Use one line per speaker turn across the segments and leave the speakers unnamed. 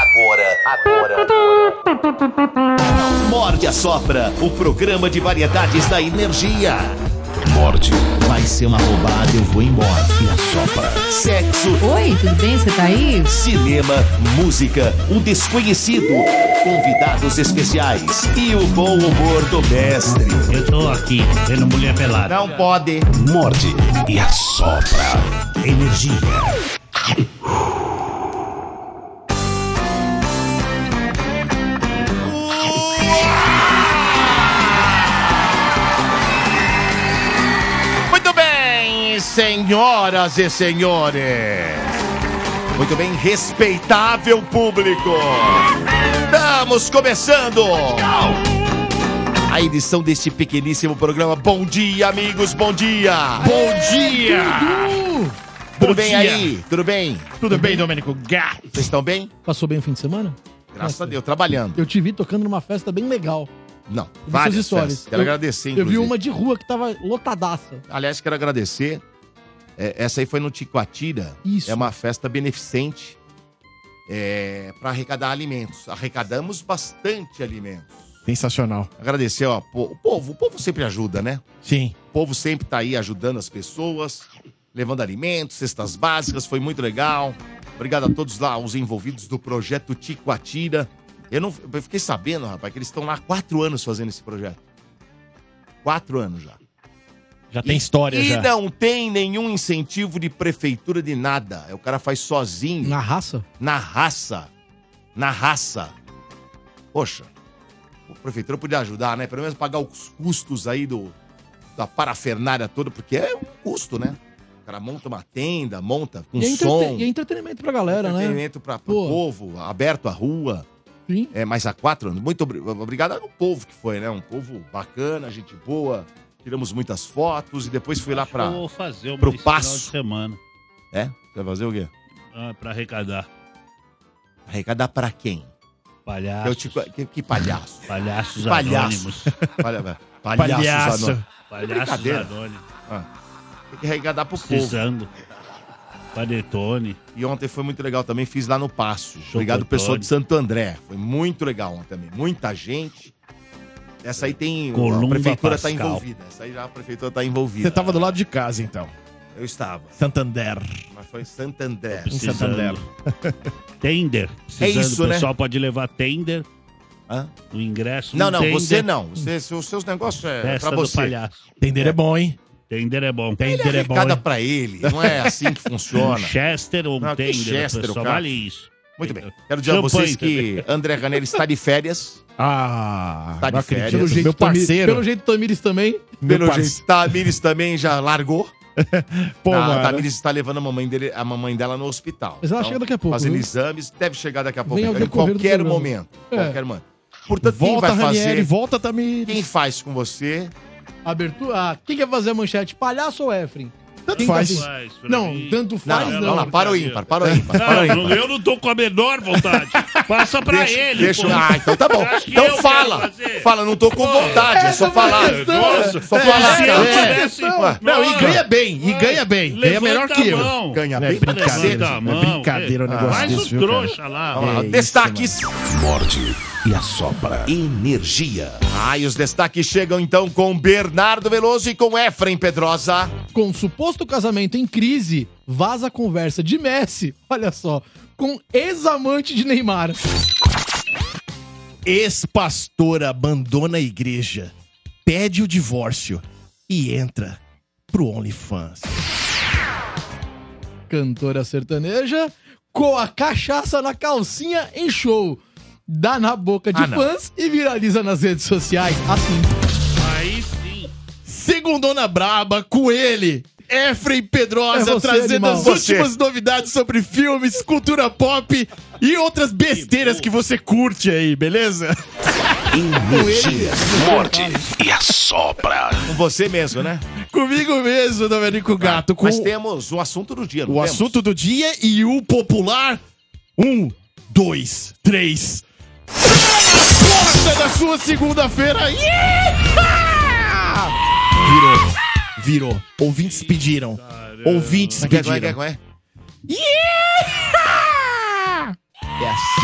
Agora, agora, agora.
Morde a Sopra, o programa de variedades da energia.
Morde.
Vai ser uma roubada, eu vou embora. E a Sopra. Sexo.
Oi, tudo bem? Você tá aí?
Cinema, música, um desconhecido, convidados especiais e o bom humor do mestre.
Eu tô aqui vendo mulher pelada.
Não pode.
Morde e a Sopra.
Energia.
senhoras e senhores. Muito bem, respeitável público. Estamos começando a edição deste pequeníssimo programa. Bom dia, amigos, bom dia.
Bom dia.
Tudo bem aí? Tudo bem?
Ah, Tudo bem, Domênico Gato?
Vocês estão bem?
Passou bem o fim de semana?
Graças a Deus, trabalhando.
Eu te vi tocando numa festa bem legal.
Não,
vi
várias
seus stories.
festas.
Eu-
Quero agradecer,
Eu vi
inclusive.
uma de rua que tava lotadaça.
Aliás, quero agradecer. É, essa aí foi no Ticoatira.
Isso.
É uma festa beneficente para arrecadar alimentos. Arrecadamos bastante alimentos.
Sensacional.
Agradecer, ó, po- o povo. O povo sempre ajuda, né?
Sim.
O povo sempre tá aí ajudando as pessoas, levando alimentos, cestas básicas. Foi muito legal. Obrigado a todos lá, os envolvidos do projeto Ticoatira. Eu, não, eu fiquei sabendo, rapaz, que eles estão lá há quatro anos fazendo esse projeto. Quatro anos já.
Já tem história
E
já.
não tem nenhum incentivo de prefeitura de nada. O cara faz sozinho,
Na raça?
na raça. Na raça. Poxa, a prefeitura podia ajudar, né? Pelo menos pagar os custos aí do, da parafernália toda, porque é um custo, né? O cara monta uma tenda, monta com
Um
e, é
som.
entrete- e é entretenimento pra galera, né?
entretenimento para o
Pô.
povo, aberto à rua.
Sim.
É, mas há quatro anos. Muito obri- obrigado ao povo que foi, né? Um povo bacana, gente boa. Tiramos muitas fotos e depois fui lá
Acho que
pra.
Eu vou fazer uma
pro
esse
passo.
final de semana.
É? Você vai fazer o quê?
Ah, pra arrecadar.
Arrecadar pra quem? Eu
Palhaços.
te... que, que palhaço.
Palhaços
Palhaço.
anônimos.
Palha... Palhaço. Zanon.
Palhaços
Brincadeira.
anônimos.
Tem que arrecadar pro povo.
Precisando. Panetone.
E ontem foi muito legal também, fiz lá no Passo.
Chocotone.
Obrigado, pessoal de Santo André. Foi muito legal ontem também. Muita gente. Essa aí tem. a
Columba
prefeitura tá
Pascal.
envolvida. Essa aí já a prefeitura tá envolvida.
Você tava do lado de casa, então.
Eu estava.
Santander.
Mas foi em Santo André.
Precisando. Tender. Precisando.
isso, né?
o pessoal pode levar tender.
Hã?
O ingresso
Não,
no
não,
tender.
você não. Você, se os seus negócios é
Festa
pra
do
você.
palhaço.
Tender é bom, hein?
Tender é bom.
Tender é bom.
Cada
Hein?
pra ele. Não é assim que
Um
funciona.
Chester ou um
Não, que
Tender.
Chester,
pessoal,
cara.
vale isso.
Muito bem. Quero dizer a vocês que André Caneiro está de férias.
Ah,
Tá de
não
férias.
acredito.
Pelo jeito,
Meu
Tamires-
parceiro.
pelo jeito, Tamires também.
meu
Pelo
parce-
jeito, Tamires também já largou.
Pô,
a
mano.
Tamires está levando a mamãe, dele, a mamãe dela no hospital. Então,
Mas ela chega daqui a pouco,
Fazendo
viu?
exames, deve chegar daqui a pouco.
Vem ao
em
decorrer do
qualquer
programa.
momento.
É.
Qualquer momento. Portanto,
Volta,
quem vai fazer,
Ranieri. Volta, Tamires.
quem faz com você,
Abertura. Ah, quem quer fazer a manchete? Palhaço ou Efren?
Tanto
Quem
faz.
tá assim? Não, tanto faz não.
Não, não, não, para o ímpar, para o ímpar, para o ímpar.
um Não, eu não tô com a menor vontade. Passa pra
deixa,
ele.
deixa-
pô.
Ah, então tá bom.
Eu acho que eu
Então
quero
fala.
fazer.
Fala, não tô com vontade, é só
Essa foi a
falar.
questão.
Nossa, Só
É,
falar.
Se eu
É.
tivesse.
Ué,
Não, e
Nossa,
ganha bem. E ganha bem.
levanta
Ganha melhor que
a
eu.
mão.
Ganha
É
bem pra cacete.
brincadeira.
Levanta a mão.
É brincadeira o
Ah,
negócio
Faz
desse,
o
viu, cara?
trouxa lá.
Vamos lá,
É isso,
Destaques.
Morde e a sopra.
Energia. Ah, e os destaques chegam então com Bernardo Veloso e com Efraim Pedrosa.
Com suposto casamento em crise, vaza a conversa de Messi, olha só, com ex-amante de Neymar.
Ex-pastor abandona a igreja, pede o divórcio e entra pro OnlyFans.
cantora sertaneja, com a cachaça na calcinha em show. Dá na boca de
Ah, não.
fãs e viraliza nas redes sociais. Assim.
Aí sim.
Segundona Braba com ele, Efraim Pedrosa,
É você,
trazendo
animal.
as
Você.
últimas novidades sobre filmes, cultura pop e outras besteiras que você curte aí, beleza?
Energia.
Morde
E a sopra.
Com você mesmo, né?
comigo mesmo, Domenico Gato, Ah, com
Mas temos o assunto do dia, não
O
temos?
assunto do dia e o popular. Um, dois, três. Porta da sua segunda-feira. Yeah! Virou, virou. Ouvintes pediram. Ouvintes
Como é que é, como é que é, como é?
pediram. Yeah!
É assim.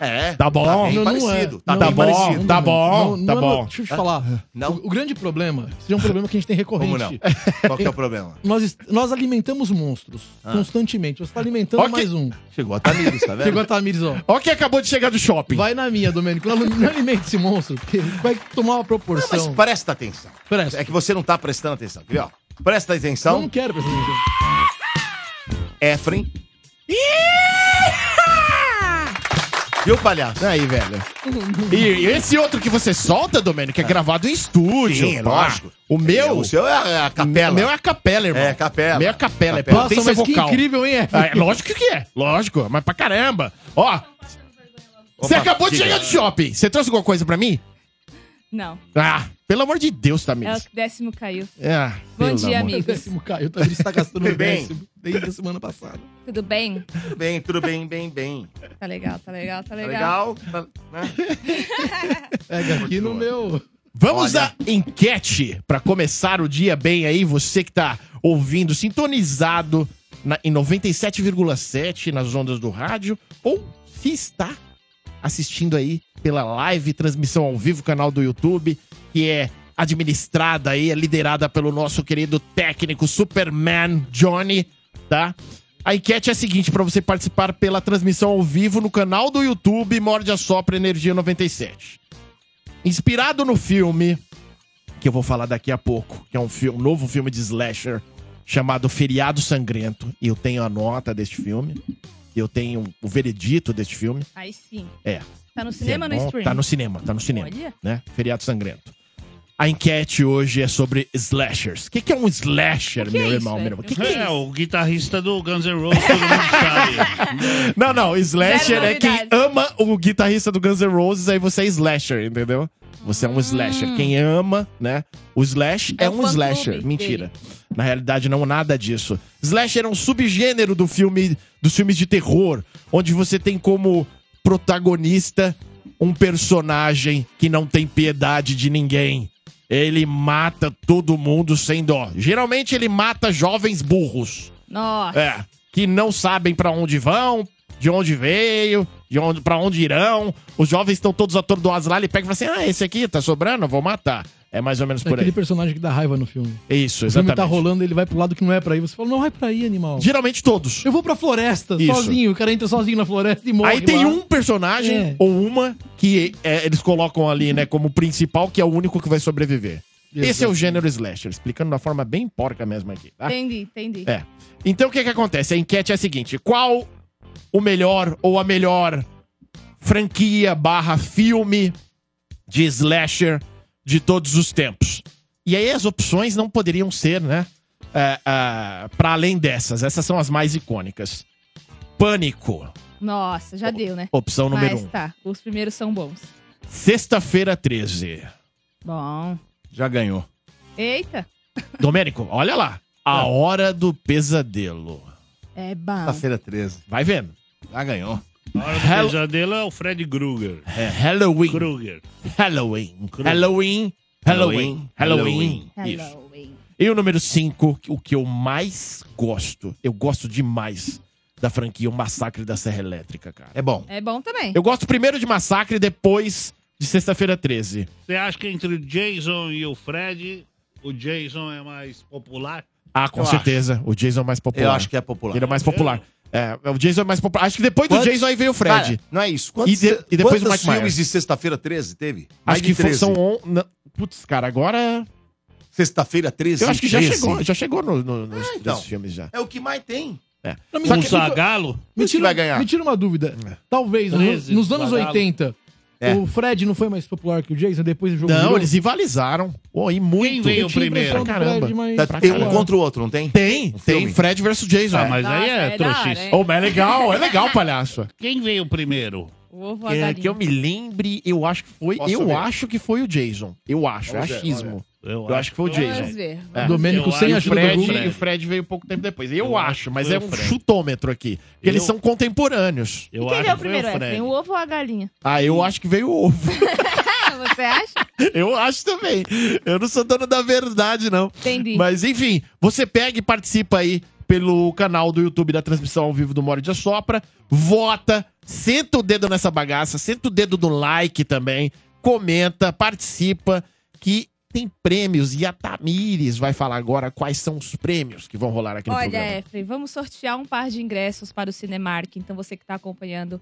É.
Tá bom?
Tá bem
Não, não
parecido.
é.
Tá
Não,
bem
não,
parecido. Ah,
não,
tá
não,
bom,
não,
tá
não,
bom.
Deixa eu te falar.
Não?
O, o grande problema, esse é um problema que a gente tem recorrente.
Como não? Qual que é o problema?
Nós, est- nós alimentamos monstros constantemente. Você tá alimentando
Ok.
mais um.
Chegou a Tamires, tá Ah. vendo?
Chegou a Tamires, ó.
Ó quem acabou de chegar do shopping.
Vai na minha, Domênico. Não, não alimente esse monstro, porque vai tomar uma
Não, mas
proporção.
presta atenção.
Presta.
É que você não tá prestando atenção. Quer ver, ó? Presta
Eu
atenção.
não quero, presidente.
Efren. Viu, palhaço?
Aí, velho. E esse outro que você solta, Domênico, é gravado em estúdio.
Sim,
pá.
lógico.
O meu.
O seu é a- é a capela.
O meu é a capela, irmão.
É, capela.
O meu é
Capela.
capela. É
Nossa,
potência
mas que
vocal.
incrível, hein, F?
Ah, é lógico que é. Lógico, mas pra caramba. Ó, você
Opa,
acabou de
diga.
chegar do shopping. Você trouxe alguma coisa pra mim?
Não,
Ah, pelo amor de Deus,
é o
Tamires.
décimo caiu.
É,
Bom
pelo
dia,
amor.
O
amigos.
décimo caiu, tá, ele está gastando o
Tudo bem.
décimo desde a semana passada.
Tudo bem?
Tudo bem, tudo bem, bem, bem.
Tá legal, tá legal, tá
Tá
legal.
legal? Tá, né?
Pega aqui no meu.
Vamos
Olha.
à enquete pra começar o dia bem aí. Você que tá ouvindo, sintonizado na- em 97,7 nas ondas do rádio ou se está assistindo aí pela live, transmissão ao vivo, canal do YouTube, que é administrada aí, é liderada pelo nosso querido técnico Superman Johnny, tá? A enquete é a seguinte, pra você participar pela transmissão ao vivo no canal do YouTube Morde a Sopra Energia 97. Inspirado no filme que eu vou falar daqui a pouco, que é um, fi- um novo filme de slasher chamado Feriado Sangrento, e eu tenho a nota deste filme, eu tenho o veredito deste filme,
Aí sim.
É.
Tá no cinema ou
é
no
bom,
stream?
Tá no cinema, tá no cinema.
Olha.
Né? Feriado Sangrento. A enquete hoje é sobre slashers. O que, que é um slasher,
O que é
meu
isso,
irmão? meu
velho?
irmão? Que-
que
É,
isso?
o guitarrista do Guns N' Roses, todo mundo sabe.
Não, não. Slasher
Zero
é quem
novidades.
ama o guitarrista do Guns N' Roses, aí você é slasher, entendeu? Você é um slasher. Quem ama, né? O slash é,
Hum. É o
um
fã-clube
slasher.
dele.
Mentira. Na realidade, não nada disso. Slasher é um subgênero do filme, dos filmes de terror, onde você tem como protagonista um personagem que não tem piedade de ninguém. Ele mata todo mundo sem dó. Geralmente ele mata jovens burros.
Nossa.
É, que não sabem pra onde vão, de onde veio, de onde para onde irão. Os jovens estão todos atordoados lá, ele pega e fala assim: "Ah, esse aqui tá sobrando, eu vou matar". É mais ou menos
É
por
aquele
aí.
personagem que dá raiva no filme.
Isso,
O filme
exatamente.
tá rolando, ele vai pro lado que não é pra ir. Você fala, não vai pra aí, animal.
Geralmente todos.
Eu vou pra floresta,
Isso.
sozinho. O cara entra sozinho na floresta e morre.
Aí tem
lá.
um personagem
É.
ou uma que é, eles colocam ali, né, como principal, que é o único que vai sobreviver. Esse é o
Exato.
gênero slasher, explicando da forma bem porca mesmo aqui, tá?
Entendi, entendi.
É. Então o que que acontece? A enquete é a seguinte: qual o melhor ou a melhor franquia barra filme de slasher de todos os tempos? E aí as opções não poderiam ser, né? para além dessas, essas são as mais icônicas. Pânico,
Nossa, já deu, né?
opção número
Mas tá, os primeiros são bons.
Um. Sexta-feira 13.
Bom.
Já ganhou.
Eita.
Domênico, olha lá. A Hora do Pesadelo.
É
Tá
bom.
Sexta-feira 13.
Vai vendo.
Já Ah, ganhou.
A hora
Hello.
do pesadelo é o Fred Krueger.
É Halloween.
Krueger.
Halloween.
Cru-
Halloween. Halloween.
Halloween.
Halloween. Isso.
Halloween.
E o número 5, o que eu mais gosto, eu gosto demais da franquia O Massacre da Serra Elétrica, cara.
É bom.
É bom também.
Eu gosto primeiro de Massacre, depois de Sexta-feira 13.
Você acha que entre o Jason e o Fred, o Jason é mais popular?
Ah, com
Eu
certeza. O Jason é mais popular.
Eu acho que é popular.
Ele é mais popular. É, o Jason é mais popular. Acho que depois do
Quantos-
Jason aí veio o Fred.
Cara, não é isso.
E de- e depois o
quantos
Mike Myers?
filmes de sexta-feira 13 teve? Mais
acho
de
que foi,
13.
são... On... não, Putz, cara, agora...
Sexta-feira 13.
Eu acho que já
13.
chegou, já chegou no, no- nos,
Ah, então.
nos filmes já.
É o que mais tem.
Não, me,
Com o
me-
Zagalo?
me,
Quantos que
tira,
vai ganhar?
me tira uma dúvida. Talvez, no-
13,
nos anos
Badalo.
80,
É.
o Fred não foi mais popular que o Jason, depois o jogo
Não,
virou?
eles rivalizaram. Pô, e muito.
Quem veio
Eu tinha a
primeiro?
impressão do
Caramba.
Fred, mas-
Tá-
pra
tem um
caralho.
contra o outro, não tem?
Tem, tem
filme.
Fred versus Jason.
Ah,
é.
mas aí
Nossa,
é,
é da hora,
trouxice.
hein?
Ô, mas é legal, é legal, palhaço.
Quem veio primeiro?
O ovo a
É,
galinha.
que eu me lembre, eu acho que foi.
Posso
eu
ver?
acho que foi o Jason. Eu acho, é
Vamos ver,
achismo.
Eu,
acho que foi o Jason.
Vamos ver.
É.
Domênico
Eu
sem
acho
O
que
ajuda do
Fred,
Google.
Fred.
o Fred veio um pouco tempo depois. Eu,
Eu acho
acho, mas
que
é
foi
um
o Fred.
chutômetro aqui. Porque eles
Eu-
são contemporâneos.
Eu
Quem
acho
deu
que foi
primeiro, Assim,
o
um Efraim?
Fred.
O ovo ou a galinha? Ah,
Ah, eu acho que veio o ovo.
Você acha?
Eu acho também. Eu não sou dono da verdade, não.
Entendi.
Mas enfim, você pega e participa aí pe- pelo canal do YouTube da transmissão ao vivo do Morde de Sopra. Vota, senta o dedo nessa bagaça, senta o dedo do like também, comenta, participa, que tem prêmios. E a Tamires vai falar agora quais são os prêmios que vão rolar aqui no programa.
Olha, Efraim, vamos sortear um par de ingressos para o Cinemark. Então, você que está acompanhando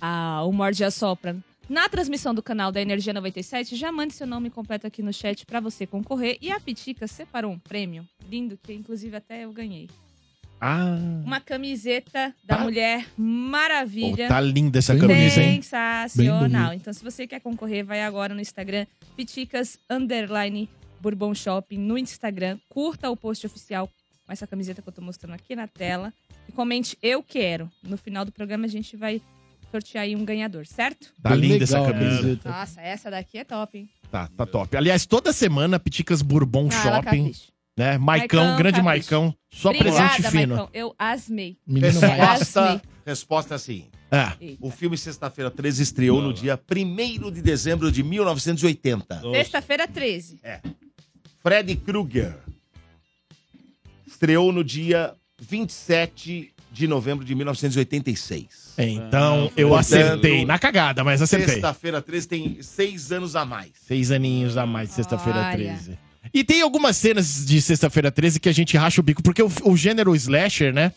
a- o Morde a Sopra na transmissão do canal da Energia 97, já mande seu nome completo aqui no chat para você concorrer. E a Pitica separou um prêmio lindo, que inclusive até eu ganhei.
Ah,
Uma camiseta da
Tá.
Mulher
pô,
Maravilha.
tá linda essa
Bem
camisa, hein?
Bem
Sensacional.
bonito.
Então, se você quer concorrer, vai agora no Instagram, piticas underline Bourbon Shopping no Instagram. Curta o post oficial com essa camiseta que eu tô mostrando aqui na tela. E comente eu quero. No final do programa a gente vai sortear aí um ganhador, certo?
Tá linda essa
legal né? a
camisa.
Nossa, essa daqui é top, hein?
Tá, tá top. Aliás, toda semana, Piticas Bourbon
Ah, ela
Shopping,
capricha.
né? Maicão,
Maicão,
grande
capricha.
Maicão. Só presente
Obrigada,
fino.
Maicão. Eu asmei.
Menino
Essa-
Maia.
Resposta, resposta é assim.
É.
O filme Sexta-feira 13 estreou no dia 1 de dezembro de 1980.
Sexta-feira, 13.
Fred Krueger estreou no dia 27 de novembro de 1986.
Então,
Ah,
eu
portanto,
acertei. Na cagada, mas acertei.
Sexta-feira 13 tem seis anos a mais.
Seis aninhos a mais de Sexta-feira
Olha.
13. E tem algumas cenas de Sexta-feira 13 que a gente racha o bico, porque o, o gênero slasher, né?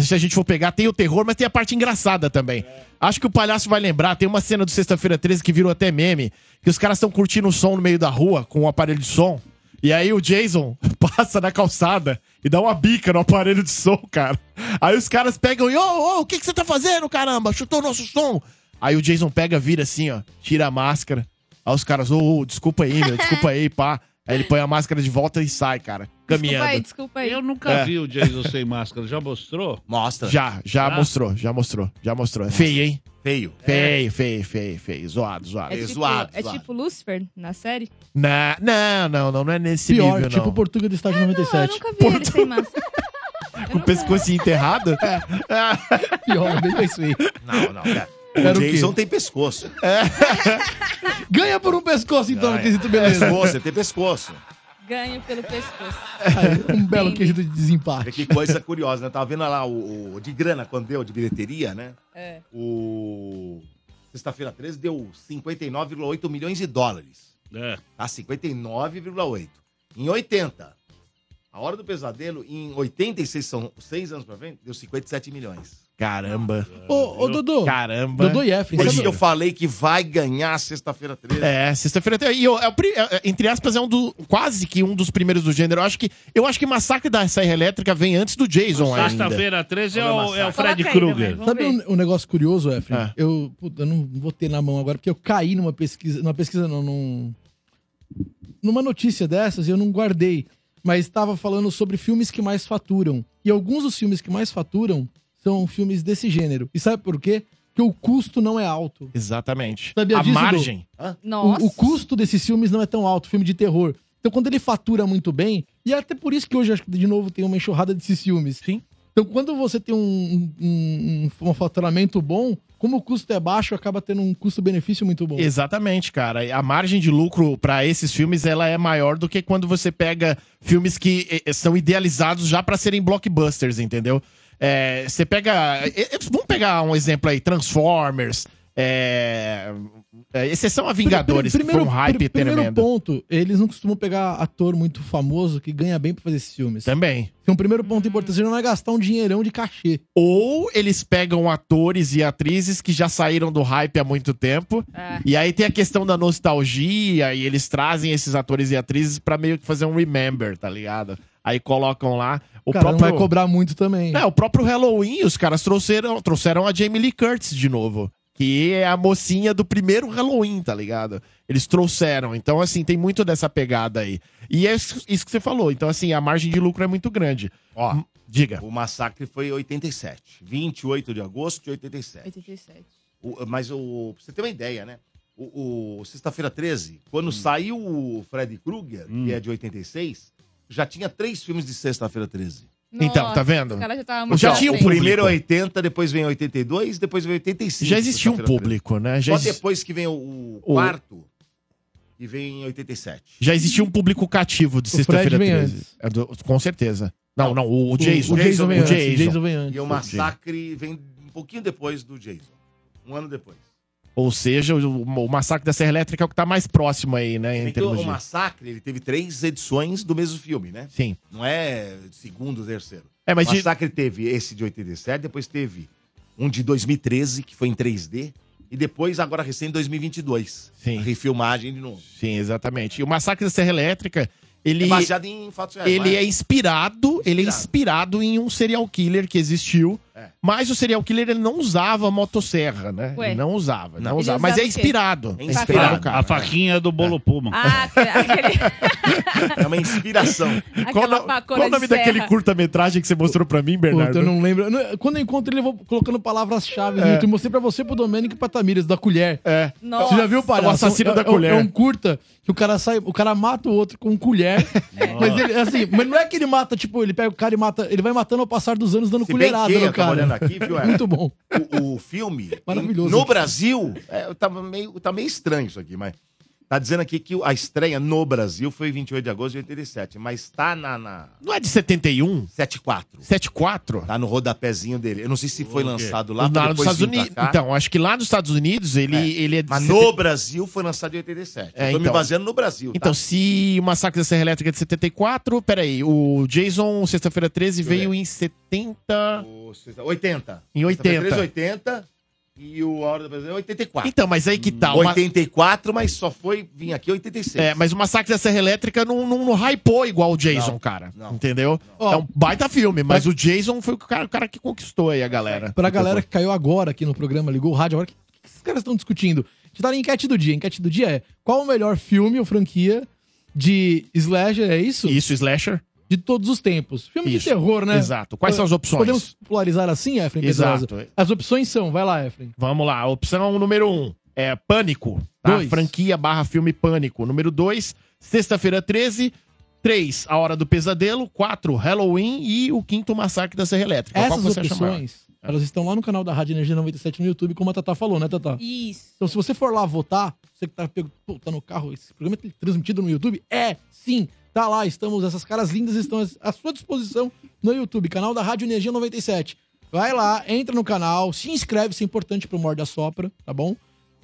Se a gente for pegar, tem o terror, mas tem a parte engraçada também. Acho que o palhaço vai lembrar, tem uma cena do Sexta-feira 13 que virou até meme, que os caras estão curtindo o som no meio da rua com o aparelho de som. E aí o Jason passa na calçada e dá uma bica no aparelho de som, cara. Aí os caras pegam e, ô, ô, o que, que você tá fazendo, caramba? Chutou o nosso som. Aí o Jason pega, vira assim, ó, tira a máscara. Aí os caras, ô, ô, desculpa aí, meu, desculpa aí, pá. Aí ele põe a máscara de volta e sai, cara,
Desculpa aí,
caminhando.
desculpa aí.
Eu nunca
É.
vi o Jason sem máscara. Já mostrou?
Mostra.
Já, já
Já?
mostrou, já mostrou, já mostrou. É feio, hein?
Feio.
É.
Feio, feio, feio, feio. Zoado, zoado.
É tipo,
zoado,
é
zoado.
tipo Lucifer na série?
Não, não, não, não, não é nesse
Pior,
nível,
tipo
não.
o Portuga do Estádio
Não, eu
97.
nunca vi ele sem máscara. Eu
Com o
nunca-
pescocinho enterrado? É.
Pior, né? bem mais feio.
Não, não, cara.
Era
O
o quê?
Jason tem pescoço.
Ganha por um pescoço, então,
Ganha.
no quesito beleza.
Pescoço, ele tem pescoço.
Ganho pelo pescoço.
Aí, um belo
Entendi.
quesito de
Olha
desempate.
Que coisa curiosa, né? Tava vendo lá o, o- de grana quando deu, de bilheteria, né?
É.
O Sexta-feira 13 deu 59,8 milhões de dólares.
É.
Tá 59,8. Em 80, a Hora do Pesadelo, em 86, são seis anos pra frente, deu 57 milhões.
Caramba.
Ô, ô, Dodô.
Caramba.
Dodô e Efren,
Por isso
sabe?
que eu falei que vai ganhar Sexta-feira 13.
É, sexta-feira tem. E eu- é o pri- é, é, entre aspas, é um do. Quase que um dos primeiros do gênero. Eu acho que, eu acho que Massacre da Serra Elétrica vem antes do Jason é ainda.
Sexta-feira 13 é o, é o
Coloca
Fred
aí,
Krueger.
Domingos, vamos
Sabe
ver.
um, um negócio curioso, Efren?
Ah.
Eu, puta, eu não vou ter na mão agora, porque eu caí numa pesquisa. Numa pesquisa, não, num, numa notícia dessas e eu não guardei. Mas estava falando sobre filmes que mais faturam. E alguns dos filmes que mais faturam são filmes desse gênero. E sabe por quê? Porque o custo não é alto.
Exatamente.
Sabia
a
disso,
margem.
Nossa.
O, o custo desses filmes não é tão alto, filme de terror. Então, quando ele fatura muito bem, e é até por isso que hoje, acho que de novo, tem uma enxurrada desses filmes.
Sim.
Então, quando você tem um, um, um- um faturamento bom, como o custo é baixo, acaba tendo um custo-benefício muito bom.
Exatamente, cara. E A margem de lucro pra esses filmes ela é maior do que quando você pega filmes que eh, eh, são idealizados já pra serem blockbusters, entendeu? É, você pega. eh, eh, Vamos pegar um exemplo aí: Transformers. é, é, exceção a Vingadores,
Pri- primeiro-
que foi um hype
pri- primeiro
tremendo.
ponto, eles não costumam pegar ator muito famoso que ganha bem pra fazer esses filmes.
Também.
Então, o primeiro ponto importante, você não vai gastar um dinheirão de cachê.
Ou eles pegam atores e atrizes que já saíram do hype há muito tempo.
Ah,
E aí tem a questão da nostalgia, e eles trazem esses atores e atrizes pra meio que fazer um remember, tá ligado? Aí colocam lá. O
O cara não
próprio.
vai cobrar muito também.
É, o próprio Halloween, os caras trouxeram, trouxeram a Jamie Lee Curtis de novo. Que é a mocinha do primeiro Halloween, tá ligado? Eles trouxeram. Então, assim, tem muito dessa pegada aí. E é isso isso que você falou. Então, assim, a margem de lucro é muito grande.
Ó,
Diga.
o massacre foi em 87. 28 de agosto de 87.
87.
O- mas o, pra você ter uma ideia, né? O, o Sexta-feira 13,
Hum.
quando saiu o Freddy Krueger,
Hum.
que é de 86, já tinha três filmes de Sexta-feira 13.
Então, tá vendo?
Os caras já tava
Eu
muito
já
na
tinha um
frente.
público.
Primeiro 80, depois vem 82, depois vem 85.
Já existia um
Sexta-feira 13.
público, né? Já,
Só
exi-
depois que vem o, o
O-
quarto, e vem em 87.
já existia um público cativo de
Fred
sexta-feira
vem
13.
antes.
É do- com certeza. Não, não, o, o Jason.
o Jason vem
o
antes,
Jason.
o Jason vem antes.
E o Massacre vem um pouquinho depois do Jason. Um ano depois.
Ou seja, o, o Massacre da Serra Elétrica é o que tá mais próximo aí, né? Em
Bem que o
termos
o
de...
um Massacre, ele teve três edições do mesmo filme, né?
Sim.
Não é segundo, terceiro.
É, mas
o
de-
Massacre teve esse de 87, depois teve um de 2013, que foi em 3D, e depois, agora recém, em 2022.
Sim.
A Refilmagem de novo.
Sim, exatamente. E o Massacre da Serra Elétrica, ele.
É baseado em fatos reais.
ele
mas-
é inspirado, ele é inspirado em um serial killer que existiu,
É.
mas o serial killer ele não usava motosserra, né?
Ué.
Ele não usava, não
Ele usava
usava, mas é
o quê?
inspirado.
É
É
inspirado,
inspirado,
a
cara.
faquinha do bolo puma.
Ah, aquele,
é uma inspiração.
Qual,
aquela
no-
facona
qual o nome
de serra.
daquele curta-metragem que você mostrou pra mim,
Puta,
Bernardo?
eu não lembro. Eu não- Quando eu encontro ele, eu vou colocando palavras-chave
É.
no YouTube. Mostrei pra você, pro Domênico e pra Tamires, da colher.
É.
Nossa.
Você já viu o palhaço?
É o assassino da
é, é um-
colher.
É um curta que o cara sai, o cara mata o outro com colher.
É.
Mas ele, assim, mas não é que ele mata, tipo, ele pega o cara e mata. Ele vai matando ao passar dos anos
um
dando
Se bem
colherada
né,
que
no
eu tava olhando
cara.
aqui, viu? é,
Muito bom.
o, o filme,
Maravilhoso.
no Brasil, é, tá, meio, tá meio estranho isso aqui, mas tá dizendo aqui que a estreia no Brasil foi 28 de agosto de 87, mas tá na, na
Não é de 71?
74.
74?
Tá no rodapézinho dele. Eu não sei se foi
Ok.
lançado lá,
Lá,
pra
nos
depois
Estados
vir pra
Unidos.
cá.
Então, acho que lá nos Estados Unidos ele
É.
é, ele é de
Mas
70.
no Brasil foi lançado em 87.
É,
eu tô me
então.
baseando no Brasil, tá?
Então, se o Massacre da Serra Elétrica é de 74, peraí, o Jason, sexta-feira 13,
Deixa eu
veio em 70.
O 60 80.
Em 80.
73, 80 e o Hora da Brasileira 84.
Então, mas aí que
Hum,
tá. o ma-
84, mas só foi vir aqui 86.
É, mas o Massacre da Serra Elétrica não, não, não hypou igual o Jason,
Não,
cara.
não.
entendeu?
Ó,
é um baita filme, mas o Jason foi o cara, o cara que conquistou aí a galera.
Pra galera que caiu agora aqui no programa, ligou o rádio agora, o que, que esses caras estão discutindo? A gente tá na enquete do dia. A enquete do dia é qual o melhor filme ou franquia de slasher, é isso?
Isso, Slasher?
De todos os tempos. Filme de
Isso.
terror, né?
Exato. Quais são as opções?
Podemos polarizar assim, Efraim
Exato.
Pedrosa? As opções são, vai lá, Efraim.
Vamos lá, opção número 1 um é Pânico, tá?
Dois.
Franquia barra filme Pânico. Número 2, Sexta-feira 13. 3, A Hora do Pesadelo. 4, Halloween. E o quinto, Massacre da Serra Elétrica. Então, Qual
Essas
que você É. acha maior?
opções, elas estão lá no canal da Rádio Energia 97 no YouTube, como a Tatá falou, né, Tatá?
Isso.
Então, se você for lá votar, você que tá, pego- pô, tá no carro, esse programa é transmitido no YouTube? É, sim, tá lá, estamos, essas caras lindas estão à sua disposição no YouTube, canal da Rádio Energia 97. Vai lá, entra no canal, se inscreve, isso é importante pro Morde a Sopra, tá bom?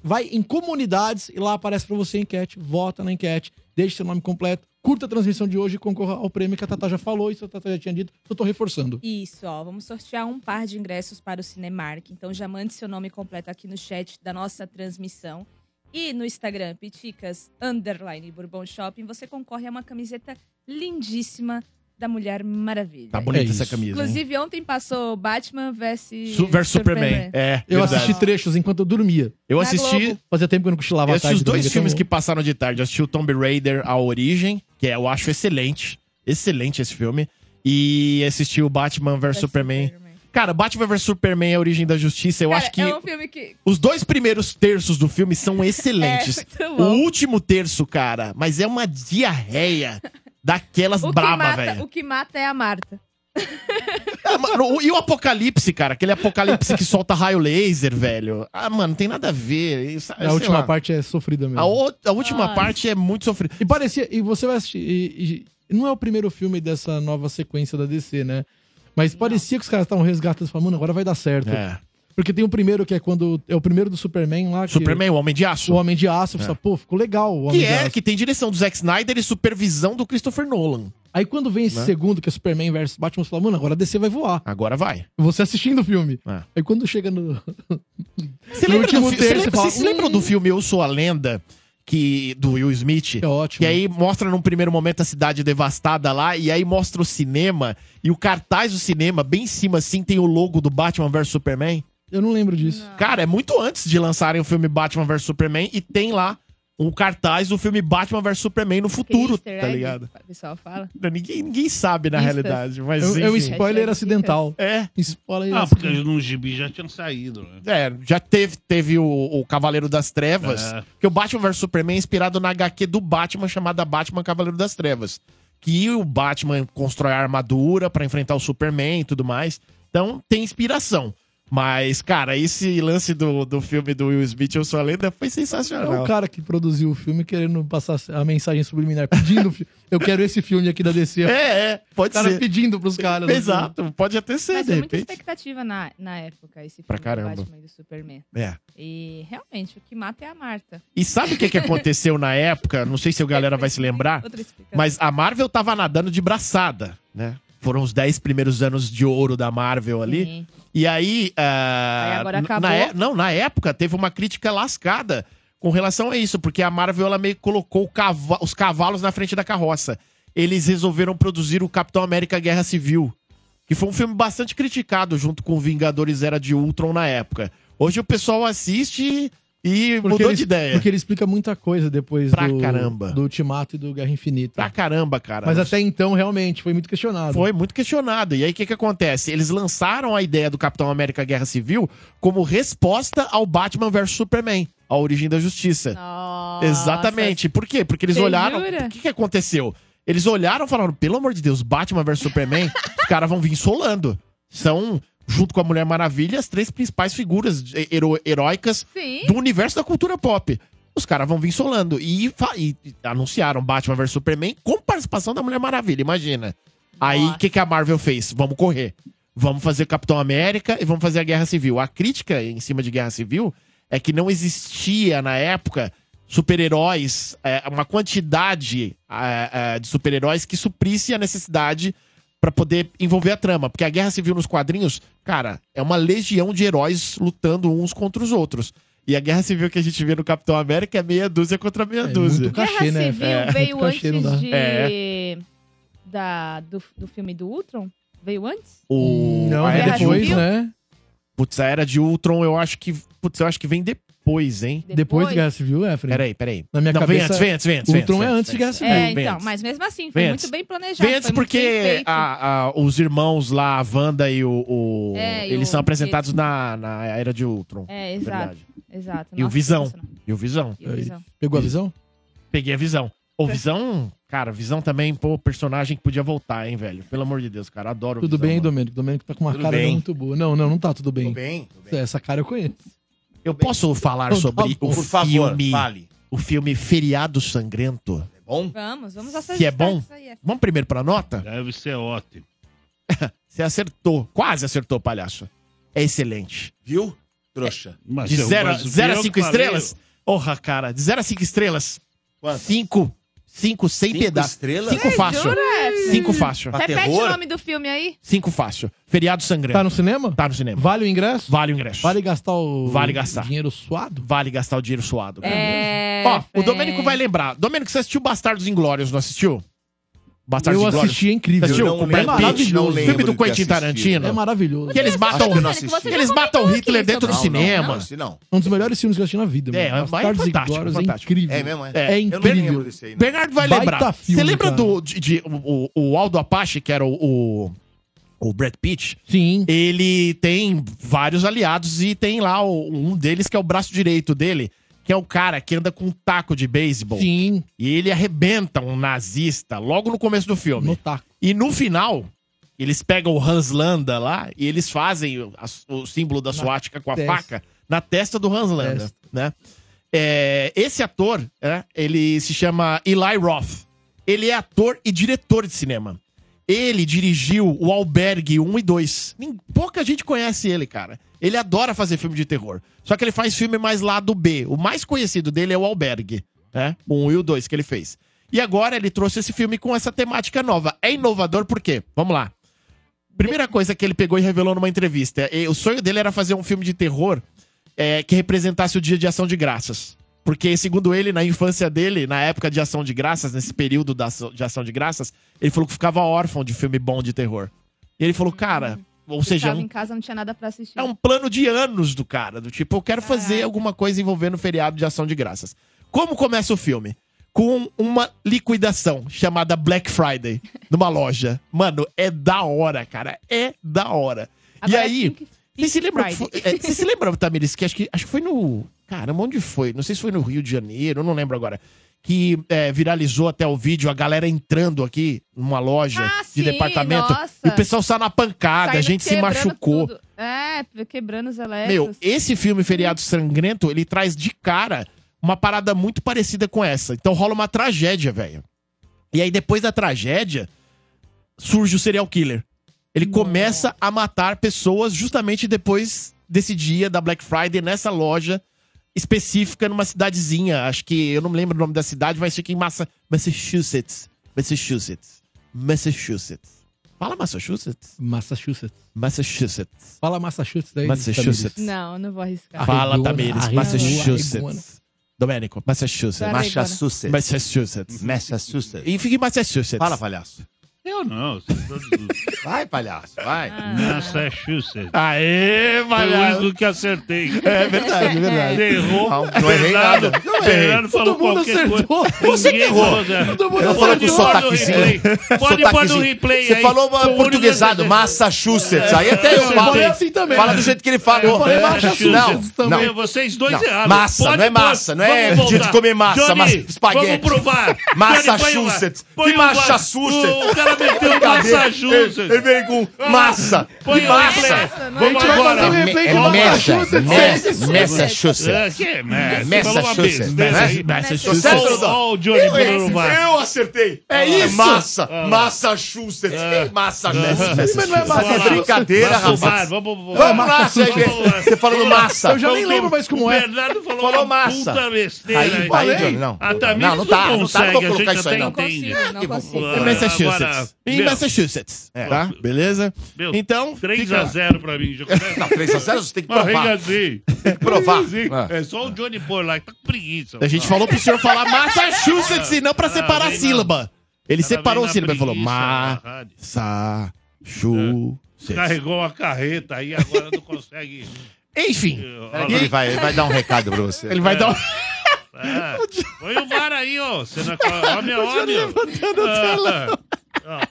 Vai em comunidades e lá aparece pra você a enquete, vota na enquete, deixa seu nome completo, curta a transmissão de hoje e concorra ao prêmio que a Tatá já falou, isso a Tatá já tinha dito, eu tô reforçando.
Isso, ó. Vamos sortear um par de ingressos para o Cinemark. Então já mande seu nome completo aqui no chat da nossa transmissão. E no Instagram, Piticas Underline Bourbon Shopping, você concorre a uma camiseta lindíssima da Mulher Maravilha.
Tá bonita
É
essa
isso.
camisa, hein?
Inclusive, ontem passou Batman vs.
Su- versus Superman. É,
Eu
verdade.
assisti trechos enquanto eu dormia.
Eu
Na
assisti,
Globo.
Fazia tempo que eu um- não cochilava
eu
à
assisti os
tarde,
dois
dormia
filmes
tão-
que passaram de tarde. Eu assisti o Tomb Raider, A Origem, que eu acho excelente. Excelente esse filme. E assisti o Batman vs
versus
Superman. Cara, Batman vs Superman, é A Origem da Justiça, eu
Cara,
acho que...
É um filme que.
Os dois primeiros terços do filme são excelentes.
É, muito
o
bom.
último terço, cara, mas é uma diarreia daquelas
O que,
braba,
mata,
velho.
o que mata é a Marta.
Ah, mano, o- E o apocalipse, cara, aquele apocalipse que solta raio laser, velho. Ah, mano, tem nada a ver. Isso- sei
A última
lá.
parte é sofrida mesmo.
A, o- a última
Nossa.
parte é muito sofrida.
E parecia. E você vai assistir. E, e não é o primeiro filme dessa nova sequência da DC, né? Mas parecia que os caras estavam resgatando e falando, mano, agora vai dar certo.
É.
Porque tem o primeiro que é quando. É o primeiro do Superman lá. que-
Superman, o Homem de Aço.
O Homem de Aço. Você fala, Pô, ficou legal o Homem
que
de
é,
Aço.
que tem direção do Zack Snyder e supervisão do Christopher Nolan.
Aí quando vem esse
Né?
segundo, que é Superman versus Batman, você fala, mano, agora a DC vai voar.
Agora vai.
Você assistindo o filme.
É.
Aí quando chega no.
Você
No
lembra do,
último
fi- você
terço,
lembra,
fala, "Hum."
vocês se lembram do filme Eu Sou a Lenda, que, do Will Smith?
É ótimo.
E aí mostra num primeiro momento a cidade devastada lá, e aí mostra o cinema, e o cartaz do cinema, bem em cima assim, tem o logo do Batman vs Superman.
Eu não lembro disso.
Cara, é muito antes de lançarem o filme Batman vs Superman, e tem lá o cartaz do filme Batman vs Superman no futuro,
é Easter
tá
egg,
ligado?
O pessoal fala.
Ninguém, ninguém sabe na
Pistas.
realidade, mas
É, é um
enfim.
spoiler
Hashtag
acidental.
É.
Spoiler
Ah, porque
acidental.
no gibi já tinha saído, né?
É, já teve, teve o, o Cavaleiro das Trevas,
É.
que o Batman vs Superman é inspirado na HQ do Batman chamada Batman Cavaleiro das Trevas, que o Batman constrói a armadura pra enfrentar o Superman e tudo mais. Então tem inspiração. Mas, cara, esse lance do, do filme do Will Smith, Eu Sou a Lenda,
É
foi
o
sensacional.
cara que produziu o filme querendo passar a mensagem subliminar, pedindo. o fi- Eu quero esse filme aqui da DC.
É, é,
O
pode
cara
ser.
pedindo pros caras. né?
Exato, pode até ser,
Mas é
de
foi muita
repente.
expectativa na, na época, esse filme
Pra
do
caramba.
Batman e do Superman.
É.
E realmente, o que mata é a Marta.
E sabe o que, que aconteceu na época? Não sei se a galera vai se lembrar,
Outra explicação.
mas a Marvel tava nadando de braçada, né? Foram os 10 primeiros anos de ouro da Marvel ali.
Sim.
E aí. ah,
Aí agora
na-
acabou.
na é- não, na época teve uma crítica lascada com relação a isso, porque a Marvel ela meio que colocou o cava- os cavalos na frente da carroça. Eles resolveram produzir o Capitão América Guerra Civil, que foi um filme bastante criticado junto com Vingadores Era de Ultron na época. Hoje o pessoal assiste e mudou
ele,
de ideia.
Porque ele explica muita coisa depois
Pra
do,
caramba.
do Ultimato e do Guerra Infinita.
Pra caramba, cara.
Mas até então, realmente, foi muito questionado.
Foi muito questionado. E aí, o que, que acontece? Eles lançaram a ideia do Capitão América Guerra Civil como resposta ao Batman vs Superman, a origem da justiça.
Nossa.
Exatamente. Por quê? Porque eles
Você
olharam.
jura?
O que, que aconteceu? Eles olharam e falaram: pelo amor de Deus, Batman vs Superman, os caras vão vir solando. São, junto com a Mulher Maravilha, as três principais figuras de- hero- heróicas
Sim.
do universo da cultura pop. Os caras vão vir solando. E, fa- e anunciaram Batman vs Superman com participação da Mulher Maravilha, imagina. Aí o
Nossa.
que, que a Marvel fez? Vamos correr. Vamos fazer Capitão América e vamos fazer a Guerra Civil. A crítica em cima de Guerra Civil é que não existia na época super-heróis, é, uma quantidade é, é, de super-heróis que suprisse a necessidade pra poder envolver a trama. Porque a Guerra Civil nos quadrinhos, cara, é uma legião de heróis lutando uns contra os outros. E a Guerra Civil que a gente vê no Capitão América é meia dúzia contra meia
É
dúzia.
muito cachê,
Guerra
né?
Civil
É,
veio
muito cachê, não dá.
antes de...
É.
Da, do, do filme do Ultron? Veio antes?
O...
Não,
a
mas
era de
depois,
Ultron.
né?
Putz, a era de Ultron, eu acho que. Putz, eu acho que vem depois, hein?
Depois, de Guerra Civil, é, Fred.
Peraí, peraí.
Na minha
Não, vem antes,
cabeça,
vem antes, vem antes. vem
Ultron
antes,
é
vem
antes de Guerra Civil.
É,
Vem
então,
antes.
mas mesmo assim, foi
Vem antes.
muito bem planejado.
Vem antes
foi muito bem
porque
feito.
a- a- os irmãos lá, a Wanda e o. o-
É, e
eles
o-
são apresentados na, na era de Ultron.
É, exato.
Verdade.
exato.
E o
Nossa,
Visão. É
sensacional.
E o Visão.
E o Visão.
Pegou a visão?
Peguei a visão. Ô, visão, cara, visão também, pô, personagem que podia voltar, hein, velho? Pelo amor de Deus, cara, adoro o
Tudo
Visão,
bem,
mano.
Domênico? Domênico tá com uma
Tudo
cara
bem.
não muito boa. Não, não, não tá tudo bem.
Tudo bem? Tudo bem.
Essa cara eu conheço.
Eu posso falar
Então tá
sobre
bom.
o
Por favor,
filme,
fale.
o filme Feriado Sangrento?
É bom?
Vamos, vamos
Se
acessar
é bom?
isso aí. é
Vamos primeiro pra nota?
Deve ser ótimo.
Você acertou, quase acertou, palhaço. É excelente.
Viu? Trouxa.
Mas
De
eu- mas
0
eu
a 5
que falei,
estrelas? Porra, cara, de 0 a 5 estrelas,
Quantas?
5. 5 sem
Cinco
piedade.
estrelas? É,
5 fácil.
Jura? Hum.
5 fácil.
Pra
Repete
terror?
o nome do filme aí.
5 fácil.
Tá
Feriado
no
Sangrento.
cinema?
Tá no cinema.
Vale o ingresso?
Vale o ingresso.
Vale gastar o
Vale gastar.
dinheiro suado?
Vale gastar o dinheiro suado. cara.
É.
Ó, o
Fred.
Domênico vai lembrar. Domênico, você assistiu Bastardos Inglórios, não assistiu? Bastardos
eu
Inglórios.
assisti, é incrível.
Assistiu?
Não,
Com
é
Brad Pitt,
maravilhoso.
não
o filme
lembro de
do
ter
Quentin
assistido.
Tarantino.
É maravilhoso.
Que eles
Acho
matam,
que eu não
Domênico,
assisti.
você
eles
já
matam
comentou
Hitler
aqui
dentro do
sobre-
Não, não,
cinema.
esse não.
Um dos melhores filmes que eu assisti na vida.
É,
mano.
é
Bastardos
fantástico,
Inglórios É
fantástico.
incrível.
É mesmo, é?
É,
É
Eu não
incrível.
lembro desse aí, não.
Bernardo vai
Baita
lembrar.
filme,
Você lembra
cara.
do de, de- o, o Aldo Apache, que era o, o, o Brad Pitt?
Sim.
Ele tem vários aliados e tem lá o- um deles que é o braço direito dele, que é o cara que anda com um taco de beisebol.
Sim.
E ele arrebenta um nazista logo no começo do filme.
No taco.
E no final, eles pegam o Hans Landa lá e eles fazem o, a- o símbolo da
Na
SWAT com a
testa.
faca na testa do Hans Landa,
Testa.
né? É, esse ator, é, ele se chama Eli Roth. Ele é ator e diretor de cinema. Ele dirigiu o Albergue 1 e 2. Nin- Pouca gente conhece ele, cara. Ele adora fazer filme de terror. Só que ele faz filme mais lá do B. O mais conhecido dele é o Albergue, né? O 1 e o 2 que ele fez. E agora ele trouxe esse filme com essa temática nova. É inovador por quê? Vamos lá. Primeira coisa que ele pegou e revelou numa entrevista. é, O sonho dele era fazer um filme de terror é, que representasse o dia de ação de graças. Porque, segundo ele, na infância dele, na época de ação de graças, nesse período da ação- de ação de graças, ele falou que ficava órfão de filme bom de terror. E ele falou, cara, ou seja, é
Estava
um
em casa, não tinha nada pra assistir.
é um plano de anos do cara. Do tipo, eu quero fazer
Caraca.
alguma coisa envolvendo o feriado de ação de graças. Como começa o filme? Com uma liquidação chamada Black Friday numa loja. Mano, é da hora, cara. É da hora. e
Agora, um
aí.
Pink-
Você se
Pink
lembra, que foi,
Friday.
é, você se lembra Tamiris, que acho que, acho que foi no. Caramba, onde foi? Não sei se foi no Rio de Janeiro, eu não lembro agora. que é, viralizou até o vídeo, a galera entrando aqui numa loja
Ah,
de
sim,
departamento.
nossa.
E o pessoal saiu na pancada, a
Saindo
gente se
quebrando
machucou.
tudo. É, quebrando os elétrons.
Meu, esse filme Feriado Sangrento, ele traz de cara uma parada muito parecida com essa. Então rola uma tragédia, velho. E aí depois da tragédia, surge o serial killer. Ele começa a matar pessoas justamente depois desse dia da Black Friday nessa loja específica numa cidadezinha. Acho que eu não me lembro o nome da cidade, mas fica em Massa, Massachusetts. Massachusetts. Massachusetts. Fala Massachusetts?
Massachusetts.
Massachusetts.
Fala Massachusetts aí. né?
Massachusetts.
Não, não vou arriscar.
Fala,
Arregona,
Tamires.
arregona, arregona.
Massachusetts. Domênico, Massachusetts.
Peraí.
Massachusetts.
Massachusetts.
Massachusetts.
E fica em Massachusetts.
Fala, palhaço.
Eu não, tá vocês são todos
Vai, palhaço, vai.
Ah. Massachusetts. Foi
Aê,
o
valeu.
único que acertei.
É verdade, é verdade.
Você errou.
Não, não errei
Bernardo-
nada.
Bernardo falou
Todo mundo
qualquer
acertou.
coisa. Você que errou.
Eu falo com sotaquezinho.
Pode pôr no
Sotaquezinho.
um replay
Você
aí.
falou
Foi o único
portuguesado,
que-
Massachusetts. Aí até eu
É.
Eu
falo.
falei assim também.
Fala do jeito que ele falou.
falei
É.
Massachusetts
Não,
também.
não.
Não, Vocês dois
Não,
erraram.
massa, não é
pôr.
massa, não é
Vamos
dia de
voltar.
comer massa, mas espaguete.
Vamos provar.
Massachusetts.
Põe
Que
o ba-
Massachusetts?
O cara meteu o
Ele ele
um Massachusetts.
veio com massa.
Põe
Que
o
massa.
replay.
Não é
Vamos
vai
agora.
fazer
É me- é
Massachusetts.
Massachusetts. Massachusetts.
Ah, Que merda.
Massachusetts,
Falou uma besteira
né?
aí.
Massachusetts.
Ó, ó, o Johnny
Eu,
Bruno Vaz.
eu acertei. É isso. Massa. Massachusetts. Massachusetts.
Mas não é
Você
Massachusetts.
brincadeira,
Vamos
rapaz.
Vamos, vamos,
Ô,
vamos.
massa,
Vamos lá.
Você falando
Vamos lá.
massa.
Eu já nem
Então,
lembro mais como
o
é.
Bernardo falou,
Falou
uma
massa.
puta besteira.
Aí,
aí.
vai, Johnny, não.
A Tamires
Não,
não,
não tá, não tá, não
consegue,
vou
a
colocar
gente
isso
até
aí, não.
Não
entende.
consigo, não
Que bom.
consigo.
Ah, Agora,
Em É Massachusetts. Em
meu,
Massachusetts.
É.
Tá? Beleza?
meu,
Então, 3x0.
3x0 pra mim. Já começa.
Não, 3x0 você tem que provar.
Arregazinho.
Tem que provar. Ah.
É só o Johnny pôr lá, que tá com preguiça.
A gente falou pro senhor falar Massachusetts e não pra
Ah,
separar a
vem
sílaba. Ele
Cada vez
separou a
na
sílaba e falou
preguiça,
ma
na rádio.
sa chu
É.
Carregou uma carreta aí, agora não consegue.
Enfim,
eh,
Peraí
olha
que Ele vai, ele vai dar um recado pra você.
ele vai dar um...
lá. Ah, Põe o VAR aí, ó. Você não... é Olha, olha. Ah,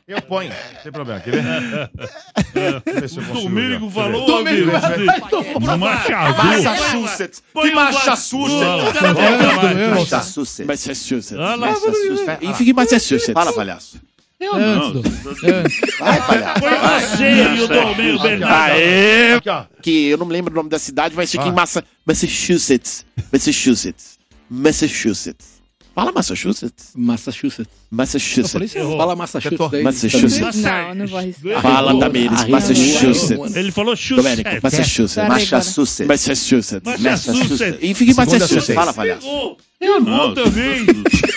Eu ponho, não tem problema. Quer ver? Vê se eu
O
consigo
Domênico
ver.
falou, né?
Deixa eu ver.
Domênico,
um
tomar.
Massachusetts. Que Massachusetts.
é
Massachusetts.
Massachusetts.
Olha lá.
Massachusetts.
E
Enfim,
fica em Massachusetts.
Fala, palhaço.
É antes, Dom. É antes.
Vai, palhaço.
um
Foi você e o Domênico Bernardo.
Aê!
Aqui, ó.
Que eu não me lembro o nome da cidade, mas fica
Ah.
em Massa... Massachusetts. Massachusetts. Massachusetts. Fala Massachusetts.
Massachusetts. Eu falei
Massachusetts.
isso. Fala Massachusetts aí.
Massachusetts.
Não, não vou arriscar.
Fala
Arregou.
Tamires.
Arregou.
Massachusetts.
Ele falou é,
Domênico,
Massachusetts.
Massachusetts.
Massachusetts.
Massachusetts.
Massachusetts.
E fica em
Segunda Massachusetts.
Massachusetts. Fala,
palhaço.
Eu não um Tá também.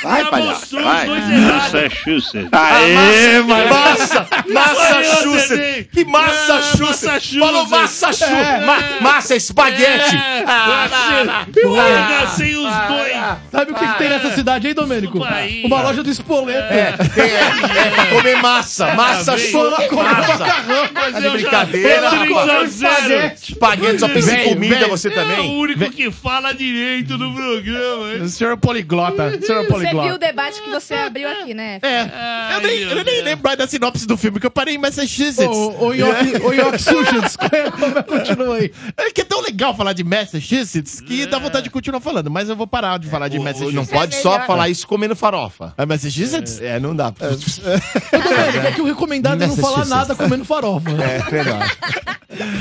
Vai, palhaço. Vai.
Massachusetts.
Aê, mano.
Massa! Massachusetts! Que Massachusetts!
Massachusetts. É.
Falou Massachusetts! Ma- Massa, espaguete!
Ah, Eu arregacei os dois.
Sabe o que, que tem nessa cidade aí, Domênico?
Bahia.
Uma loja do espoleto.
É, é, é pra comer massa! Massa,
bem.
chuva, Tá massa!
Mas
Tá de
eu já-
brincadeira,
É
rapaz.
3 a 0.
Espaguete.
Espaguete, só pensa em
Vem,
comida
vem.
você
É o
também!
único que fala direito no programa. hein?
O senhor é poliglota. O senhor
Você viu
é
o
poliglota.
debate que você abriu aqui, né?
É. Eu nem,
meu
eu nem
Deus.
lembro mais da sinopse do filme, que eu parei em Massachusetts.
Ô, ô, Yoki- ô, Yoki Sushi, desculpa, continua aí.
É que é tão legal falar de Massachusetts que dá vontade de continuar falando, mas eu vou parar de falar de Massachusetts.
Não pode só falar isso comendo farofa.
É Massachusetts?
É, não dá.
Ô, Domênico, é que o recomendado é não falar
Massachusetts.
nada comendo farofa.
É verdade.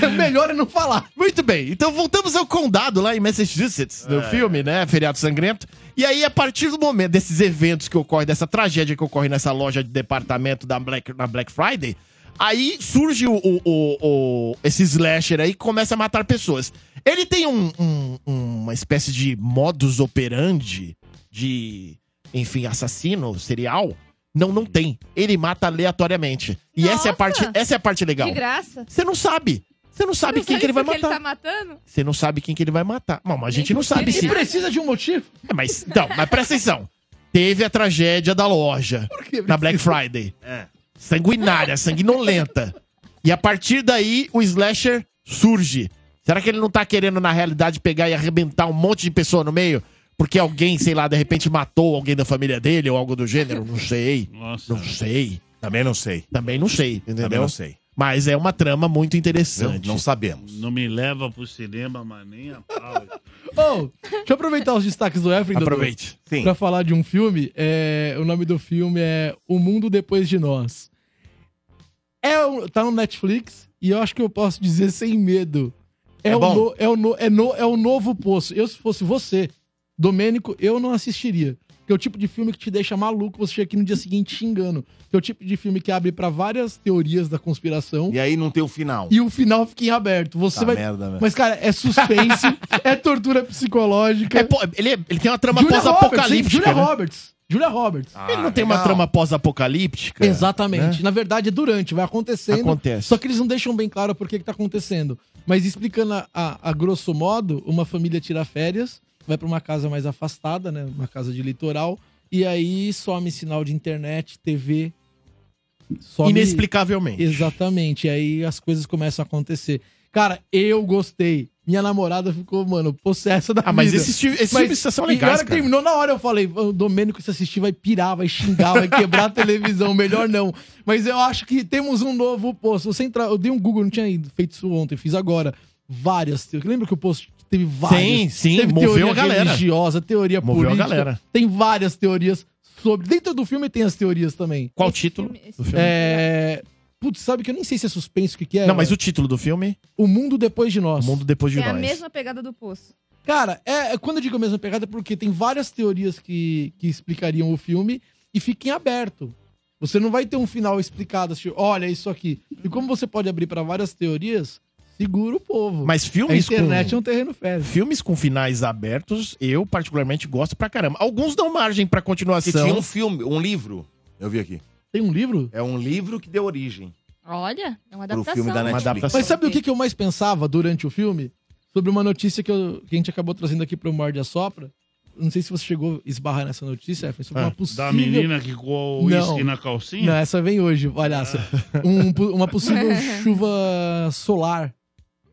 É melhor é não falar.
Muito bem, então voltamos ao condado lá em Massachusetts, no filme, né? Feriado Sangrento. E aí, a partir do momento desses eventos que ocorrem, dessa tragédia que ocorre nessa loja de departamento da Black, na Black Friday, aí surge o, o- o- o- esse slasher aí que começa a matar pessoas. Ele tem um- um- uma espécie de modus operandi de, enfim, assassino serial. Não, não tem. Ele mata aleatoriamente. E essa é, a
Nossa!
parte, essa é a parte legal.
De graça.
Você não sabe. Você não sabe
Não
quem que ele vai
porque
matar.
tá matando?
Você não sabe quem que ele vai matar. Bom, mas a gente não sabe se.
E precisa de um motivo?
É, mas, então, mas presta atenção. Teve a tragédia da loja
quê?
na Black Friday. Sanguinária, sanguinolenta. E a partir daí, o slasher surge. Será que ele não tá querendo, na realidade, pegar e arrebentar um monte de pessoa no meio? Porque alguém, sei lá, de repente matou alguém da família dele ou algo do gênero? Não sei.
Nossa.
Não sei.
Também não sei.
Também não sei, entendeu?
Também não sei.
Mas é uma trama muito interessante.
Não sabemos.
Não me leva pro cinema, mas nem a pau.
Ô, deixa eu aproveitar os destaques do Efraim. Dudu,
Aproveite. Sim.
Pra falar de um filme, é, o nome do filme é O Mundo Depois de Nós. É, um- tá no Netflix e eu acho que eu posso dizer sem medo. É,
É
o,
bom?
no- é, o, no- é, no- é o novo poço. Eu, se fosse você, Domênico, eu não assistiria. Que é o tipo de filme que te deixa maluco você chega aqui no dia seguinte xingando. Que é o tipo de filme que abre pra várias teorias da conspiração.
E aí não tem o final.
E o final fica em aberto. Você
Tá
vai.
merda, velho.
Mas, cara, é suspense, é tortura psicológica.
É, pô, ele, ele tem uma trama
Julia Roberts.
pós-apocalíptica.
Julia
né?
Roberts. Julia Roberts.
Ah, né?
Ele não tem uma
legal.
trama pós-apocalíptica?
Exatamente. Na verdade, é durante, vai acontecendo.
Acontece.
Só que eles não deixam bem claro por que, que tá acontecendo. Mas explicando a, a- a grosso modo, uma família tira férias, vai para uma casa mais afastada, né? Uma casa de litoral. E aí some sinal de internet, TV. Some...
Inexplicavelmente.
Exatamente. E aí as coisas começam a acontecer. Cara, eu gostei. Minha namorada ficou, mano, possessa da
Ah, mas
vida.
esses, ti- esses filmes são
E na
legais,
hora que
cara.
terminou, na hora eu falei, o Domênico, se assistir, vai pirar, vai xingar, vai quebrar a televisão, melhor não. Mas eu acho que temos um novo post. Você entrar, eu dei um Google, não tinha ido- feito isso ontem, fiz agora. Várias. te- Lembra que o post teve várias?
Sim, sim,
teve
moveu
teoria
a galera.
religiosa, teoria
Moveu a
política.
galera.
Tem várias teorias sobre. Dentro do filme tem as teorias também.
Qual o
Esse
título
filme- esse
do filme?
É. Putz, sabe que eu nem sei se é suspense o que, que é.
Então, Não, mas o
velho.
título do filme?
o... mundo depois de nós.
O Mundo Depois de
É a
Nós.
mesma pegada do poço.
Cara, é, é- quando eu digo a mesma pegada é porque tem várias teorias que, que explicariam o filme e fica em aberto. Você não vai ter um final explicado, assim, olha isso aqui. E como você pode abrir pra várias teorias, segura o povo.
Mas
a
filmes
internet
com...
é um terreno férreo.
Filmes com finais abertos, eu particularmente gosto pra caramba. Alguns dão margem pra
Porque
continuação.
tinha um filme, um livro. Eu vi aqui.
Tem um livro?
É um livro que deu origem.
Olha, é uma
Pro
adaptação.
filme da
né?
Netflix.
adaptação.
Mas sabe o que, que eu mais pensava durante o filme? Sobre uma notícia que, eu- que a gente acabou trazendo aqui pro Morde a Sopra. Não sei se você chegou a esbarrar nessa notícia, Efraim, sobre
é
Ah,
uma possível...
Da menina que com o uísque
Não.
na
Não,
calcinha?
essa vem hoje, palhaço. Um po- uma possível chuva solar.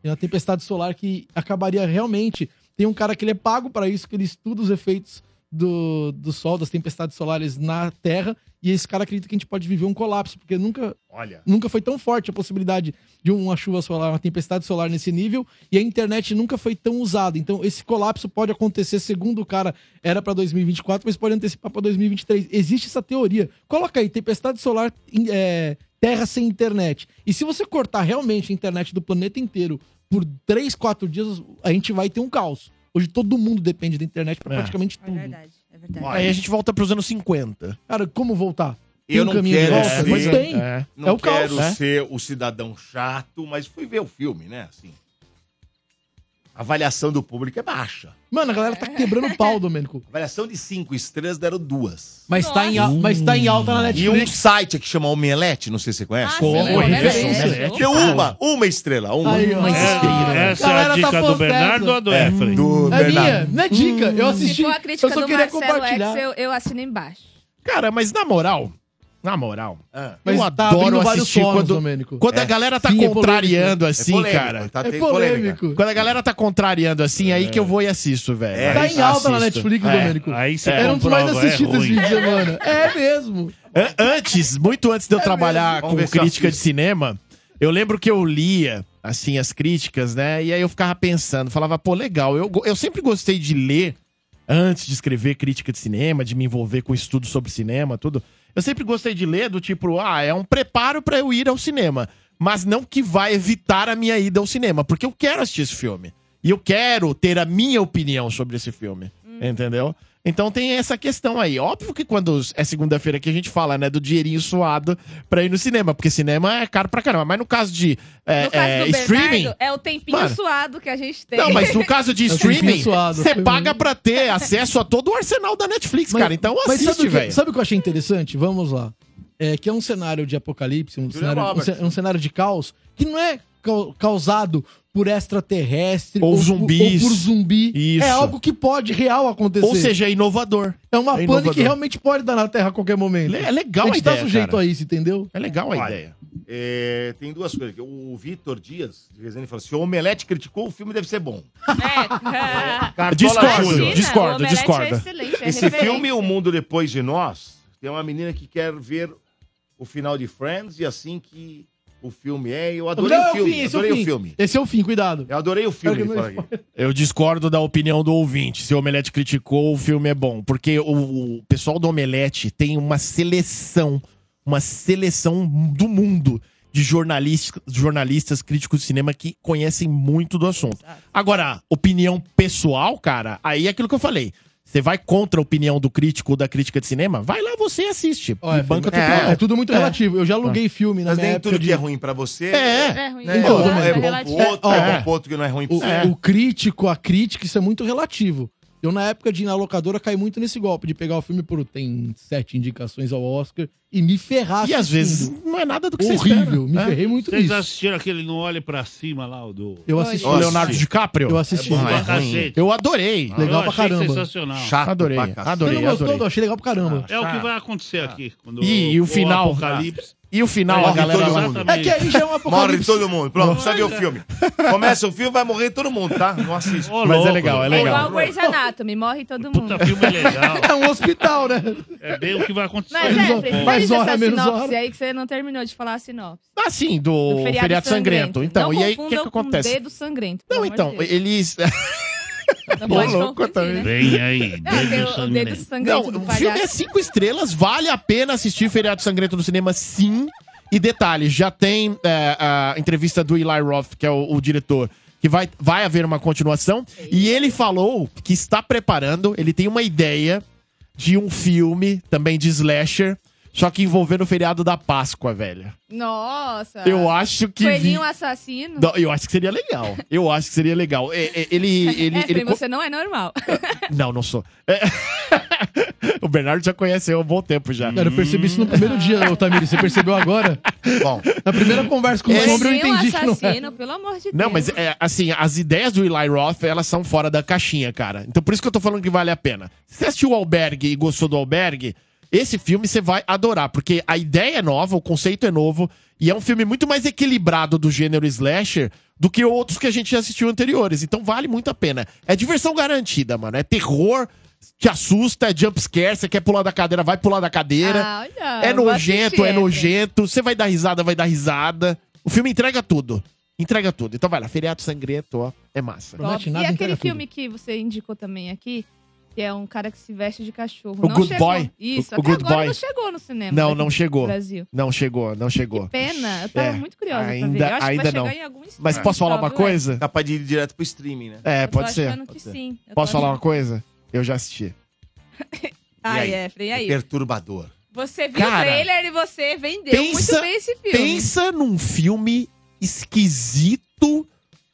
Uma tempestade solar que acabaria realmente. Tem um cara que ele é pago para isso, que ele estuda os efeitos do, do sol, das tempestades solares na Terra. E esse cara acredita que a gente pode viver um colapso, porque nunca,
Olha.
nunca foi tão forte a possibilidade de uma chuva solar, uma tempestade solar nesse nível, e a internet nunca foi tão usada. Então, esse colapso pode acontecer, segundo o cara, era para 2024, mas pode antecipar para 2023. Existe essa teoria. Coloca aí, tempestade solar, em- é, terra sem internet. E se você cortar realmente a internet do planeta inteiro por 3, 4 dias, a gente vai ter um caos. Hoje todo mundo depende da internet para
É.
praticamente
É
tudo.
verdade, é verdade.
Aí a gente volta pros anos 50.
Cara, como voltar?
Eu
um
não
caminho de
quero
volta? Mas
ser,
tem.
É.
não
é o caos,
quero
né?
ser o cidadão chato, mas fui ver o filme, né? Assim. A avaliação do público é baixa.
Mano, a galera tá quebrando pau, Domênico.
A avaliação de cinco estrelas deram duas.
Mas tá, em, al- mas tá em alta na
E
Netflix.
um site que chama Omelete, não sei se você
Ah,
conhece.
é, Como?
sim,
Oi,
né?
isso,
Isso.
né?
Deu uma, uma estrela, uma.
Aí, ó.
Mas
É, essa é
Galera,
a
tá
dica do
faltando.
Bernardo ou Hum. do
É.
Efraim?
Do
É minha,
Bernardo.
não é dica. Eu assisti.
Se for Hum. Tipo, a
Eu
crítica
só
do
queria
Marcelo
compartilhar.
Ex, eu, eu assino embaixo.
Cara, mas na moral, na moral,
Ah,
Mas
eu
tá
adoro
abrindo vários
assistir
fóruns,
quando,
Domênico.
quando a galera tá
Sim, é
contrariando
é
assim,
polêmico,
cara.
Tá,
é
tem polêmica.
polêmico.
Quando a galera tá contrariando assim, aí que eu vou e assisto, velho.
É,
Tá
Aí
em alta na
assisto.
Netflix,
É.
Domênico.
Aí você
Era um dos mais
comprova, é
assistidos esse
ruim.
fim de semana. É mesmo.
An- Antes, muito antes de eu trabalhar
É mesmo.
com
Vamos ver se eu
crítica de
assisto.
cinema, eu lembro que eu lia, assim, as críticas, né? E aí eu ficava pensando, falava, pô, legal. Eu, go- eu sempre gostei de ler antes de escrever crítica de cinema, de me envolver com estudo sobre cinema, tudo. Eu sempre gostei de ler do tipo, ah, é um preparo pra eu ir ao cinema. Mas não que vai evitar a minha ida ao cinema, porque eu quero assistir esse filme. E eu quero ter a minha opinião sobre esse filme.
Hum.
Entendeu? Então tem essa questão aí. Óbvio que quando é segunda-feira que a gente fala, né, do dinheirinho suado pra ir no cinema, porque cinema é caro pra caramba. Mas no caso de é,
No caso
é,
do
streaming.
Bernardo, é o tempinho
Mano.
suado que a gente tem. né?
Não, mas no caso de
um tempinho
streaming,
suado,
você
foi
paga
mesmo.
pra ter acesso a todo o arsenal da Netflix, cara. Então
mas sabe
assiste,
o que- é-
velho.
Sabe o que eu achei interessante? Vamos lá. É que é um cenário de apocalipse, um,
Julia
cenário, um, ce-
Roberts.
um cenário de caos que não é cau- causado por extraterrestre
Ou
por-
zumbis.
ou por zumbi.
Isso.
É algo que pode real acontecer.
Ou seja, é inovador.
é uma
é
pane que
inovador.
realmente pode dar na Terra a qualquer momento.
Le- É legal
a
a
gente
ideia,
tá sujeito
cara.
a isso, entendeu?
É legal a
Olha,
ideia.
É, tem duas coisas. aqui. O Vitor Dias, de Resende, falou assim: se o Omelete criticou, o filme deve ser bom.
É.
Cartola
Discordo,
Júnior.
discordo,
o Omelete
discordo.
É excelente, é
Esse
referência.
filme, O Mundo Depois de Nós, tem uma menina que quer ver o final de Friends e assim que O filme é, eu adorei
Não,
o filme.
fim, esse é
adorei
o
o
fim.
filme.
Esse é o fim, cuidado.
Eu adorei o filme.
Cara, que não
fala aqui.
Eu discordo da opinião do ouvinte. Se o Omelete criticou, o filme é bom. Porque o, o pessoal do Omelete tem uma seleção, uma seleção do mundo de jornalistas, jornalistas críticos de cinema que conhecem muito do assunto. Agora, opinião pessoal, cara, aí é aquilo que eu falei. Você vai contra a opinião do crítico ou da crítica de cinema? Vai lá, você assiste.
Ó, é,
E banca
filme-
total.
é, é tudo muito
É.
relativo. Eu já aluguei filme na
Mas
minha
nem
época
tudo que
de-
é ruim pra você.
É.
É ruim.
Né? É
Então,
bom,
é
é bom pro
relativo.
outro, é
É.
bom pro outro que não é ruim pra
O,
você.
É.
o crítico, a crítica, isso é muito relativo. Eu, na época de ir na locadora, caí muito nesse golpe de pegar o filme por tem sete indicações ao Oscar e me ferrar.
E às
assistindo.
vezes não é nada do que você espera.
Horrível, me
né?
ferrei muito
Vocês
nisso.
assistiram aquele Não Olhe Pra Cima lá, o do...
Eu assisti.
O Leonardo
Assisti.
DiCaprio.
Eu assisti.
É bom,
Pra
ruim.
cacete.
Eu adorei.
Eu
legal pra
achei
caramba.
sensacional.
Chato
Adorei,
pra cacete.
Você
adorei.
não gostou? Eu achei legal pra caramba.
É o que vai acontecer aqui. Quando
Ih, e o final?
Apocalipse.
E o final,
Morre
a galera.
todo
lá-
mundo.
É que aí já é um
Morre
apocalipse.
todo mundo. Pronto, precisa ver o
Olha.
filme. Começa o filme, vai morrer todo mundo, tá? Não assiste.
Ô,
Mas é
louco.
legal, é
É
legal.
igual o Grey's Anatomy, morre todo mundo.
Puta filme é legal.
É um hospital, né?
Hum.
É bem o que vai acontecer.
Mas
um,
é, Fred,
Mais
finaliza
hora,
essa
menos
sinopse
hora.
aí que você não terminou de falar a sinopse.
Ah, sim, do, feriado, sangrento.
Não
Então, e aí, o que, que
confundam com um
acontece?
dedo sangrento. pelo
Não,
amor
então,
de Deus.
eles.
Não
Ô,
pode
louco,
confundir,
também.
né?
Vem aí,
Não,
dedo
tem o- o dedo
sangrento.
Não,
sangrento do
o filme é
palhaço.
cinco estrelas, vale a pena assistir Feriado Sangrento no cinema, sim. E detalhe, já tem é, a entrevista do Eli Roth, que é o, o diretor, que vai, vai haver uma continuação. E ele falou que está preparando, ele tem uma ideia de um filme também de slasher, só que envolvendo o feriado da Páscoa, velho.
Nossa.
Eu acho que. vi-
Ah. Coelhinho assassino.
Não, eu acho que seria legal. Eu acho que seria legal. É, é, Ele. ele,
é,
ele
Fred, você não é normal.
Não, não sou. É. o Bernardo já conhece eu há um bom tempo já.
Cara, eu percebi isso no primeiro dia, Otamir. Você percebeu agora?
Bom,
Na primeira conversa com o
Esse-
Sombra, eu
Coelhinho
entendi que não é.
É, um assassino, pelo amor de Deus.
Não, mas é, assim, as ideias do Eli Roth, elas são fora da caixinha, cara. Então por isso que eu tô falando que vale a pena. Se você assistiu o Albergue e gostou do Albergue, esse filme você vai adorar, porque a ideia é nova, o conceito é novo, e é um filme muito mais equilibrado do gênero slasher do que outros que a gente já assistiu anteriores. Então vale muito a pena. É diversão garantida, mano. É terror, te assusta, é jumpscare, você quer pular da cadeira, vai pular da cadeira.
Ah, olha,
É
eu vou
nojento,
assistir
é
essa.
nojento. Você vai dar risada, vai dar risada. O filme entrega tudo. Entrega tudo. Então vai lá, feriado sangrento, ó. É massa.
Top.
Promete
E
nada, entrega
aquele
tudo.
filme que você indicou também aqui, que é um cara que se veste de cachorro.
O
não
Good
chegou.
Boy.
Isso,
O- o
até
Good
agora
Boy.
não chegou no cinema.
Não,
aqui
não
no
chegou.
Brasil.
Não chegou, não chegou.
Pena, eu tava
É,
muito curiosa pra
ainda-
ver. Eu acho
ainda
que vai
não.
chegar em algum streaming,
Mas posso falar uma
provavelmente.
coisa?
dá pra É ir direto pro streaming, né?
É,
Tá Eu tô
pode ser.
achando que sim. Eu tô
Posso falar uma
achando-
coisa? Eu já assisti.
Ah,
E
é, Fred, e
É
aí?
perturbador.
Você viu
Cara,
o trailer e você vendeu
pensa-
muito bem esse filme.
Pensa num filme esquisito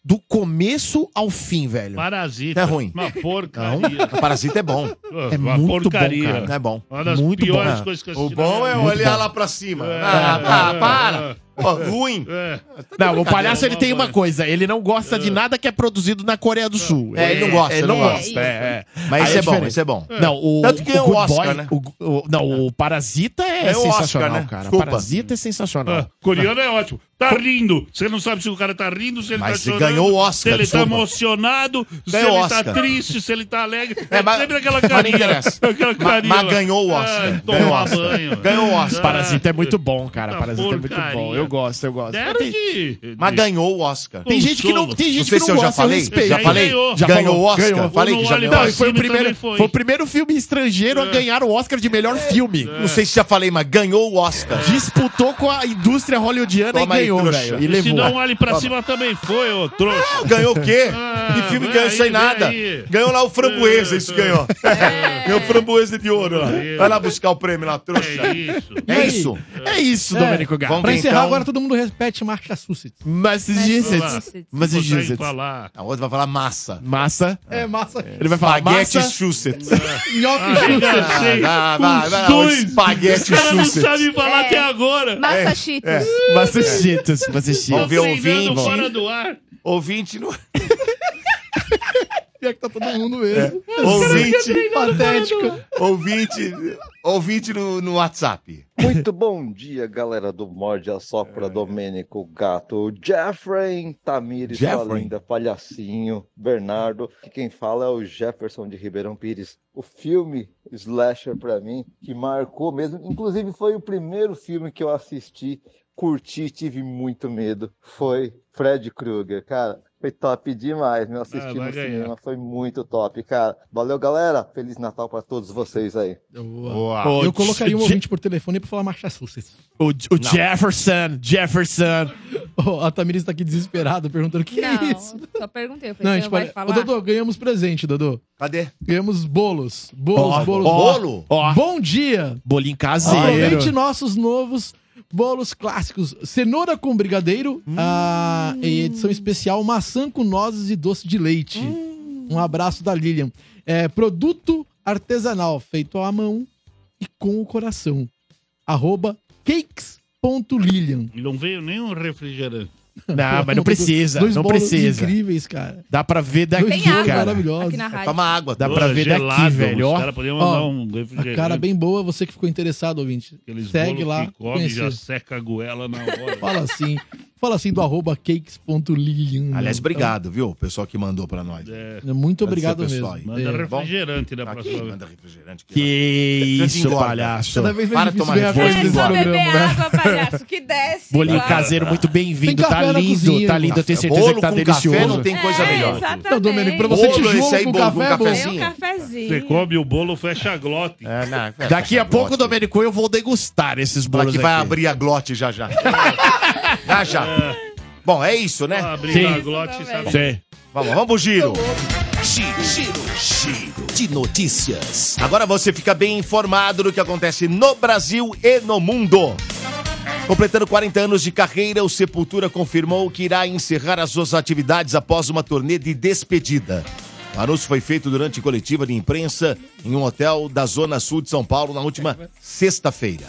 do começo ao fim, velho.
Parasita.
É ruim.
Uma porcaria.
O Parasita é bom,
É
Uma
muito bom,
porcaria.
cara.
não é bom.
Uma das
Muito
piores
bom. Ah.
coisas que eu
O
assisti.
bom é
na minha vida.
olhar
bom.
lá pra cima.
É,
Ah, pá,
é,
para! Pô, ruim.
é.
Não, o palhaço ele
não,
tem
mano.
uma coisa, ele não gosta de nada que é produzido na Coreia do Sul.
É, ele não gosta,
Ele não
não
gosta,
gosta.
é. é.
Mas
Aí
esse é, bom,
diferente.
esse é bom.
Não, o,
Tanto que
o
é o
Good
Oscar,
Boy,
né?
o, o- não, o Parasita
É
é,
o Oscar,
sensacional,
né?
cara.
Desculpa.
Parasita é sensacional.
Ah, coreano é ótimo. Tá rindo. Você não sabe se o cara tá rindo, se ele
Mas
tá
se
chorando.
ganhou o Oscar,
Se ele tá
desculpa.
emocionado, se
Ganhou
ele
o Oscar.
tá triste, se ele tá alegre.
É,
É,
mas-
sempre aquela
mas não
carinha.
interessa.
Aquela
Ma-
carinha.
mas
lá.
ganhou o Oscar.
Ah,
Ganhou o
tomar
Oscar.
banho.
Ganhou o Oscar.
Ah,
Parasita é muito bom, cara.
Puta
Parasita é muito bom.
porcaria.
Eu gosto, eu gosto.
Deram
Tem,
de...
Mas ganhou o Oscar.
tem gente que não, tem
um Não
gente
sei
que
se
não
eu já
gosta, eu
falei.
respeito.
Já
Ele
falei?
ganhou.
Já ganhou o
falou,
Oscar?
ganhou.
Falei
O
que já
Não Olhe
ganhou
Pra
o Oscar.
Não,
É.
e foi o
Cima
primeiro,
também foi.
foi o primeiro filme estrangeiro a ganhar o Oscar de melhor filme.
Não sei se já falei, mas ganhou o Oscar.
Disputou com a indústria hollywoodiana
Toma
e
aí,
ganhou,
trouxa.
velho. E
Se
levou.
não, olhe pra cima também foi, ô trouxa.
Ganhou o quê?
Ah,
que filme
vem
ganhou
aí,
sem
vem
nada?
aí. É.
Ganhou lá o Framboesa, isso ganhou. Ganhou o Framboesa de ouro lá.
Meu
Vai lá buscar o prêmio lá,
É
trouxa.
isso.
É isso.
É isso,
É.
Domênico Gato.
Vamos
Pra
ver,
encerrar,
então.
agora todo mundo repete Massachusetts.
Né?
Massachusetts.
Massachusetts.
Consegue
Massachusetts.
então.
falar.
A outra vai falar massa.
Massa.
É massa.
Ele vai falar
Baguete
massa.
Sussex.
Nhoque
Chega
Chutes.
assim.
Ah, vai,
Os
vai lá, o
dois. Os
espaguete
caras não
Sussex.
sabem falar
É.
até agora.
Massachitos.
é.
Massachusetts. Massachusetts.
Vamos ver
Tô
o
treinando
ouvinte.
fora do ar.
Ouvinte não.
Pior que tá todo mundo mesmo.
Ouvinte.
tá
Patético.
Ouvinte. Ouvinte no, no WhatsApp.
Muito bom dia, galera do Morde a
É.
Sopra, Domênico Gato, Jeffrey, Tamires,
Jeffrey.
sua linda, Palhacinho, Bernardo. E quem fala é o Jefferson de Ribeirão Pires. O filme Slasher, pra mim, que marcou mesmo. Inclusive, foi o primeiro filme que eu assisti curti, tive muito medo. Foi Fred Krueger, cara. Foi top demais, meu.
Ah,
Assisti
vai ganhar.
no cinema, foi muito top, cara. Valeu, galera. Feliz Natal pra todos vocês aí.
Boa.
Eu colocaria um ouvinte por telefone pra falar marcha sucess.
O, o Jefferson, Jefferson.
Ó, a Tamiris tá aqui desesperada, perguntando o que é
Não,
isso.
só perguntei. Eu falei,
Não, a
você
gente
vai
pode...
falar?
Ô, Dodô, ganhamos presente, Dodô.
Cadê?
Ganhamos bolos. Bolos,
Ó,
bolos,
ó,
bolos.
ó.
Bom dia!
Bolinho caseiro.
Aproveite nossos novos bolos clássicos. Cenoura com brigadeiro,
Hum.
a em edição especial maçã com nozes e doce de leite.
Hum.
Um abraço da Lilian. É, produto artesanal, feito à mão e com o coração. Arroba cakes.lilian.
Não veio nenhum refrigerante.
não, Ah, mas não precisa,
Dois
não
bolos
precisa.
incríveis, cara.
Dá pra ver
Dois
daqui,
Tem água né?
cara.
maravilhosos.
Aqui na rádio.
Toma água.
Dá pra
Pô,
ver daqui,
gelado,
velho.
Os
Ó,
caras podiam mandar
Ó,
um refrigerante.
Cara bem boa, você que ficou interessado, ouvinte.
Aqueles
Segue
bolos
lá.
que come
conhecer.
já seca a goela na
É.
hora.
Fala assim. Fala assim do arroba cakes.lilian.
Aliás,
Então,
obrigado, viu? O pessoal que mandou pra nós.
É,
Né, Muito obrigado
Agradecer,
mesmo.
pessoal, aí.
manda
É.
refrigerante da
Tá
próxima
aqui,
vez.
manda refrigerante. aqui,
que
Tanto
isso,
engorda.
palhaço.
Cada vez mais
Para
difícil
tomar
ganhar
refrigerante.
coisa
É
desse
só beber
programa.
água, palhaço, que desce.
Bolinho
igual.
caseiro, muito
Tem
bem-vindo. Tá
café na
lindo,
cozinha.
tá lindo. Eu tenho
ó.
certeza que tá
com café não
delicioso.
tem coisa
é,
melhor.
Exatamente.
Não, Domênico, um pra
Bolo,
você
esse
tijolo
aí,
com
bolo com
café é bom.
cafezinho.
É um cafezinho.
Você come o bolo, fecha a glote.
É, não, é,
Daqui a
tá
pouco,
ótimo.
Domênico, eu vou degustar esses
Fala
bolos
que vai
aqui.
abrir a glote já já. já já. Bom, é isso, né?
Abre
Sim.
a glote,
Isso
sabe?
Sim.
Vamos, vamos pro giro.
Giro, giro, giro de notícias.
Agora você fica bem informado do que acontece no Brasil e no mundo. Completando 40 anos de carreira, o Sepultura confirmou que irá encerrar as suas atividades após uma turnê de despedida. O anúncio foi feito durante coletiva de imprensa em um hotel da Zona Sul de São Paulo na última sexta-feira.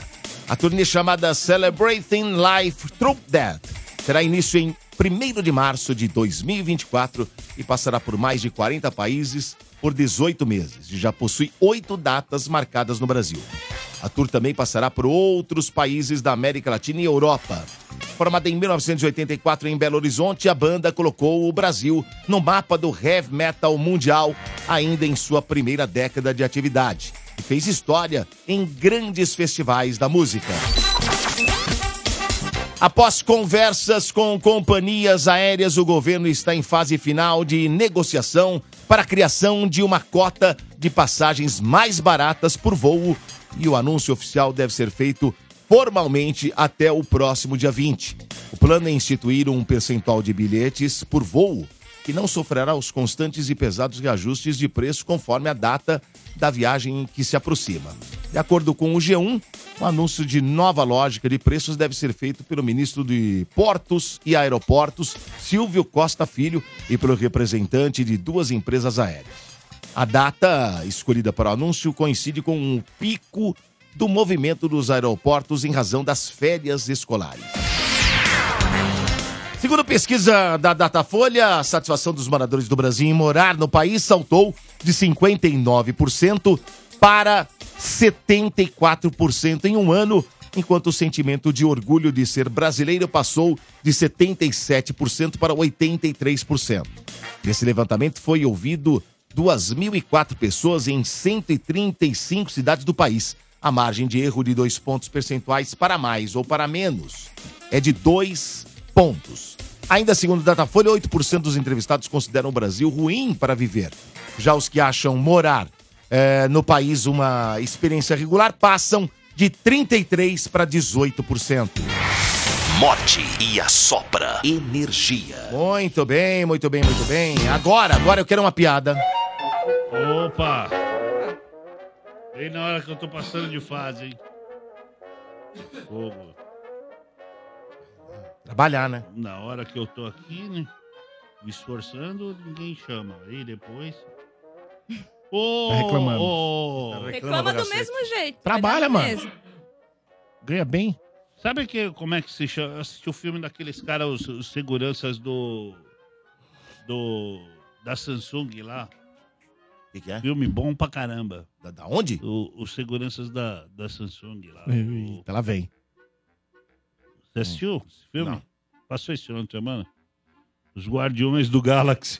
A turnê chamada Celebrating Life Through Death terá início em 1 de março de 2024 e passará por mais de 40 países por 18 meses e já possui oito datas marcadas no Brasil. A tour também passará por outros países da América Latina e Europa. Formada em 1984 em Belo Horizonte, a banda colocou o Brasil no mapa do heavy metal mundial ainda em sua primeira década de atividade e fez história em grandes festivais da música. Após conversas com companhias aéreas, o governo está em fase final de negociação para a criação de uma cota de passagens mais baratas por voo e o anúncio oficial deve ser feito formalmente até o próximo dia 20. O plano é instituir um percentual de bilhetes por voo que não sofrerá os constantes e pesados reajustes de preço conforme a data da viagem que se aproxima. De acordo com o G1, o anúncio de nova lógica de preços deve ser feito pelo ministro de Portos e Aeroportos, Silvio Costa Filho, e pelo representante de duas empresas aéreas. A data escolhida para o anúncio coincide com o pico do movimento dos aeroportos em razão das férias escolares. Segundo pesquisa da Datafolha, a satisfação dos moradores do Brasil em morar no país saltou de 59% para 74% em um ano, enquanto o sentimento de orgulho de ser brasileiro passou de 77% para 83%. Nesse levantamento foi ouvido 2.004 pessoas em 135 cidades do país. A margem de erro de dois pontos percentuais para mais ou para menos é de dois pontos. Ainda segundo o Datafolha, 8% dos entrevistados consideram o Brasil ruim para viver. Já os que acham morar eh, no país uma experiência regular passam de 33% para 18%.
Morte e assopra energia.
Muito bem, muito bem, muito bem. Agora, agora eu quero uma piada.
Opa! Bem na hora que eu tô passando de fase, hein? Fogo.
Trabalhar, né?
Na hora que eu tô aqui, né? Me esforçando, ninguém chama. Aí depois. Ô,
Tá reclamando.
ô, ô.
Reclama do mesmo jeito.
Trabalha,
vai dar no
mano.
mesmo.
Ganha bem.
Sabe que, como é que se chama? Eu assisti o filme daqueles caras, os, os seguranças do. do. da Samsung lá.
O que, que é?
Filme bom pra caramba.
Da, da onde?
O- os seguranças da, da Samsung
É,
lá. O-
Eita, lá vem.
Você assistiu esse filme?
Não.
Passou esse final de semana? Os Guardiões do Galaxy.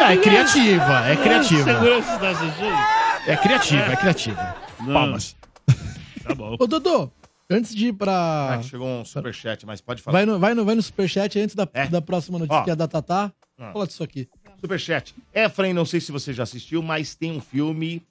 Ah, é criativa, é
Os
criativa.
É,
Seguranças da Samsung.
É criativa, é criativa.
Não,
Palmas.
Tá bom.
Ô, Dodô, antes de ir pra.
Ah, chegou um superchat, mas pode falar.
Vai no, vai, no, vai no superchat antes da,
É.
da próxima notícia
Ó.
que é da Tatá.
Ah.
Fala disso aqui.
Superchat. Efraim, não sei se você já assistiu, mas tem um filme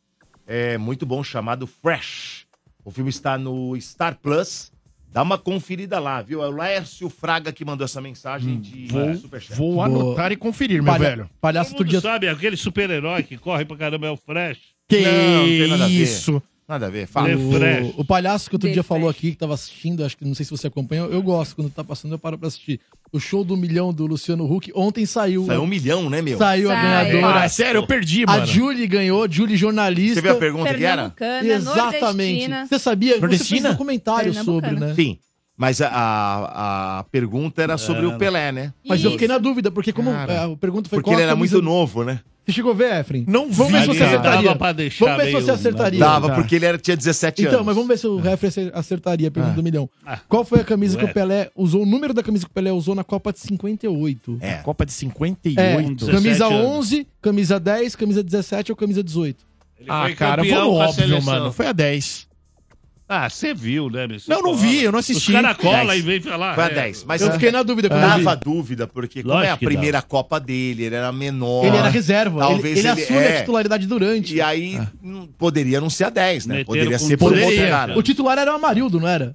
é, muito bom chamado Fresh. O filme está no Star Plus. Dá uma conferida lá, viu? É o Laércio Fraga que mandou essa mensagem de é,
É,
Vou,
Superchat.
vou anotar e conferir, meu
Palha-
velho.
Palhaço
Todo
outro
mundo
dia.
sabe, aquele super-herói que corre pra caramba é o Flash.
Que
Não, não tem nada a ver.
isso.
Nada a ver, fala.
Lef- Fresh.
O, o palhaço que outro
The
dia falou
Fresh.
aqui, que tava assistindo, acho que não sei se você acompanha, eu gosto, quando tá passando eu paro pra assistir. O show do milhão do Luciano Huck, ontem saiu.
Saiu um milhão, né, meu?
Saiu a
Sai.
ganhadora.
Ah, é sério, eu perdi,
A
mano.
Julie ganhou, Julie jornalista.
Você viu a pergunta que era?
Pernambucana,
Exatamente.
nordestina.
Você sabia? Você fez
Nordestina?
um comentário sobre,
Pernambucana.
né?
Sim. Mas a, a, a pergunta era sobre o Pelé, né?
Mas eu
Isso.
fiquei na dúvida, porque como
Cara.
é, a pergunta foi
Porque ele
a
era
camisa-
muito novo, né?
Você chegou a ver, Efren?
Não
Vamos ver se
vi,
você tá-
cara.
acertaria.
Dava pra deixar
Vamos ver se
meio-
você acertaria.
um Dava,
Tá.
porque ele era, tinha 17 anos.
Então, mas vamos ver se o Refre acertaria a pergunta
Ah.
do milhão.
Ah.
Qual foi a camisa que
Ué.
o Pelé usou, o número da camisa que o Pelé usou na Copa de 58?
É.
Copa de
É,
58.
17
camisa
anos.
11, camisa 10, camisa 17 ou camisa 18?
Ele
Ah,
foi
cara, foi
campeão
no
com a
óbvio,
seleção.
mano. Foi a 10.
Ah, você viu, né, bicho?
Não, não vi, eu não
Os
assisti.
caras colam
Dez.
e vem falar.
Foi a
é,
10. Mas
Eu fiquei na dúvida. quando eu vi.
dava dúvida, porque como é
Lógico
a
que
primeira Copa dele, ele era menor.
Ele era reserva.
Talvez
ele, ele
ele-
assume
é.
a titularidade durante.
E aí,
Ah.
não- poderia não ser a 10, né?
Meteram
poderia
com
ser por um
poderia.
outro cara.
O titular era o Amarildo, não era?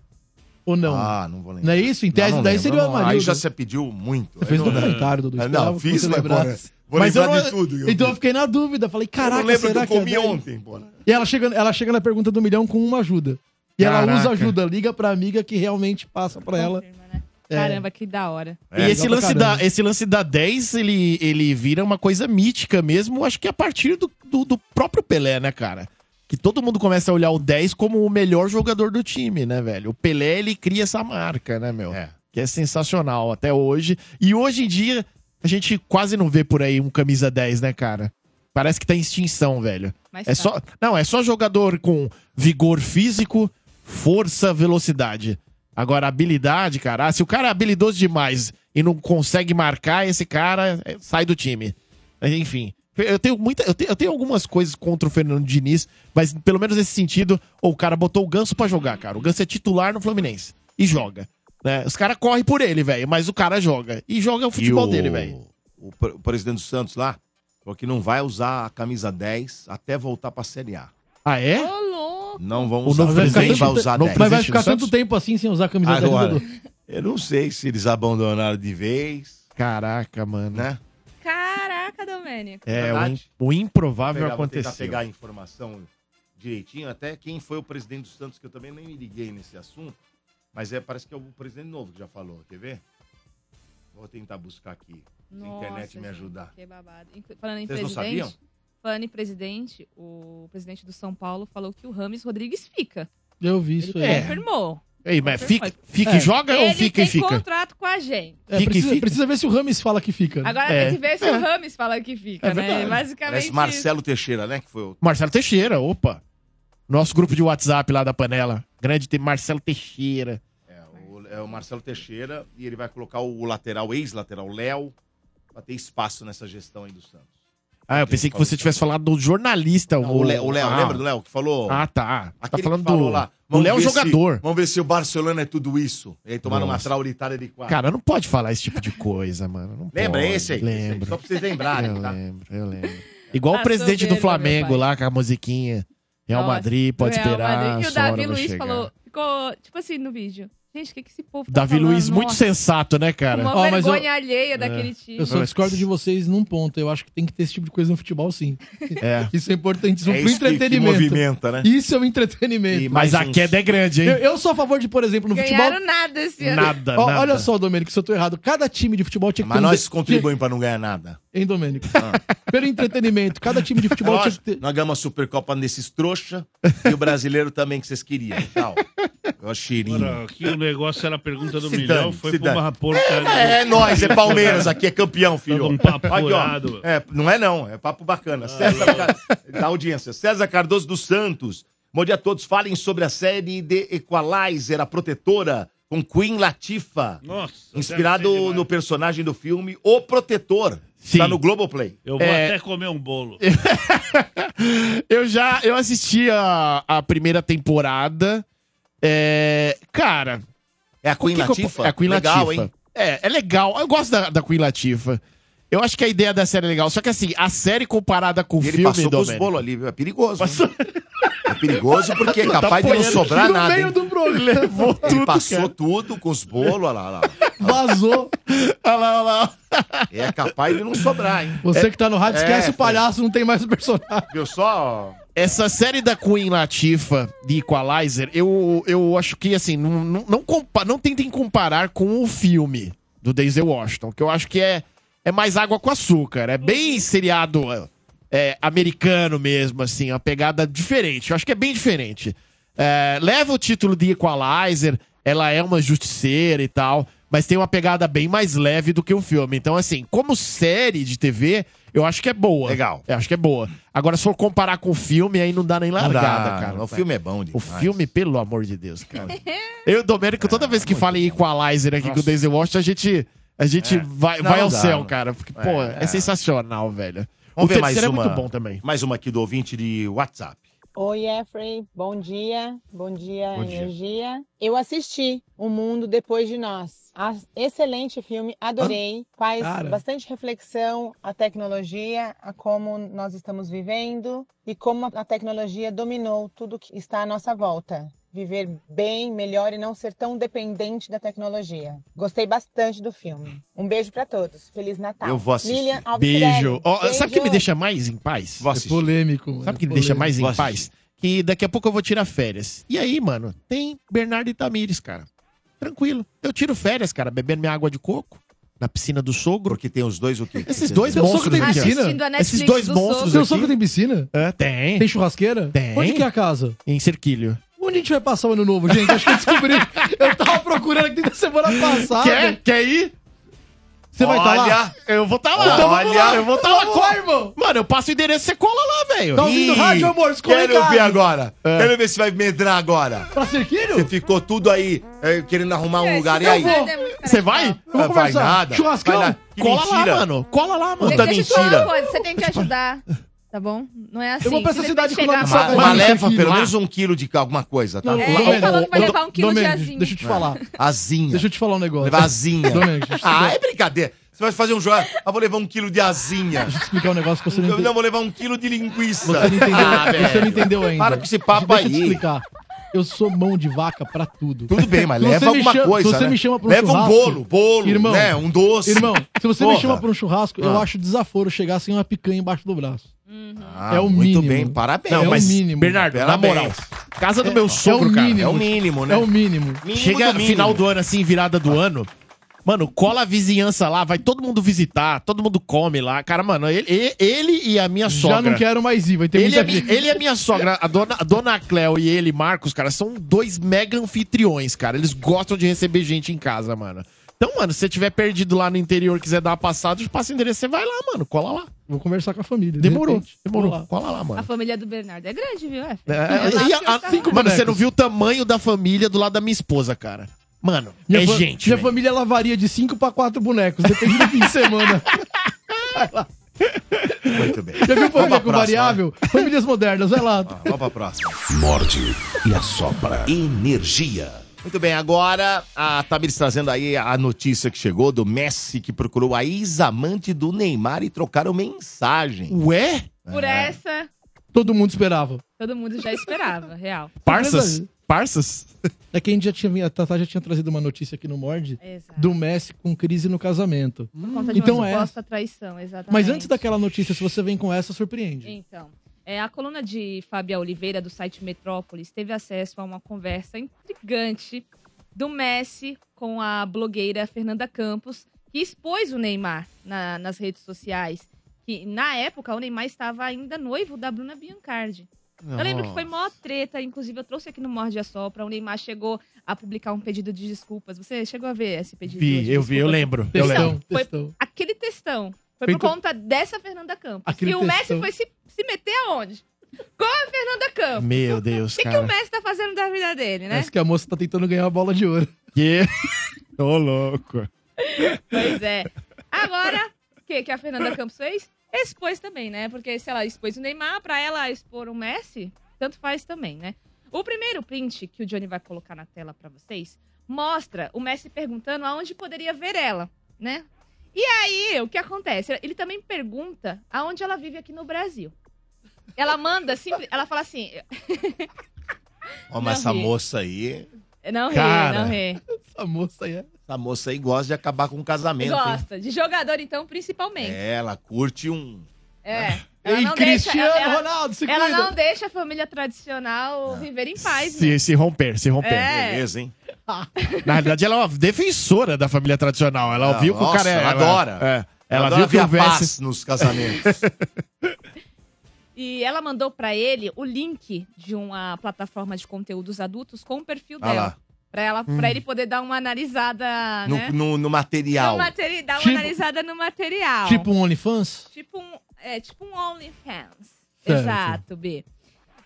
Ou não?
Ah, não vou lembrar.
não é isso? Em tese,
Não, não
10
lembro,
seria o
não. Aí
Amarildo.
já se pediu muito.
Você fez um
Aí não-
documentário, Dudu.
Ah,
esperava
não,
que
fiz,
você
mas bora.
lembrasse.
Vou
Mas eu
lembrar
não...
de tudo.
Então eu fiquei na dúvida. Falei, caraca,
eu não lembro
será
que
que
eu comi
é dez?
ontem, bora.
E ela chega, ela chega na pergunta do milhão com uma ajuda. E ela
Caraca.
usa ajuda, liga pra amiga que realmente passa pra ela.
Confirma, né?
É.
Caramba, que da hora.
É,
e esse
legal pra
lance,
caramba.
da, esse lance da 10, ele, ele vira uma coisa mítica mesmo, acho que a partir do, do, do próprio Pelé, né, cara? Que todo mundo começa a olhar o 10 como o melhor jogador do time, né, velho? O Pelé, ele cria essa marca, né, meu?
É.
Que é sensacional até hoje. E hoje em dia, a gente quase não vê por aí um camisa 10, né, cara? Parece que tá em extinção, velho.
Mas
É
tá.
só, não, é só jogador com vigor físico, força, velocidade. Agora, habilidade, cara. ah, se o cara é habilidoso demais e não consegue marcar, esse cara é, sai do time. Mas, Enfim, eu tenho, muita, eu, tenho, eu tenho algumas coisas contra o Fernando Diniz, mas pelo menos nesse sentido, ô, o cara botou o Ganso pra jogar, cara. O Ganso é titular no Fluminense e joga. Né? Os caras correm por ele, velho, mas o cara joga. E joga o futebol
E o-
dele, velho.
O, pre- o presidente do Santos lá falou que não vai usar a camisa 10 até voltar pra Série A.
Ah,
Ô,
é?
louco!
Não vão
O
usar.
novo
O presidente
presidente-
vai usar
novo
10.
Mas vai
Existe
ficar
no
tanto
Santos?
tempo assim sem usar a camisa 10
Agora,
Dudu?
eu não sei se eles abandonaram de vez,
Caraca, mano.
né?
Caraca, Domênico.
É, o,
Verdade.
im- o improvável
pegar, vou tentar
aconteceu.
pegar a informação direitinho, até quem foi o presidente do Santos, que eu também nem me liguei nesse assunto, mas é, parece que é o presidente novo que já falou, quer ver? Vou tentar buscar aqui.
Nossa,
internet me
gente,
ajudar.
Que babado. Inclu- Falando em
Vocês não sabiam?
presidente, falando em presidente, o presidente do São Paulo falou que o Rames Rodrigues fica.
Eu
Ele
vi isso
É,
aí.
confirmou.
Ei, mas fica, fica
É.
e joga É. ou
Ele
fica
tem
e fica?
contrato com a gente.
É,
Fica e
precisa,
fica.
precisa ver se o Rames fala que fica. né?
Agora
É.
tem que ver se
É.
o Rames fala que fica,
É
né?
verdade.
Basicamente.
Parece Marcelo Teixeira, né? Que foi o.
Marcelo Teixeira, opa. Nosso grupo de WhatsApp lá da panela. Grande tem Marcelo Teixeira.
É, o, é o Marcelo Teixeira, e ele vai colocar o lateral, ex-lateral Léo, pra ter espaço nessa gestão aí do Santos.
Ah, eu pensei que você tivesse falado do jornalista.
Não, o Léo, o Léo,
ah.
lembra do Léo que falou?
Ah, tá. Tá
Aquele
falando
que falou
do.
lá,
O
"Vamos
Léo é um
ver se-
jogador.
Vamos ver se o Barcelona é tudo isso. E aí tomaram uma
Nossa.
traulitária de quatro.
Cara, não pode falar esse tipo de coisa, mano. Não
Lembra
pode.
esse aí? Esse aí,
Lembro.
Só pra vocês lembrarem,
eu
tá?
lembro, eu lembro. Igual o
Ah,
presidente do
soberba,
Flamengo
meu pai.
lá com a musiquinha. Real
Nossa,
Madrid, pode
Real
esperar.
Madrid. É, E o
sua hora
Davi
vai
Luiz
chegar.
falou, ficou, tipo assim, no vídeo. Gente, o que, que esse povo tá
Davi
falando?
Luiz, muito
Nossa,
sensato, né, cara?
Uma
Ó, mas
vergonha
É.
alheia daquele time.
Eu só discordo de vocês num ponto. Eu acho que tem que ter esse tipo de coisa no futebol, sim.
É.
Isso é importantíssimo
É
pro
isso que- que
entretenimento.
movimenta, né?
isso é um entretenimento.
E
Mas
mais
a
uns.
queda é grande,
Eu,
hein?
eu sou a favor de, por exemplo, no futebol.
Ganharam nada esse ano.
Nada,
Ó,
nada.
olha só, Domênico, se eu tô errado, cada time de futebol tinha que
Mas
ter. um
nós
de-
contribuímos pra não ganhar nada. É
Hein, Domênico? Pelo entretenimento, cada time de futebol tinha
Lógico,
que ter.
nós ganhamos a Supercopa nesses trouxa e o brasileiro também que vocês queriam. Tchau. Ó, cheirinho.
Agora, aqui o negócio era a pergunta do
Se
milhão,
dane,
foi
se
pra
dane.
uma porcaria.
É nós, é Palmeiras, aqui é campeão, filho.
Um papo
Aqui, ó.
furado. Ah.
É, não é não, é papo bacana. César Car... da audiência. César Cardoso dos Santos. Bom dia a todos. Falem sobre a série The Equalizer, a protetora. com Queen Latifa.
Nossa. deve ser
Inspirado
demais.
no personagem do filme O Protetor.
Sim.
Tá no Globoplay.
Eu vou
É.
até comer um bolo.
É,
Eu já eu assisti a, a primeira temporada. É, cara,
É a Queen
o que que eu po-
Latifa?
é a Queen
Legal,
Latifah.
hein?
É, é legal. Eu gosto da, da Queen Latifa. Eu acho que a ideia da série é legal. Só que assim, a série comparada com o
E ele
filme,
passou com os
Domênico,
bolos ali, viu? É perigoso. hein? É perigoso porque é capaz de não
Tá apanhando
sobrar
aqui
nada, hein?
do programa. Levou
Ele
tudo,
passou
cara.
tudo com os bolos, olha lá, olha lá.
Vazou.
Olha lá, olha lá.
É capaz de não sobrar, hein?
Você que tá no rádio,
É,
esquece o
pô.
palhaço, não tem mais o personagem.
Viu só?
Essa série da Queen Latifa de Equalizer, eu, eu acho que, assim, não, não, não, compa- não tentem comparar com o filme do Denzel Washington, que eu acho que é, é mais água com açúcar. É bem seriado é, americano mesmo, assim, uma pegada diferente. Eu acho que é bem diferente. É, leva o título de Equalizer, ela é uma justiceira e tal, mas tem uma pegada bem mais leve do que o filme. Então, assim, como série de TV, eu acho que é boa.
Legal.
Eu acho que é boa. Agora, se for comparar com o filme, aí não dá nem
Não
largada,
dá,
cara.
O filme é bom
O
demais. É,
filme, pelo amor de Deus, cara. Eu e o Domênico, toda vez que fala em Equalizer aqui com o Daisy Washington, a gente, a gente vai,
É. Não,
vai ao
dá,
céu,
não.
cara. Porque, pô, é,
é.
sensacional, velho.
Vamos
o
ver mais
terceiro
uma.
é muito bom também.
Mais uma aqui do ouvinte de WhatsApp.
Oi, Efraim. Bom dia. Bom dia,
Bom dia.
energia. Eu assisti O Mundo Depois de Nós. Ah, excelente filme, adorei. Faz
Cara.
bastante reflexão à tecnologia, a como nós estamos vivendo e como a tecnologia dominou tudo que está à nossa volta. Viver bem, melhor e não ser tão dependente da tecnologia. Gostei bastante do filme. Um beijo pra todos. Feliz Natal.
Eu vou assistir.
Lilian Alves Pirelli.
Beijo. Ó, sabe o que me
Beijo.
deixa mais em paz?
Vou
É
assistir.
polêmico. mano,
Sabe o que
é
me deixa
polêmico.
mais em
Gosto
paz? Que daqui a pouco eu vou tirar férias. E aí, mano, tem Bernardo Itamires, cara. Tranquilo. Eu tiro férias, cara, bebendo minha água de coco na piscina do sogro.
Porque tem os dois o quê?
Esses dois
Seu sogro
monstros
tem
aqui, ó.
piscina?
Assistindo a Netflix
Esses dois
do
monstros
Sogro.
Seu
aqui.
sogro tem piscina?
Ah, tem.
Tem churrasqueira?
Tem.
Onde que é a casa?
Em Cerquilho.
Onde a gente vai passar o ano novo, gente? Acho que eu descobri. eu tava procurando aqui da semana passada.
Quer? Quer ir?
Você vai estar lá?
Olha,
Eu vou estar lá.
Então
Olha,
vamos lá.
eu vou estar lá. Corre, irmão. Então, Mano, eu passo o endereço, você cola lá, velho.
Tá ouvindo
Ih,
rádio, amor? Escolha em
Quero
casa.
ver agora.
É.
Quero ver se vai medrar agora.
Pra
Você
Cerquilho?
ficou tudo aí eh, querendo arrumar um lugar. E aí?
Esse é muito
Você vai?
radical.
Eu vou
Ah, vai
conversar.
nada.
Churrascão?
Vai nada. Que
Cola
mentira.
lá, mano. Cola lá, mano.
Puta
Deixa eu te falar
mentira.
uma coisa, você tem que ajudar. Tá bom? Não é assim.
Eu vou pra
você
cidade
tem
com
que
nome de
Ma-
chegar
Vai,
Mas
vai,
leva
vai.
pelo menos um quilo de alguma coisa, tá?
É, ele falou que vai levar um quilo de
Domênico,
asinha.
É.
Deixa eu te falar.
Azinha.
Deixa eu te falar um negócio.
Levar azinha.
Domênico, deixa eu te
ah, é brincadeira. Você vai fazer um jogo. Ah, vou levar um quilo de azinha.
explicar um negócio que você não
Eu
entendeu.
não, vou levar um quilo de linguiça.
Você não entendeu,
Ah,
você não
velho.
entendeu ainda.
Para com esse papo
Deixa eu te
aí.
explicar. Eu sou mão de vaca pra tudo.
Tudo bem, mas
Se você
leva
me
alguma
chama- se
coisa.
você
né?
me chama pra um
Leva um
churrasco-
bolo, bolo,
Irmão.
né? Um doce.
Irmão, se você
Porra.
me chama pra um churrasco, eu
Ah.
acho desaforo chegar sem uma picanha embaixo do braço.
Ah,
é o mínimo.
muito bem, parabéns.
Não,
É o
mas-
mínimo.
mínimo.
Bernardo, na
Parabéns.
moral. Casa do meu sogro,
é o
cara.
mínimo.
É o mínimo, né?
É o mínimo.
Mínimo
Chega
do mínimo.
final do ano, assim, virada do ano. Mano, cola a vizinhança lá, vai todo mundo visitar, todo mundo come lá. Cara, mano, ele, ele- ele e a minha sogra.
Já não quero mais ir, vai ter
Ele,
muita
é, mi- ele é minha sogra, a dona, a dona Cleo e ele, Marcos, cara, são dois mega anfitriões, cara. Eles gostam de receber gente em casa, mano. Então, mano, se você tiver perdido lá no interior, quiser dar uma passada, passa o endereço, você vai lá, mano. Cola lá.
Vou conversar com a família. de
Demorou,
repente.
demorou.
Vou lá.
Cola lá,
A
mano.
família do Bernardo é grande, viu? É.
É,
lá
e a-
que eu
a-
tava.
mano, você
bonecos.
não viu o tamanho da família do lado da minha esposa, cara. Mano,
Minha
é
fa-
gente.
Minha
velho.
família lavaria de 5 pra 4 bonecos, depende do fim de semana.
Muito bem.
Já viu família é
Vamos pra
com
próxima, né?
variável? Famílias modernas, vai lá.
Ah, Vamos pra próxima.
Morde e assopra. Energia.
Muito bem, agora a Tamires trazendo aí a notícia que chegou do Messi que procurou a ex-amante do Neymar e trocaram mensagem.
Ué?
Por
É.
essa,
Todo mundo esperava.
todo mundo já esperava, real.
Parsas? Parsas?
É que a gente já tinha. A Tatá já tinha trazido uma notícia aqui no Mord
Exato.
do Messi com crise no casamento.
Por conta de
Então
uma
é.
suposta traição, exatamente.
Mas antes daquela notícia, se você vem com essa, surpreende.
Então, é, a coluna de Fábia Oliveira, do site Metrópolis, teve acesso a uma conversa intrigante do Messi com a blogueira Fernanda Campos, que expôs o Neymar na- nas redes sociais. Que, na época, o Neymar estava ainda noivo da Bruna Biancardi. Eu lembro que foi mó treta, inclusive eu trouxe aqui no Morde a Sopra, o Neymar chegou a publicar um pedido de desculpas. Você chegou a ver esse pedido?
Vi,
de
eu vi, eu
desculpas?
lembro. Eu lembro.
Textão,
foi- né?
textão.
aquele textão foi
Feito-
por conta dessa Fernanda Campos.
Aquele
e o Messi
textão.
foi se, se meter aonde? Com a Fernanda Campos.
Meu Deus,
O que, que o
cara.
Messi tá fazendo da vida dele, né?
Parece que a moça tá tentando ganhar a bola de ouro.
Que... Tô louco.
Pois é. Agora, o que, que a Fernanda Campos fez? Expôs também, né? Porque se ela expôs o Neymar, pra ela expor o Messi, tanto faz também, né? O primeiro print que o Johnny vai colocar na tela pra vocês mostra o Messi perguntando aonde poderia ver ela, né? E aí, o que acontece? Ele também pergunta aonde ela vive aqui no Brasil. Ela manda simples. Ela fala assim.
Ó, mas
Não
essa
ri.
moça aí.
Não ri,
Cara.
não ri.
Essa moça aí é.
Essa moça aí gosta de acabar com um casamento, hein?
Gosta. De jogador, então, principalmente.
É, ela curte um.
É. Ela
Ei,
não deixa-
Cristiano
ela-
Ronaldo, se
Ela
cuida.
não deixa a família
Ah.
tradicional viver em paz, né?
Se, se romper, se romper.
É.
Beleza, hein?
Na realidade, ela é uma defensora da família tradicional. Ela
Ah,
viu que o
nossa,
cara é.
ela adora.
É. Ela
Adora
viu que o
ver a
Messi.
paz nos casamentos.
E ela mandou pra ele o link de uma plataforma de conteúdos adultos com o perfil
Olha
dela.
Ah lá. Hum.
Pra, ela, pra ele poder dar uma analisada,
No,
né?
no, no
No
material.
materi- dar uma
Tipo-
analisada no material.
Tipo um OnlyFans?
Tipo um, é, tipo um OnlyFans.
Certo.
Exato, B.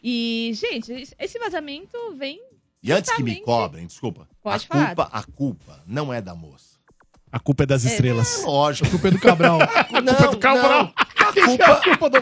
E, gente, es- esse vazamento vem.
E antes que me
Justamente.
cobrem, desculpa.
Pode
a
falar.
culpa, a culpa não é da moça.
A culpa é das estrelas.
Lógico.
O Pedro Cabral.
Não,
culpa é do Cabral.
não. A
é
culpa,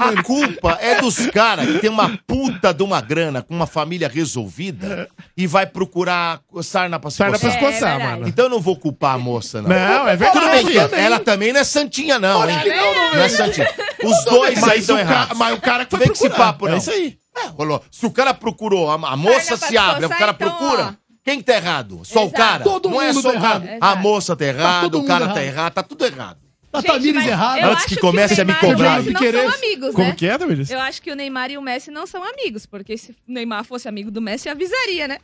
a culpa é dos caras que tem uma puta de uma grana com uma família resolvida e vai procurar sarna pra se
Sarna pra
coçar.
se
É,
coçar,
verdade.
mano.
Então eu não vou culpar a moça, não.
Não, é
Tudo bem
verdade.
que ela também não é santinha, não, hein?
não, não,
Não é santinha. Os dois aí
Mas,
estão
o ca...
errados.
Mas o cara que foi
Vem com esse
procurar.
papo,
É
não.
isso aí.
É, rolou. Se o cara procurou, a, a moça
Sarna pra
se abre, o
coçar,
cara
então,
procura. Quem que tá errado? Só o
Exato.
cara?
Todo
não é
mundo
só
tá
o cara.
errado.
A
Exato.
moça tá errada,
todo
o cara
mundo
tá
errado.
errado, tá tudo errado.
A
Gente,
Tamires
mas
errada.
eu
Antes que
acho
comece
o
a me
Neymar e o
cobrar.
Messi
Querer-
Não são amigos,
Como
né?
que é, Damiris?
Eu acho que o Neymar e o Messi não são amigos, porque se o Neymar fosse amigo do Messi, avisaria, né?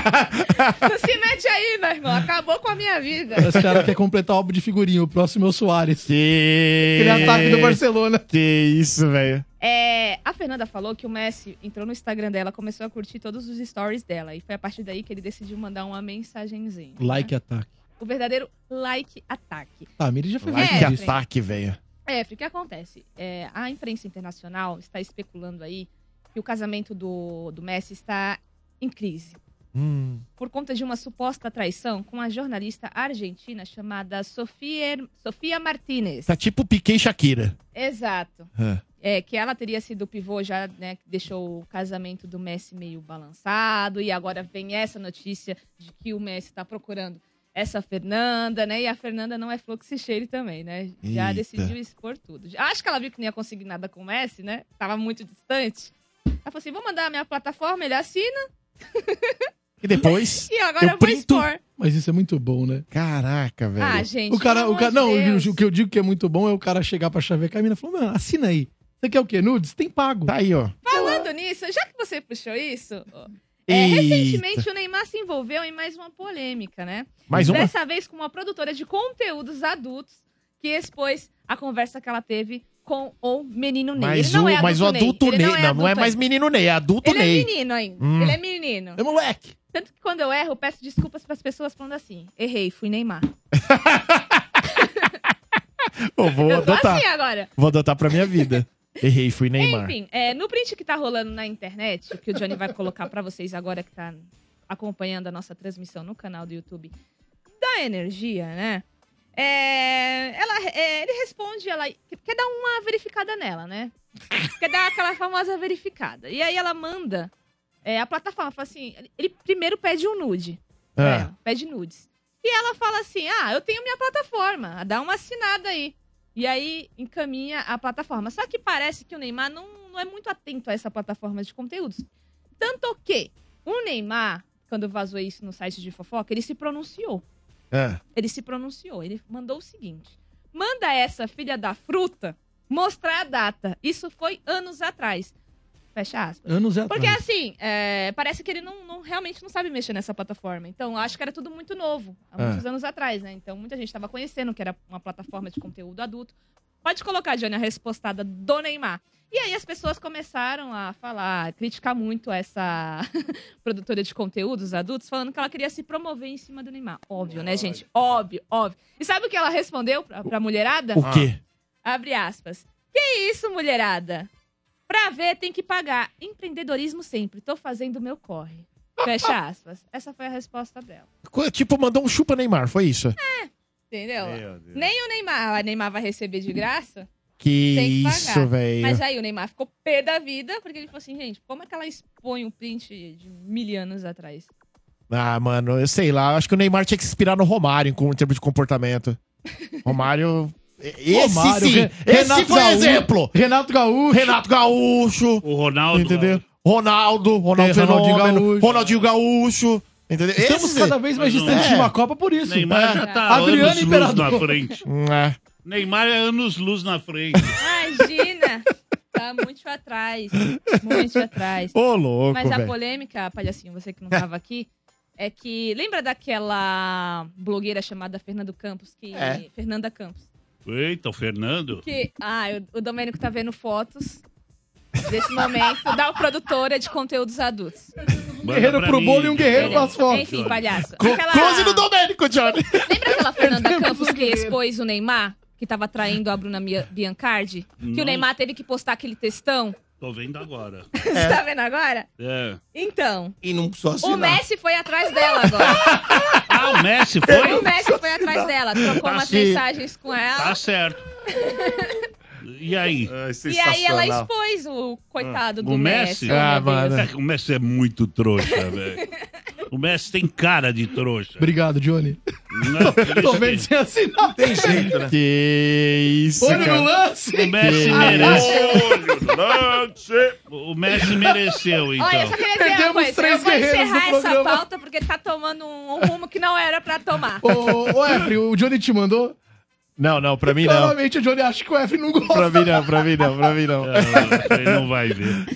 não se mete aí, meu irmão. Acabou com a minha vida.
Esse cara quer completar o álbum de figurinha. O próximo é o Soares.
Que...
Ele é ataque um do Barcelona.
Que isso, velho.
É, a Fernanda falou que o Messi entrou no Instagram dela, começou a curtir todos os stories dela. E foi a partir daí que ele decidiu mandar uma mensagenzinha.
Like ataque.
O verdadeiro like ataque.
Tamires Ah, já foi
Like
vítima
ataque.
disso.
Ataque, velho.
É, porque o que acontece? É, a imprensa internacional está especulando aí que o casamento do, do Messi está em crise.
Hum.
Por conta de uma suposta traição com a jornalista argentina chamada Sofia, Sofia Martinez.
Tá tipo Piquet e Shakira.
Exato.
É.
É, que ela teria sido o pivô já, né, que deixou o casamento do Messi meio balançado, e agora vem essa notícia de que o Messi tá procurando essa Fernanda, né, e a Fernanda não é flor que se cheire também, né, já
Eita.
decidiu expor tudo. Acho que ela viu que não ia conseguir nada com o Messi, né, tava muito distante. Ela falou assim, vou mandar a minha plataforma, ele assina,
E depois.
e agora eu, vou
Eu printo.
expor.
Mas isso é muito bom, né?
Caraca, velho.
Ah, gente,
O cara,
pelo
o cara, não,
amor de Deus.
o que eu digo que é muito bom é o cara chegar pra chavecar e a mina falou, mano, assina aí. Você quer o quê? Nudes? Tem pago.
Tá aí, ó.
Falando nisso, já que você puxou isso, ó, é,
Eita.
recentemente o Neymar se envolveu em mais uma polêmica, né?
Mais uma.
Dessa vez com uma produtora de conteúdos adultos que expôs a conversa que ela teve com o menino Ney.
Mais
ele não
um,
é adulto
mais o adulto
Ele
Ney. Não, não é
adulto
mais
ainda.
menino Ney, é adulto
Ele
Ney.
é menino ainda.
Hum.
Ele é menino.
É moleque.
Tanto que quando eu erro, eu peço desculpas pras pessoas falando assim: errei, fui Neymar.
Pô, vou
eu tô
adotar.
assim agora.
Vou adotar pra minha vida. Errei, fui Neymar.
Enfim, é, no print que tá rolando na internet, que o Johnny vai colocar pra vocês agora que tá acompanhando a nossa transmissão no canal do YouTube da Energia, né? É, ela, é, ele responde, ela quer dar uma verificada nela, né? Quer dar aquela famosa verificada. E aí ela manda é, a plataforma, fala assim, ele primeiro pede um nude pra
Ah.
ela, É, pede nudes. E ela fala assim, ah, eu tenho minha plataforma, dá uma assinada aí. E aí encaminha a plataforma. Só que parece que o Neymar não, não é muito atento a essa plataforma de conteúdos. Tanto que o Neymar, quando vazou isso no site de fofoca, ele se pronunciou.
Ah,
Ele se pronunciou. Ele mandou o seguinte: manda essa filha da fruta mostrar a data. Isso foi anos atrás. Fecha aspas.
Anos é
Porque
atrás.
assim, é, parece que ele não, não- realmente não sabe mexer nessa plataforma. Então, eu acho que era tudo muito novo, há
É.
muitos anos atrás, né? Então, muita gente estava conhecendo que era uma plataforma de conteúdo adulto. Pode colocar, Johnny, a respostada do Neymar. E aí as pessoas começaram a falar, a criticar muito essa produtora de conteúdos adultos, falando que ela queria se promover em cima do Neymar. Óbvio, né, gente? Óbvio, óbvio. E sabe o que ela respondeu pra, pra mulherada?
O quê?
Abre aspas. Que isso, mulherada? Pra ver tem que pagar. Empreendedorismo sempre. Tô fazendo o meu corre. Fecha aspas. Essa foi a resposta dela.
Co- Tipo, mandou um chupa Neymar, foi isso?
Entendeu?
É.
Nem o Neymar. O Neymar vai receber de graça. Tem
Que,
que pagar.
isso, velho.
Mas aí o Neymar ficou pé da vida, porque ele falou assim, gente, como é que ela expõe um print de mil anos atrás?
Ah, mano, eu sei lá. eu Acho que o Neymar tinha que se inspirar no Romário em com- em termos de comportamento. Romário. Esse
Romário,
sim.
Re-
Esse
Renato
foi um
Gaúcho.
exemplo.
Renato Gaúcho.
Renato Gaúcho.
O Ronaldo.
entendeu? Ronaldo, Ronaldo
Tem Ronaldinho
Fenômeno,
Gaúcho.
Ronaldinho Gaúcho. Entendeu?
Estamos
Esses-
cada vez mais
Mas não
distantes
é.
de uma Copa por isso.
Neymar
É.
já tá
Adriano
anos luz
Imperador.
na frente.
Hum, é.
Neymar é anos luz na frente.
Imagina! tá muito atrás. Muito atrás.
Ô, louco,
Mas a
velho.
polêmica, palhacinho, você que não tava aqui, é que lembra daquela blogueira chamada Fernando Campos, que
É.
Fernanda Campos,
Eita, o Fernando.
que ah, o, o Domênico tá vendo fotos desse momento da produtora de conteúdos adultos.
Manda
guerreiro
pra
pro
mim,
bolo e um guerreiro
Johnny.
pras fotos.
Enfim, palhaço.
Co-
Aquela-
Close no Domênico, Johnny.
Lembra aquela Fernanda
Perdemos
Campos
o
que
guerreiro.
expôs o Neymar? Que tava traindo a Bruna Mia- Biancardi? Que
Nossa.
o Neymar teve que postar aquele textão.
Tô vendo agora.
Você tá vendo agora?
É.
Então,
É. E não precisou
o
assinar.
Messi foi atrás dela agora.
Ah, o Messi foi?
O Messi foi atrás dela, trocou
Tá
umas
sim.
mensagens com ela.
Tá certo. E aí?
Ah,
Ai,
E aí ela
sensacional.
expôs o coitado do
O Messi?
Messi. oh, meu
Ah, mano.
Deus.
É que o Messi é muito trouxa, velho. O Messi tem cara de trouxa.
Obrigado, Johnny.
Não, é? por isso
Tô
que-
vendo sem assinar.
Tem jeito, né?
Que isso,
Olho no
cara.
lance.
O Messi
Que-
mereceu. O Messi mereceu,
Olha, eu
então.
só queria dizer uma
Perdemos
coisa.
três
Eu vou
guerreiros
encerrar
no
essa
programa.
pauta porque tá tomando um um rumo que não era pra tomar.
Ô, ô, ô, Efren, o Johnny te mandou?
Não, não, pra mim não.
Claramente o Johnny acha que o Efren não gosta.
Pra mim não, pra mim não, pra mim não.
É, Ele não vai ver.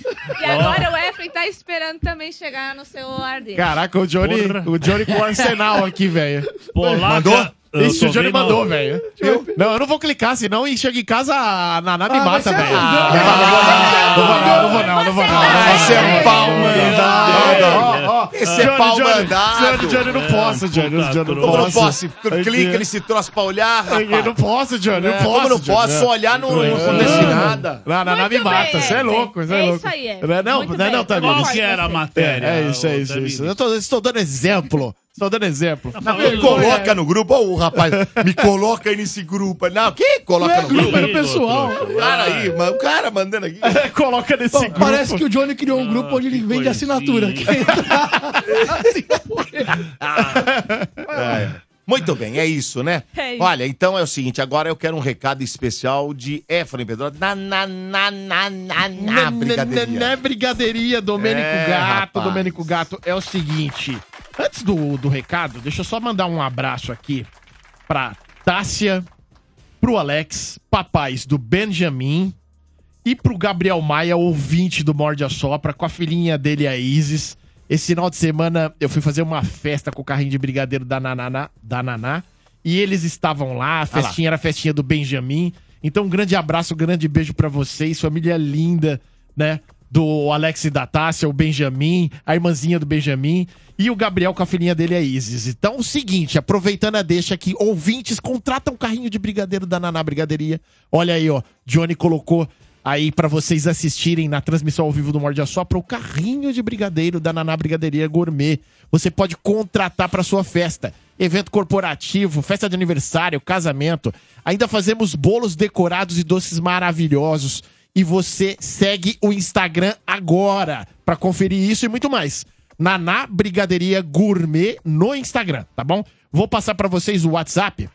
E agora o Efren tá esperando também chegar no celular dele.
Caraca, o Johnny,
Porra.
o Johnny com o arsenal aqui, velho.
Polaca. Eu
Isso, o
tô
Johnny
vendo-
mandou, velho.
Eu-
Não, eu não vou clicar, senão e chega em casa a Naná me
Ah,
mata,
mas você é
velho.
um
Ah,
doido.
Não vou não, não vou não, não vou não.
Ah, Esse
Você
é pau mandado.
Ó, ó, ó.
Esse é pau mandado.
Johnny, Johnny, não posso, Johnny.
Ah, puta
Johnny,
Como
não
trouxa.
não
posso.
posso? Clica nesse troço pra olhar, rapaz.
Eu não posso, Johnny. Eu
É, Como
posso,
não
Johnny,
posso? Só olhar não não acontece nada.
Não, não, não me
Muito
mata.
bem,
Você é
Ever.
louco, você é
É
louco.
isso aí, Ever.
Não, é não,
Muito
não, é
bem, Tá
não, Tamires.
Qual que era a matéria?
É isso, é
ô,
isso, é
Tamires?
isso. Eu tô- estou dando exemplo. Estou dando exemplo.
Tá
Me
falando-
coloca no grupo, ô rapaz, me coloca aí nesse grupo. Não, quem coloca no
grupo,
grupo?
era o pessoal.
trouxa,
Cara
vai.
aí, mano, o cara mandando aqui.
Coloca nesse
Bom, parece que o Johnny criou um grupo
Ah,
onde ele
que
vende
coisinha,
assinatura.
hein?
Quem tá- assim,
Muito bem, é isso, né?
É isso.
Olha, então é o seguinte, agora eu quero um recado especial de Efraim Pedro. Na, na, na, na, na, na,
Na, na
brigadeirinha.
brigadeirinha, Domênico
É,
Gato.
rapaz.
Domênico Gato, é o seguinte. Antes do, do recado, deixa eu só mandar um abraço aqui pra Tássia, pro Alex, papais do Benjamin e pro Gabriel Maia, ouvinte do Morde a Sopra, com a filhinha dele, a Isis. Esse final de semana eu fui fazer uma festa com o carrinho de brigadeiro da Naná, da Naná e eles estavam lá, a festinha era a festinha do Benjamin. Então, um grande abraço, um grande beijo pra vocês, família linda, né? Do Alex e da Tássia, o Benjamin, a irmãzinha do Benjamin e o Gabriel com a filhinha dele, a Isis. Então, o seguinte, aproveitando a deixa aqui, ouvintes, contratam um carrinho de brigadeiro da Naná Brigadeiria. Olha aí, ó, Johnny colocou aí pra vocês assistirem na transmissão ao vivo do Morde a Sopra o carrinho de brigadeiro da Naná Brigadeiria Gourmet. Você pode contratar pra sua festa. Evento corporativo, festa de aniversário, casamento. Ainda fazemos bolos decorados e doces maravilhosos. E você segue o Instagram agora pra conferir isso e muito mais. Naná Brigadeiria Gourmet no Instagram, tá bom? Vou passar pra vocês o WhatsApp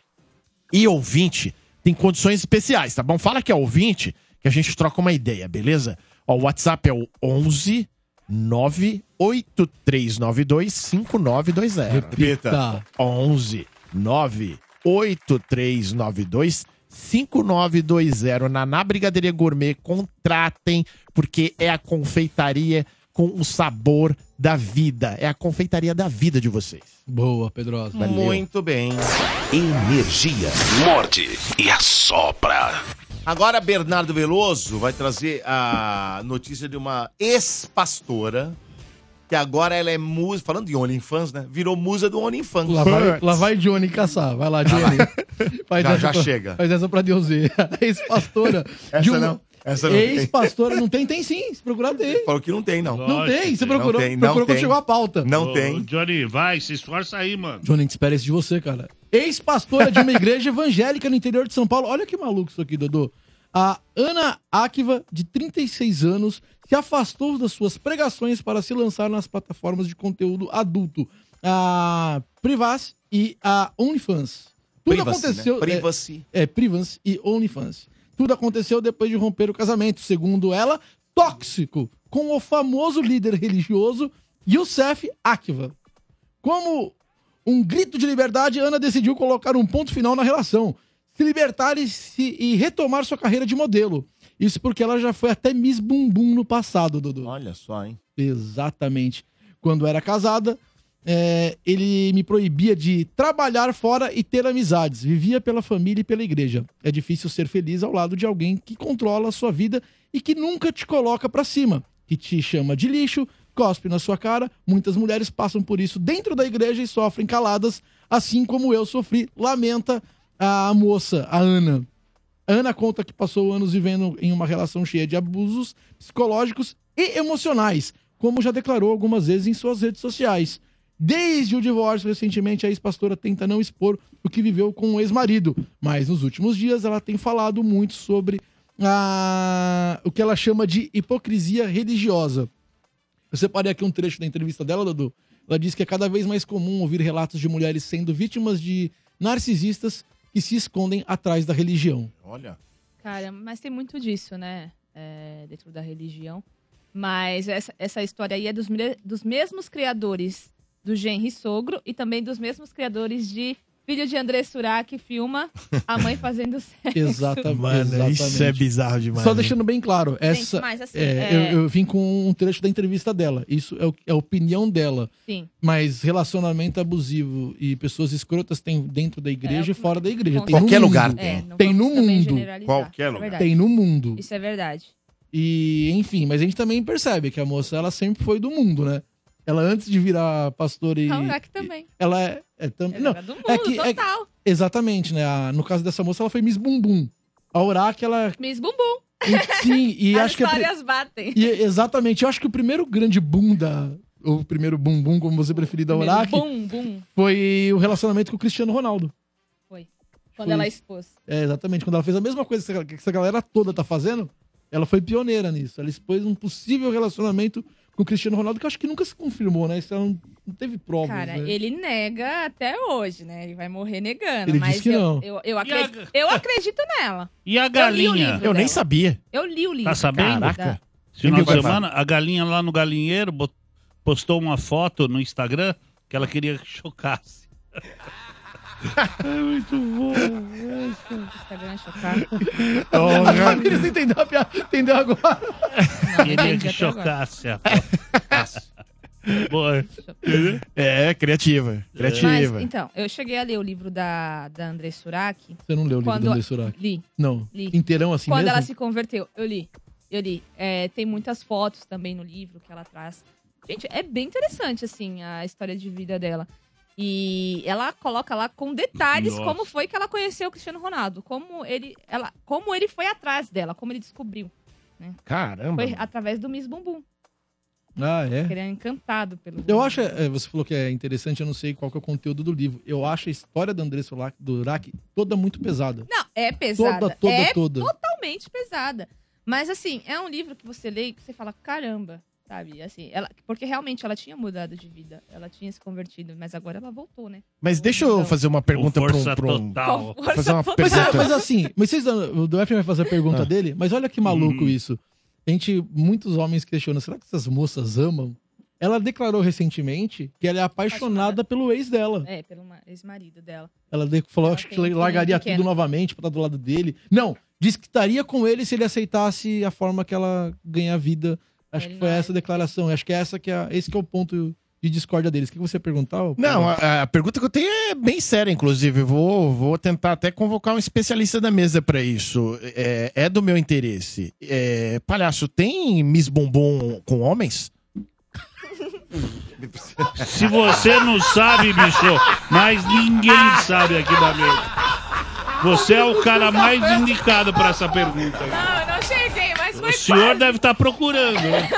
e ouvinte tem condições especiais, tá bom? Fala que é ouvinte, que a gente troca uma ideia, beleza? Ó, o WhatsApp é o 11 98392 5920.
tá.
11 98392 5920 na, na Brigadeiria Gourmet. Contratem, porque é a confeitaria com o sabor da vida. É a confeitaria da vida de vocês.
Boa, Pedrosa.
Muito bem.
Energia. Morde e assopra.
Agora, Bernardo Veloso vai trazer a notícia de uma ex-pastora que agora ela é musa, falando de OnlyFans, né? Virou musa do OnlyFans.
Lá vai, lá vai Johnny caçar. Vai lá, Johnny. Faz
Já-
essa
já
pra-
chega.
Faz essa pra Deus ver. A ex-pastora de, uma,
Essa não tem.
Ex-pastora, não tem? Tem sim, se procurar tem.
Falou que não tem, não.
Não
Lógico,
tem,
tem.
você procurou,
Não tem, não
procurou
tem.
que chegou a pauta.
Não
Ô,
tem.
Johnny, vai, se esforça aí, mano.
Johnny, a gente espera isso de você, cara. Ex-pastora de uma igreja evangélica no interior de São Paulo. Olha que maluco isso aqui, Dodô. A Ana Akiva, de 36 anos, se afastou das suas pregações para se lançar nas plataformas de conteúdo adulto, a Privas e a OnlyFans. Tudo
Privacy,
aconteceu.
Né?
é,
Privacy.
é, Privance e OnlyFans. Tudo aconteceu depois de romper o casamento, segundo ela, tóxico, com o famoso líder religioso Youssef Akiva. Como um grito de liberdade, Ana decidiu colocar um ponto final na relação, se libertar e, se- e retomar sua carreira de modelo. Isso porque ela já foi até Miss Bumbum no passado, Dudu.
Olha só, hein?
Exatamente. Quando era casada, é, ele me proibia de trabalhar fora e ter amizades. Vivia pela família e pela igreja. É difícil ser feliz ao lado de alguém que controla a sua vida e que nunca te coloca pra cima, que te chama de lixo, cospe na sua cara. Muitas mulheres passam por isso dentro da igreja e sofrem caladas, assim como eu sofri. Lamenta a moça, a Ana. Ana conta que passou anos vivendo em uma relação cheia de abusos psicológicos e emocionais, como já declarou algumas vezes em suas redes sociais. Desde o divórcio, recentemente, a ex-pastora tenta não expor o que viveu com o ex-marido, mas nos últimos dias ela tem falado muito sobre ah, o que ela chama de hipocrisia religiosa. Eu separei aqui um trecho da entrevista dela, Dudu. Ela diz que é cada vez mais comum ouvir relatos de mulheres sendo vítimas de narcisistas que se escondem atrás da religião.
Olha.
Cara, mas tem muito disso, né? É, dentro da religião. Mas essa, essa história aí é dos, mele- dos mesmos criadores do Genri Sogro e também dos mesmos criadores de Filho de André Surá, que filma a mãe fazendo sexo.
Exata- Exatamente.
é bizarro demais.
Só deixando bem claro,
Gente,
essa.
mas assim,
é,
é,
Eu, eu vim com um trecho da entrevista dela. Isso é, o- é a opinião dela.
sim,
Mas relacionamento abusivo e pessoas escrotas tem dentro da
É,
igreja e fora da igreja.
com
Tem no
Qualquer
mundo.
lugar
é,
tem.
não
Tem
vamos
no
também
mundo.
generalizar.
Qualquer
Isso é
lugar.
verdade.
Tem no mundo.
Isso é verdade.
E, enfim, mas a gente também percebe que a moça, ela sempre foi do mundo, né? Ela antes de virar pastora e.
Kauraki também.
Ela é. é tam-
Ela
Não,
era do mundo,
é que- é que-
total.
exatamente, né? A- no caso dessa moça, ela foi Miss Bumbum. A Orac, ela.
Miss Bumbum.
e- sim, e
As
acho que. é a pri-
histórias batem.
E, exatamente, eu acho que o primeiro grande boom da. Ou o primeiro bumbum, como você preferir da Orac,
Bum, bum.
foi o relacionamento com o Cristiano Ronaldo.
Quando
Foi.
ela expôs.
É, exatamente. Quando ela fez a mesma coisa que essa- que essa galera toda tá fazendo, ela foi pioneira nisso. Ela expôs um possível relacionamento com o Cristiano Ronaldo, que eu acho que nunca se confirmou, né? Isso ela não, não teve provas.
Cara,
né?
ele nega até hoje, né? Ele vai morrer negando.
Ele
mas
disse que
eu,
não.
Eu, eu,
E a-
acredito, eu acredito nela.
E a
Eu li o
galinha?
livro.
Eu nem
dela.
sabia.
Eu li o livro.
Tá sabendo?
da-
Caraca.
Esse Final de
Vai, vai.
semana, a galinha lá no galinheiro bot- postou uma foto no Instagram que ela queria que chocasse. é muito bom.
Instagram é chocado.
Eles entenderam a piada. Entendeu agora?
Não, eu
Queria
entendi
que
até agora.
chocasse a foto. Boa.
É, criativa.
Mas,
Criativa.
então, eu cheguei a ler o livro da, da André Surak.
Você não leu o livro
Quando-
do André Surak?
Li.
Não.
Li.
Inteirão assim
Quando
mesmo?
ela se converteu, eu li. Eu li. É, tem muitas fotos também no livro que ela traz. Gente, é bem interessante, assim, a história de vida dela. E ela coloca lá com detalhes
Nossa.
como foi que ela conheceu o Cristiano Ronaldo. Como ele, ela, como ele foi atrás dela, como ele descobriu.
Caramba.
Foi através do Miss Bumbum,
Ah, é?
que ele é encantado pelo.
Eu acho, é, você falou que é interessante, eu não sei qual que é o conteúdo do livro. Eu acho a história da Andressa Lac- do Urac toda muito pesada.
Não, é pesada.
Toda, toda,
é
toda.
totalmente pesada. Mas, assim, é um livro que você lê e que você fala, caramba, sabe? Assim, ela, porque realmente ela tinha mudado de vida, ela tinha se convertido, mas agora ela voltou, né?
Mas deixa eu fazer uma pergunta
Com
pra um.
força
Pra um...
total.
Com força
fazer uma
total.
Mas,
pergunta.
mas assim, mas vocês, o Duff vai fazer a pergunta
Ah.
dele, mas olha que maluco
Hum.
isso. A gente, muitos homens questionam, será que essas moças amam? Ela declarou recentemente que ela é apaixonada
Apaixonada.
pelo ex dela.
É, pelo ma- ex-marido dela.
Ela de- falou,
Ela
acho que
tem um filhinho
largaria
pequeno.
tudo novamente pra estar do lado dele. Não, disse que estaria com ele se ele aceitasse a forma que ela ganha vida. Acho
Ele
que foi
não
essa a
aceita.
declaração. Acho que é essa que é, esse que é o ponto de discórdia deles. O que que você ia perguntar? ô,
Não,
Paulo?
a, a pergunta que eu tenho é bem séria, inclusive. Eu Vou, vou tentar até convocar um especialista da mesa pra isso. É, é do meu interesse. É, palhaço, tem Miss Bombom com homens?
Se você não sabe, bicho, mas ninguém sabe aqui da mesa. Você é o cara mais indicado pra essa pergunta.
Não, eu não cheguei, Mas foi
O senhor deve estar procurando. né?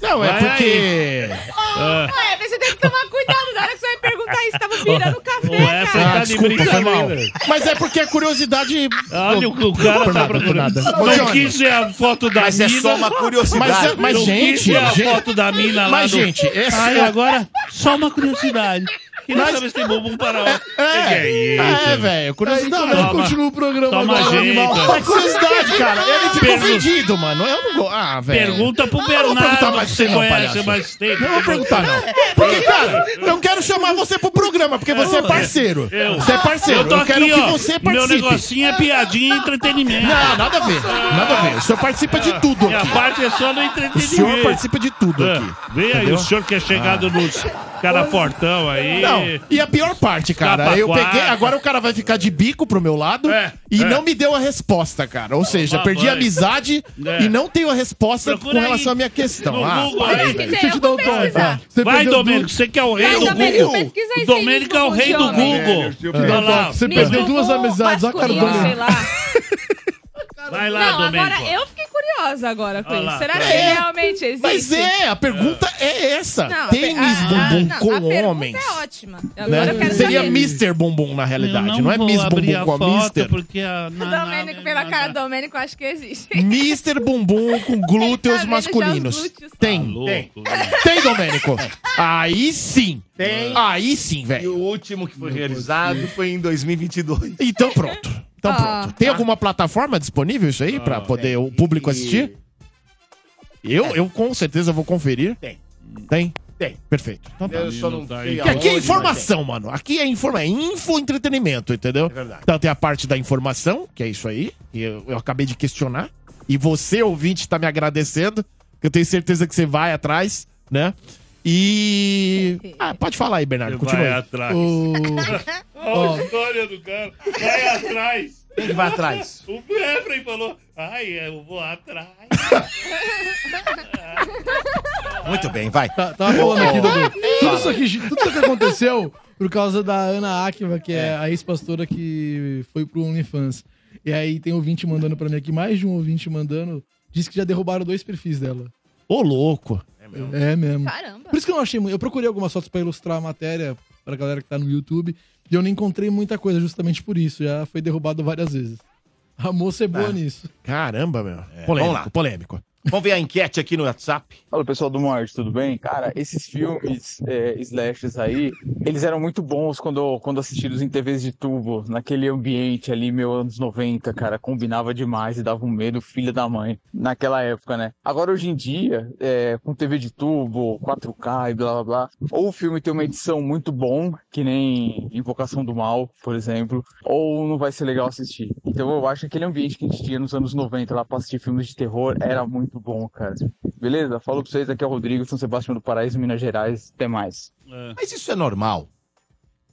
Não, é
Vai
porque.
Ah,
É, você tem que tomar cuidado na hora que você vai perguntar isso. Tava virando
Ou
café,
essa
cara.
tá de
desculpa, foi mal.
brincadeira.
Mas é porque a curiosidade.
Olha o que o cara
Por
tá
nada, por
procurando.
nada. Ô,
Não
Johnny.
quis ver a foto da
Mas
mina.
é só uma curiosidade.
Mas, mas
não quis
gente,
ver a
gente-
foto da mina lá
mas
do-
gente, essa
Aí
é-
agora, só uma curiosidade. Queria saber se tem bombom para homem. Que que
É,
isso,
é,
velho?
velho. Curiosidade.
Toma.
o programa
Toma jeito.
É curiosidade, cara. Ele ficou
Pergunta.
vendido, mano. Eu não gosto. Ah, velho.
Pergunta pro
vou perguntar
Bernardo,
mais
que você
não,
conhece
palhaço.
mais tempo.
Não vou perguntar, não. Porque, cara, eu quero chamar você pro programa, porque você é parceiro.
Eu.
Você é parceiro.
Eu
Eu,
tô
quero
aqui,
que
ó.
você
Meu
participe.
negocinho é piadinha e entretenimento.
Não, nada a ver. Nada a ver. O senhor participa de tudo
Minha
aqui.
parte é só no
O
entretenimento.
senhor participa de tudo
É,
aqui.
Vem aí,
Entendeu? Ah.
o senhor que é chegado nos cara fortão aí.
Não, e a pior parte, cara,
Capa
eu
quatro.
peguei, agora o cara vai ficar de bico pro meu lado
É,
e
é.
não me deu a resposta, cara. Ou seja,
Ah,
perdi
vai.
a amizade
É.
e não tenho a resposta
Procura
com relação
aí
à minha questão.
no
Ah,
Google
vai,
aí.
velho.
Deixa eu te dar o tom.
Tá,
Você
Vai,
perdeu
Domênico, você que é o rei
Vai,
do
Domênico,
Google.
pesquisa aí,
O Domênico é o
Google
rei do
Jovem.
Google. Vai lá,
Você
Miss
perdeu duas
Bumbum,
amizades, ó, cara,
masculino, sei
Domênico.
lá.
vai lá,
Não, agora
Domênico.
eu fiquei curiosa agora com
Olha lá.
isso. Será que ele realmente existe?
Mas é, a pergunta é essa.
Não,
Tênis
a- a-
bumbum
não, a
com
pergunta
homens.
é ótima.
né?
Agora eu quero
Seria
saber.
Mr. Bumbum, na realidade.
Eu
Não, é
vou
Miss
abrir
Bumbum com a
foto,
Mister.
Porque a, é na, na-
Domênico, pela
na-
cara
na-
do Domênico, eu acho que existe.
Mr. Bumbum com glúteos
vendo já os
masculinos.
glúteos.
Tem, tem.
Louco.
Tem, Domênico. Aí sim. Tem. Aí sim, velho.
E o último que foi realizado foi em 2022.
Então pronto. Então
Ah.
pronto. Tem alguma plataforma disponível isso aí pra poder o público assistir? Eu, eu com certeza vou conferir. Tem. Tem? Tem. Perfeito. Então, tá.
Eu só não
tá
sei
aí.
Porque aqui é
aonde,
informação, mano. Aqui é informa, é info entretenimento, entendeu? É
verdade.
Então tem a parte da informação, que é isso aí, que eu, eu acabei de questionar. E você, ouvinte, tá me agradecendo. que Eu tenho certeza que você vai atrás, né? E. Ah, pode falar aí,
Você
Bernardo. Continua.
Vai
aí.
atrás.
O-
Olha a história do cara. Vai atrás.
mas Tem que vai atrás.
O Efraim falou, ai, eu vou atrás.
Muito bem, vai.
Tá, tava falando aqui, Dudu. Tudo isso aqui, tudo isso que aconteceu por causa da Ana Akiva, que é, a ex-pastora que foi pro OnlyFans. E aí tem ouvinte mandando pra mim aqui, mais de um ouvinte mandando, diz que já derrubaram dois perfis dela.
Ô, louco.
É mesmo.
Caramba.
Por isso que eu não achei muito. Eu procurei algumas fotos pra ilustrar a matéria pra galera que tá no YouTube e eu não encontrei muita coisa justamente por isso. Já foi derrubado várias vezes. A moça é boa nisso.
Caramba, meu.
É, vamos
polêmico,
lá.
polêmico.
Vamos ver a enquete aqui no WhatsApp.
Fala pessoal do Morte, tudo bem? Cara, esses filmes é, slashes aí, eles eram muito bons quando, quando assistidos em TVs de tubo, naquele ambiente ali, meu anos 90, cara, combinava demais e dava um medo, filha da mãe, naquela época, né? Agora hoje em dia, é, com TV de tubo, 4K e blá blá blá, ou o filme tem uma edição muito bom, que nem Invocação do Mal, por exemplo, ou não vai ser legal assistir. Então eu acho que aquele ambiente que a gente tinha nos anos 90 lá pra assistir filmes de terror era muito bom, cara. Beleza? Falo pra vocês, aqui é o Rodrigo, São Sebastião do Paraíso, Minas Gerais. Até mais.
Mas isso é normal,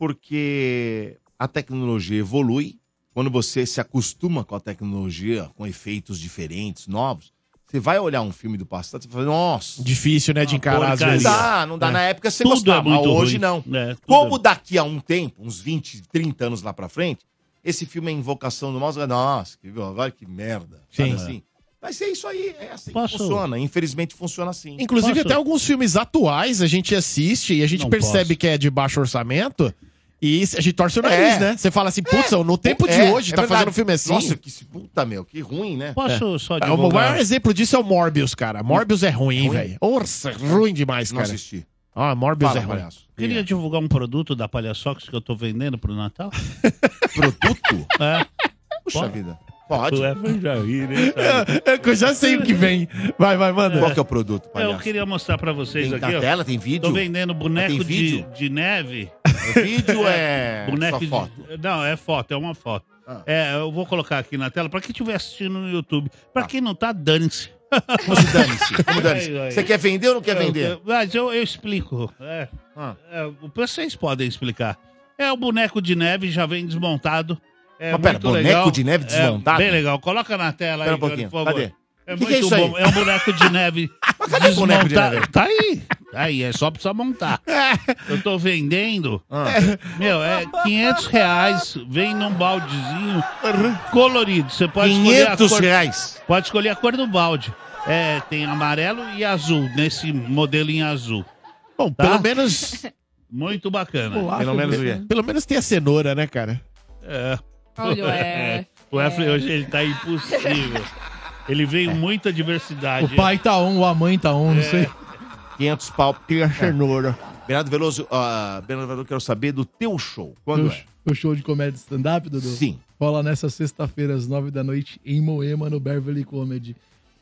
porque a tecnologia evolui. Quando você se acostuma com a tecnologia, com efeitos diferentes, novos, você vai olhar um filme do passado e fala, nossa,
Difícil, né, de encarar as
porcaria.
não
vezes.
dá, não dá.
É.
Na época você
Tudo é
gostava,
muito
hoje
ruim.
não.
É, tudo
Como
é-
daqui a um tempo, uns 20, 30 anos lá pra frente, esse filme é Invocação do Mal, você vai, nossa, que, agora que merda. Sabe
Sim.
é.
assim? Vai ser isso aí, é assim
Posso-
que funciona. Infelizmente funciona assim.
Inclusive,
Posso?
até alguns filmes atuais a gente assiste e a gente
Não
percebe
posso.
que é de baixo orçamento e a gente torce o nariz,
É.
né? Você fala assim, putz, no tempo de
É,
hoje
é
tá
verdade.
fazendo filme assim.
Nossa, que se- puta, meu, que ruim, né?
Posso só
Ah, o maior
divulgar?
exemplo disso é o Morbius, cara. Morbius é ruim,
Ruim?
velho. Orça, ruim demais,
Não
cara.
assisti.
Ah, Morbius
Fala,
é ruim.
palhaço.
né? Queria divulgar um produto da Palhaçox que eu tô vendendo pro Natal.
Produto?
É,
Puxa
Pode.
vida. Pode.
o Efraim já ri, né? cara?
Eu já sei o que vem. Vai, vai, manda.
Qual que é o produto, palhaço?
Eu queria mostrar pra vocês
Tem na
aqui, ó.
tela, tem vídeo?
Tô vendendo boneco
Mas tem
de,
vídeo?
de neve.
O vídeo é
boneco
só
de...
foto.
Não, é foto, é uma foto.
Ah.
É, eu vou colocar aqui na tela pra quem estiver assistindo no YouTube. Pra
Tá.
quem não tá, dane-se.
Como se dane-se? Como dane-se?
Ai, ai.
Você quer vender ou não quer
Eu-
vender?
eu- mas eu, eu explico. É,
Ah.
é, vocês podem explicar. É o boneco de neve, já vem desmontado. É
Mas pera,
muito
boneco
legal.
de neve
É
desmontado?
bem legal. Coloca na tela
Espera
aí,
um
Johnny,
pouquinho.
por favor.
Cadê?
É
Que que
muito
é isso aí?
bom. É um boneco de neve
Mas cadê o boneco de neve?
Tá aí. Tá aí, é só precisar montar. Eu tô vendendo.
Ah.
Meu, é 500 reais. Vem num baldezinho colorido. Você pode escolher a
500
cor-
reais.
Pode escolher a cor do balde. É, tem amarelo e azul, nesse modelinho azul.
Bom,
Tá.
pelo menos.
Muito bacana.
Pelo menos tem a cenoura, né, cara?
É.
Olha, é.
O Efraim
É.
hoje ele tá impossível. Ele
É.
veio muita diversidade.
O pai tá on, ou a mãe tá on, não sei.
500 pau.
Tem a cenoura.
É. Bernardo Veloso, ah, Bernardo Veloso, quero saber do teu show. Quando
o,
é?
o show de comédia de stand-up, Dudu?
Sim.
Rola nessa sexta-feira, às nove da noite, em Moema, no Beverly Comedy.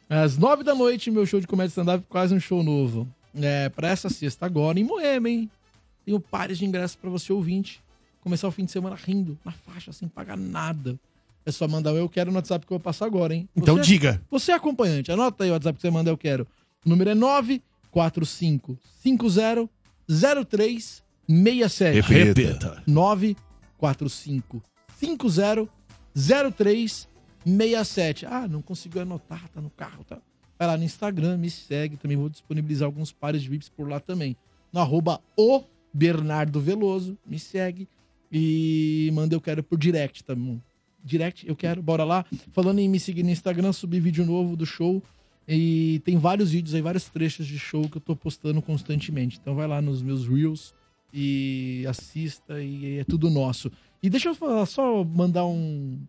Às nove da noite, meu show de comédia de stand-up, quase um show novo. É, pra essa sexta agora, em Moema, hein? Tenho pares de ingressos pra você ouvinte. Começar o fim de semana rindo, na faixa, sem pagar nada. É só mandar o eu quero no WhatsApp que eu vou passar agora, hein?
Então
Você-
diga.
Você é acompanhante, anota aí o WhatsApp que você manda eu quero. O número é 94550 0367.
Repita.
945500367. Ah, não conseguiu anotar, tá no carro, tá? Vai lá no Instagram, me segue, também vou disponibilizar alguns pares de VIPs por lá também. No arroba o Bernardo Veloso, me segue e manda eu quero por direct, tá bom? Direct, eu quero, bora lá. Falando em me seguir no Instagram, subir vídeo novo do show. E tem vários vídeos aí, vários trechos de show que eu tô postando constantemente. Então vai lá nos meus Reels e assista e é tudo nosso. E deixa eu falar, só mandar um.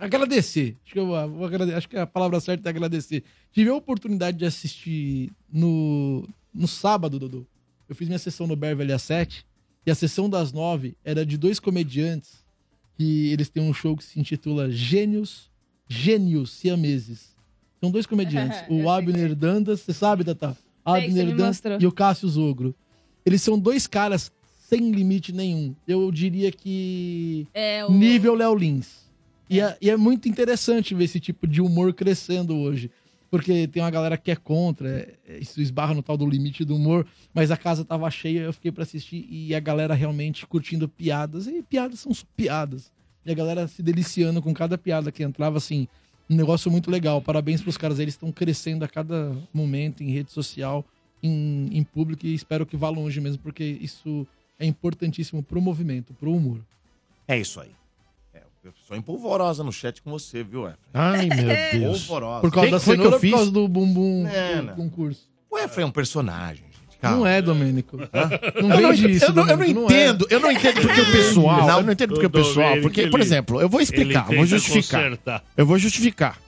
Agradecer. Acho que, eu vou agrade- Acho que a palavra certa é agradecer. Tive a oportunidade de assistir no, no sábado, Dudu. Eu fiz minha sessão no Beverly às 7 e a sessão das 9 era de dois comediantes que eles têm um show que se intitula Gênios, Gênios Siameses. São dois comediantes, o Abner Dandas, você sabe,
Sei,
Tata?
você me
Abner Dandas
mostrou.
e o Cássio Zogro. Eles são dois caras sem limite nenhum. Eu diria que
É, o-
nível Léo Lins. E é, e é muito interessante ver esse tipo de humor crescendo hoje. Porque tem uma galera que é contra, é- é- isso esbarra no tal do limite do humor, mas a casa tava cheia, eu fiquei pra assistir e a galera realmente curtindo piadas. E piadas são só piadas. E a galera se deliciando com cada piada que entrava, assim, um negócio muito legal. Parabéns pros caras, eles estão crescendo a cada momento em rede social, em, em público, e espero que vá longe mesmo, porque isso é importantíssimo pro movimento, pro humor.
É isso aí. É, eu sou empolvorosa no chat com você, viu, Efraem?
Ai, meu Deus.
Empolvorosa.
Por causa da
Quem que foi que
cenoura ou
eu
por
fiz?
causa do bumbum
É,
do
não.
concurso?
O Efraim é um personagem, gente.
Não
Calma.
é, Domênico. Não
Tá. Eu não,
vende
ent-
isso,
eu não- eu não
Domênico, é.
entendo, eu não entendo porque o pessoal.
Não.
eu não entendo porque o pessoal. Porque, por exemplo, eu vou explicar, vou justificar. Eu vou justificar.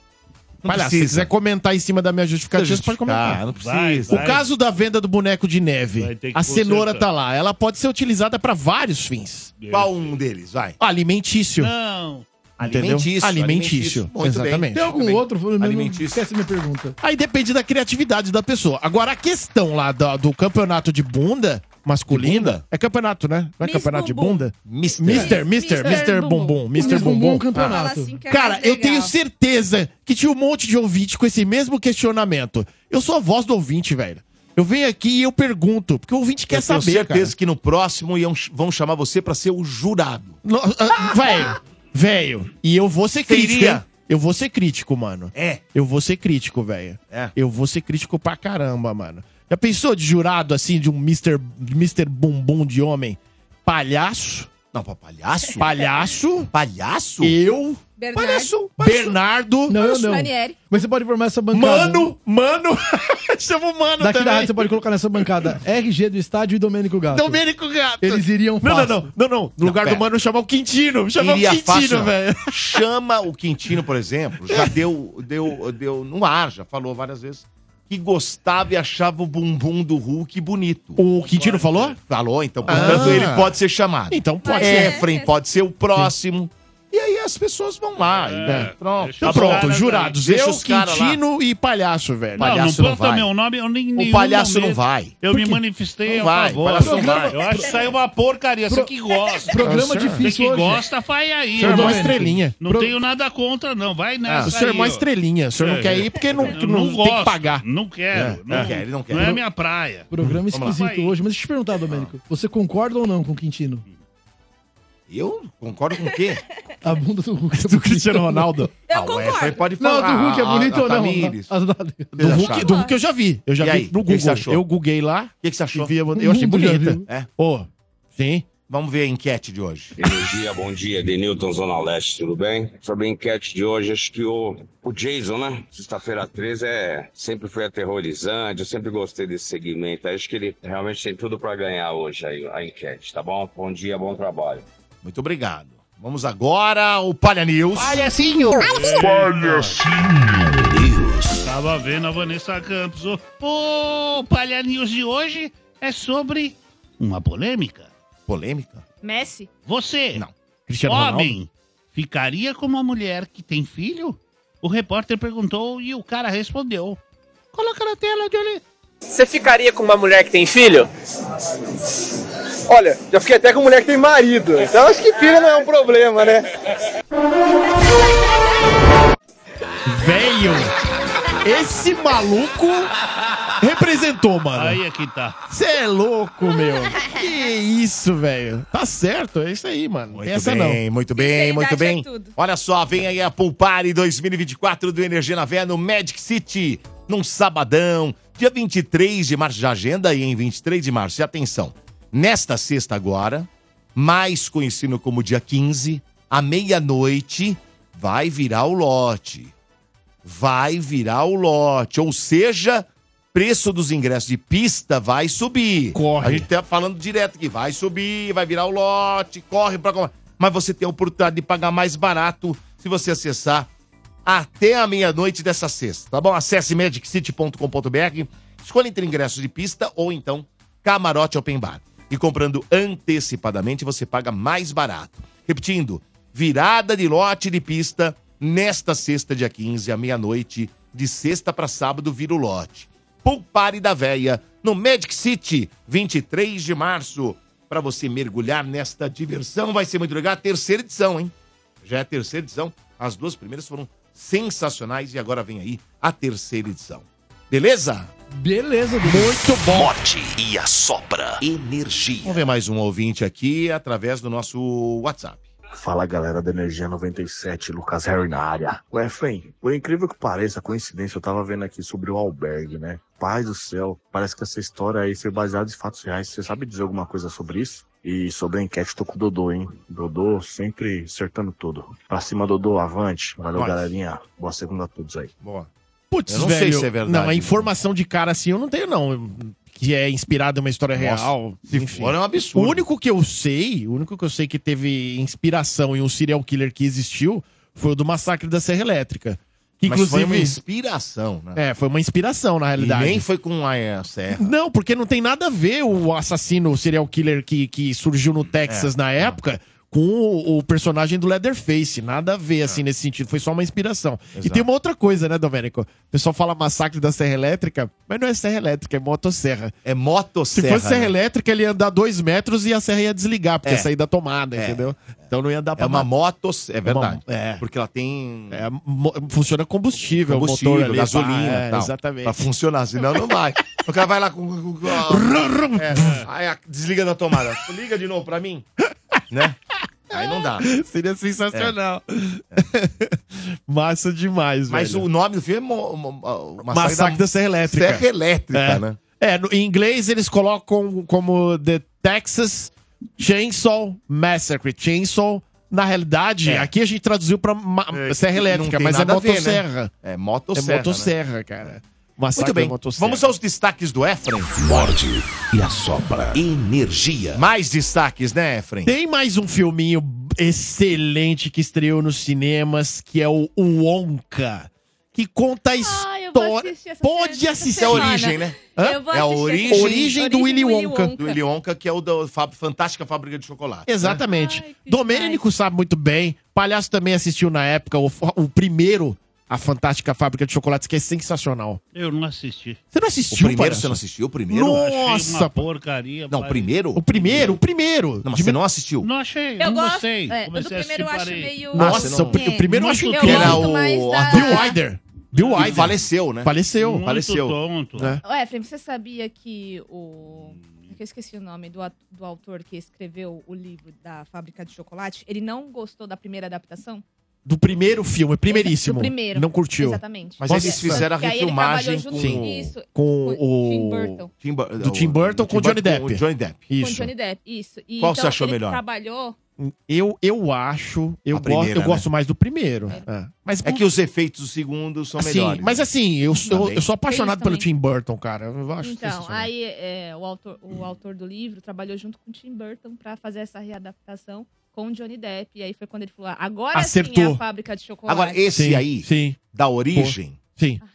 Não
Vai lá, se
precisa.
quiser comentar em cima da minha justificativa, você pode
Ah,
comentar.
não
Vai,
precisa.
O caso da venda do boneco de neve,
Vai ter que
a cenoura
consertar.
tá lá. Ela pode ser utilizada pra vários fins.
Qual um deles, vai?
Alimentício.
Não.
Entendeu?
Alimentício,
Alimentício.
alimentício. Muito bem.
Exatamente.
Tem algum
Também.
outro? Eu Não,
Alimentício.
esquece minha pergunta.
Aí depende da criatividade da pessoa. Agora, a questão lá do, do campeonato de bunda masculina.
De bunda?
É campeonato, né? Não é
Miss
campeonato de
Bumbum.
bunda?
Mister.
Mister,
Mister, Mister, Mister
Bumbum.
Bumbum. Mister
Miss Bumbum
Bumbum.
um campeonato.
Ah.
Fala assim que é
Cara,
mais
eu
legal.
tenho certeza que tinha um monte de ouvinte com esse mesmo questionamento. Eu sou a voz do ouvinte, velho. Eu venho aqui e eu pergunto, porque o ouvinte quer
Eu tenho
saber,
certeza
cara.
que no próximo iam ch- vão chamar você pra ser o jurado.
No- ah, Velho, velho. E eu vou ser crítico,
Seria.
hein? Eu vou ser crítico, mano.
É.
Eu vou ser crítico, velho.
É.
Eu vou ser crítico pra caramba, mano. Já pensou de jurado, assim, de um Mr. Mr. Bumbum de homem? Palhaço,
Não, pra palhaço?
palhaço,
Palhaço?
eu,
Bernardo.
Palhaço.
Bernardo,
Não, eu não.
Manieri.
Mas você pode formar essa bancada.
mano, mano. Chama o mano
Daqui da
também.
rádio você pode colocar nessa bancada RG do estádio e Domênico Gato.
Domênico Gato.
Eles iriam
Não, não,
fácil.
não, não, não. No lugar
pera.
do mano chamar o Quintino. Chamar
Iria
o
fácil,
Quintino,
não.
velho.
Chama o Quintino, por exemplo, já deu, deu, deu no ar, já falou várias vezes, que gostava e achava o bumbum do Hulk bonito.
O Quintino falou?
Falou, então, portanto,
Ah.
ele pode ser chamado.
Então pode
É.
ser.
Efren pode ser o próximo. E aí as pessoas vão lá. e, né, Pronto.
deixa
Tá
os
pronto,
caras aí.
jurados.
Deixa
Eu,
os caras lá.
Quintino e palhaço, velho.
Não, não
Palhaço não
planta
vai.
meu nome, eu nem
O
nenhum
palhaço não
momento
vai.
Eu me manifestei
Não
a
vai,
favor.
palhaço não vai.
Eu acho que saiu uma porcaria. Você que gosta.
Programa
Nossa,
Você
difícil
que
hoje.
gosta, faz aí.
Senhor, é
irmão.
mó estrelinha.
né, Não
Pro-
tenho nada contra, não. Vai
Ah,
nessa.
O senhor é
aí,
mó
ó.
estrelinha. O senhor não
É.
quer ir porque não,
Eu
não, tem que
gosto,
pagar.
Não quero.
É,
não,
não quer, ele não quer.
Não é minha praia.
Programa é
Vamos lá.
esquisito
Vai.
Ah.
hoje. Mas deixa eu te perguntar, Domênico. Você concorda ou não com o Quintino?
Eu concordo com o quê?
A bunda do Hulk. é
Do Ah, Cristiano Ronaldo.
Eu concordo. Pode
Não,
falar.
do Hulk é
A- a-
bonito
a
ou não?
Tamires.
As da-
Ah, Do Hulk, do Hulk eu já vi. Eu já
E
vi
aí,
no
o que
Google.
que você achou?
Eu googlei lá. O
que, você achou?
eu achei
Todo mundo já
bonita.
viu. É.
Ô, sim.
Vamos ver a enquete de hoje.
Bom dia, bom dia, Denilton Zona Leste, tudo bem? Sobre a enquete de hoje, acho que o, o Jason, né? Sexta-feira 13 é, sempre foi aterrorizante, eu sempre gostei desse segmento. Acho que ele realmente tem tudo pra ganhar hoje aí, a enquete, tá bom? Bom dia, bom trabalho.
Muito obrigado. Vamos agora ao Palha News.
Palhacinho!
Palhacinho!
Tava vendo a Vanessa Campos. O, o Palha News de hoje é sobre uma polêmica.
Polêmica?
Messi?
Você,
Cristiano
homem,
Ronaldo?
ficaria com uma mulher que tem filho? O repórter perguntou e o cara respondeu. Coloca na tela, Johnny.
Você ficaria com uma mulher que tem filho? Olha, já fiquei até com mulher que tem marido. Então acho que filho não é um problema, né?
Velho! Esse maluco representou, mano.
Aí é que tá.
Você é louco, meu. Que isso, velho. Tá certo, é isso aí, mano. Muito essa
Muito bem,
não.
muito bem, muito
Sinceridade
bem.
é tudo.
Olha só, vem aí a Pulpare 2024 do Energia na Vé no Magic City, num sabadão, dia 23 de março. Já agenda aí, em 23 de março. E atenção, nesta sexta agora, mais conhecido como dia 15, à meia-noite, vai virar o lote. Vai virar o lote. Ou seja, preço dos ingressos de pista vai subir. Corre. A gente tá falando direto que vai subir, vai virar o lote, corre pra comprar. Mas você tem a oportunidade de pagar mais barato se você acessar até a meia-noite dessa sexta, tá bom? Acesse magiccity.com.br, escolha entre ingressos de pista ou então camarote open bar. E comprando antecipadamente, você paga mais barato. Repetindo, virada de lote de pista nesta sexta, dia 15, à meia-noite, de sexta para sábado, vira o lote. Pulpare da Véia, no Magic City, 23 de março. Para você mergulhar nesta diversão, vai ser muito legal. A terceira edição, hein? Já é a terceira edição. As duas primeiras foram sensacionais e agora vem aí a terceira edição. Beleza?
Beleza,
Muito bom.
Morte e a sopra energia.
Vamos ver mais um ouvinte aqui através do nosso WhatsApp.
Fala galera da Energia 97, Lucas Harry na área. Ué, Fem, por incrível que pareça, coincidência, eu tava vendo aqui sobre o albergue, né? Pai do céu, parece que essa história aí foi baseada em fatos reais. Você sabe dizer alguma coisa sobre isso? E sobre a enquete, tô com o Dodô, hein? Dodô sempre acertando tudo. Pra cima, Dodô, avante. Valeu,
Nós.
galerinha. Boa segunda a todos aí.
Boa.
Putz,
Eu não
velho.
sei se é verdade.
né?
Não, a informação de cara assim eu não tenho, não. Que é inspirada em uma história
Nossa,
real.
se for, é um absurdo.
O único que eu sei, o único que eu sei que teve inspiração em um serial killer que existiu foi o do massacre da Serra Elétrica. Que,
Mas foi
inclusive.
uma inspiração, né?
É, foi uma inspiração, na realidade.
E nem foi com a eh, Serra.
Não, porque não tem nada a ver o assassino, o serial killer que, que surgiu no Texas
É,
na época com o, o personagem do Leatherface. Nada a ver, assim, nesse sentido. Foi só uma inspiração. E
Exato.
tem uma outra coisa, né, Domênico? O pessoal fala massacre da Serra Elétrica, mas não é Serra Elétrica, é motosserra.
É motosserra.
Se fosse Serra
né?
Elétrica, ele ia andar dois metros e a serra ia desligar, porque
É.
ia sair da tomada, entendeu? Então não ia dar pra
É uma
matar.
moto, é verdade.
uma- é.
Porque ela tem
É, mo- funciona combustível,
combustível,
motor ali,
gasolina,
pá, é,
tal,
exatamente.
Pra funcionar, senão não vai. o cara vai lá com, com- com- com- é, aí a- desliga da tomada. Liga de novo pra mim, né? Aí não dá.
Seria sensacional. Massa demais,
Mas
velho.
o nome do filme é Mo- Mo- Mo-
Massacre, da, Serra Elétrica.
Serra Elétrica,
é.
né?
É, no, em inglês eles colocam como The Texas Chainsaw Massacre. Chainsaw, na realidade,
É.
aqui a gente traduziu pra ma- Serra
Não
Elétrica,
tem
mas é
nada a ver, né?
motosserra.
É motosserra.
É motosserra, cara. Massacre
Muito bem,
da motosserra.
vamos aos destaques do Efren.
Morde e a sopra energia.
Mais destaques, né, Efren?
Tem mais um filminho excelente que estreou nos cinemas, que é o Wonka, que conta a história. Pode assistir
É a origem, né?
Hã?
Eu vou
é a
assistir
origem,
essa
Origem do Willy Wonka.
Do Willy Wonka, que é o da Fá- Fantástica Fábrica de Chocolate. né?
Exatamente. Domênico sabe muito bem. Palhaço também assistiu na época o, fa- o primeiro, a Fantástica Fábrica de Chocolates, que é sensacional.
Eu não assisti.
Você não
O
assistiu,
primeiro
palhaço?
você não assistiu? O primeiro?
Achei uma
Nossa! pô.
porcaria.
Não, o
pai.
primeiro?
O primeiro, o primeiro.
Não, mas você não assistiu?
Não achei,
Eu
não
gosto.
gostei.
é, do
Comecei a
primeiro eu acho
assistir, parei.
meio.
Nossa,
não-
o pri- o primeiro eu acho
Muito
que
É, Eu
era
gosto
o-
mais da-
Bill Wider. Bill Wider.
faleceu, né?
Faleceu.
Muito
Faleceu.
tonto.
É.
Ué, Efraim, você sabia que o. que eu esqueci o nome do, at- do autor que escreveu o livro da Fábrica de Chocolate, ele não gostou da primeira adaptação?
Do primeiro filme, primeiríssimo.
Do primeiro.
Não curtiu.
Exatamente.
Mas
Nossa,
eles fizeram a
que aí ele
refilmagem
trabalhou
com,
junto com isso,
com o...
Tim Burton.
Tim Bur-
do Tim Burton com o Johnny Depp.
o Johnny Depp.
Com
Isso.
Johnny Depp, isso. E
Qual
então,
você achou
ele
melhor?
trabalhou
Eu, eu acho... Eu,
A
gosto,
primeira,
eu
né?
gosto mais do primeiro. É. Mas,
É que os efeitos do segundo são
assim,
melhores. né? Tá
Mas assim, eu, sou- eu,
Também.
sou apaixonado
Eles
pelo
também.
Tim Burton, cara. Eu acho
então,
sensacional.
aí é, o, autor, o autor do livro trabalhou junto com o Tim Burton pra fazer essa readaptação com o Johnny Depp. E aí foi quando ele falou: "Ah, agora sim é
Acertou.
a fábrica de chocolate.
Agora, esse
Sim,
aí, da origem,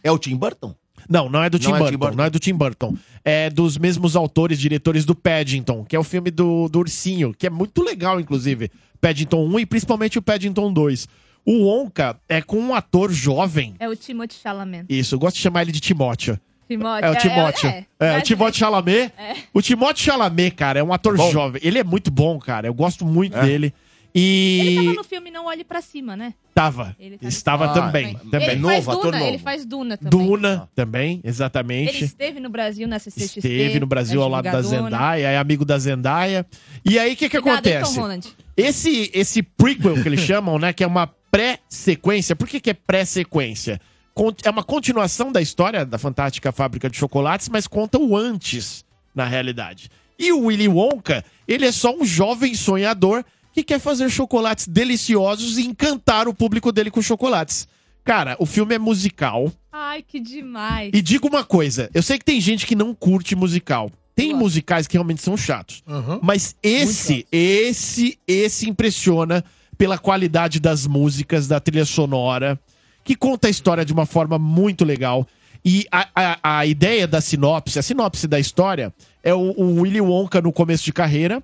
é o Tim Burton?
Não, não é do Tim
Não é
Burton.
Tim Burton.
Não é do Tim Burton. É dos mesmos autores, diretores do Paddington, que é o filme do, do ursinho, que é muito legal, inclusive. Paddington 1 e principalmente o Paddington 2. O Onca é com um ator jovem.
É o Timothée Chalamet.
Isso, eu gosto de chamar ele de Timóteo.
Timothée.
É o Timóteo.
É,
É, o Timóteo Chalamet.
É.
O Timóteo Chalamet, cara, é um ator
Tá
jovem. Ele é muito bom, cara. Eu gosto muito
É.
dele. E.
Ele tava no filme Não Olhe Pra Cima, né?
Tava.
Ele tá-
Estava
Ah,
também. também.
Ele faz Duna, ele faz Duna também.
Duna também,
Ele
exatamente.
esteve no Brasil na CCXP.
Esteve no Brasil
é
ao lado da
divulgador, né?
Zendaya, é amigo da Zendaya. E aí, o que, que
Cuidado, hein, Tom
acontece?
Holland.
Esse, esse prequel que eles chamam, né? Que é uma pré-sequência. Por que, que é pré-sequência? Con- É uma continuação da história da Fantástica Fábrica de Chocolates, mas conta o antes, na realidade. E o Willy Wonka, ele é só um jovem sonhador que quer fazer chocolates deliciosos e encantar o público dele com chocolates. Cara, o filme é musical.
Ai, que demais.
E digo uma coisa, eu sei que tem gente que não curte musical. Tem musicais que realmente são chatos. Mas esse, esse, esse impressiona pela qualidade das músicas, da trilha sonora, que conta a história de uma forma muito legal. E a, a, a ideia da sinopse, a sinopse da história, é o, o Willy Wonka no começo de carreira.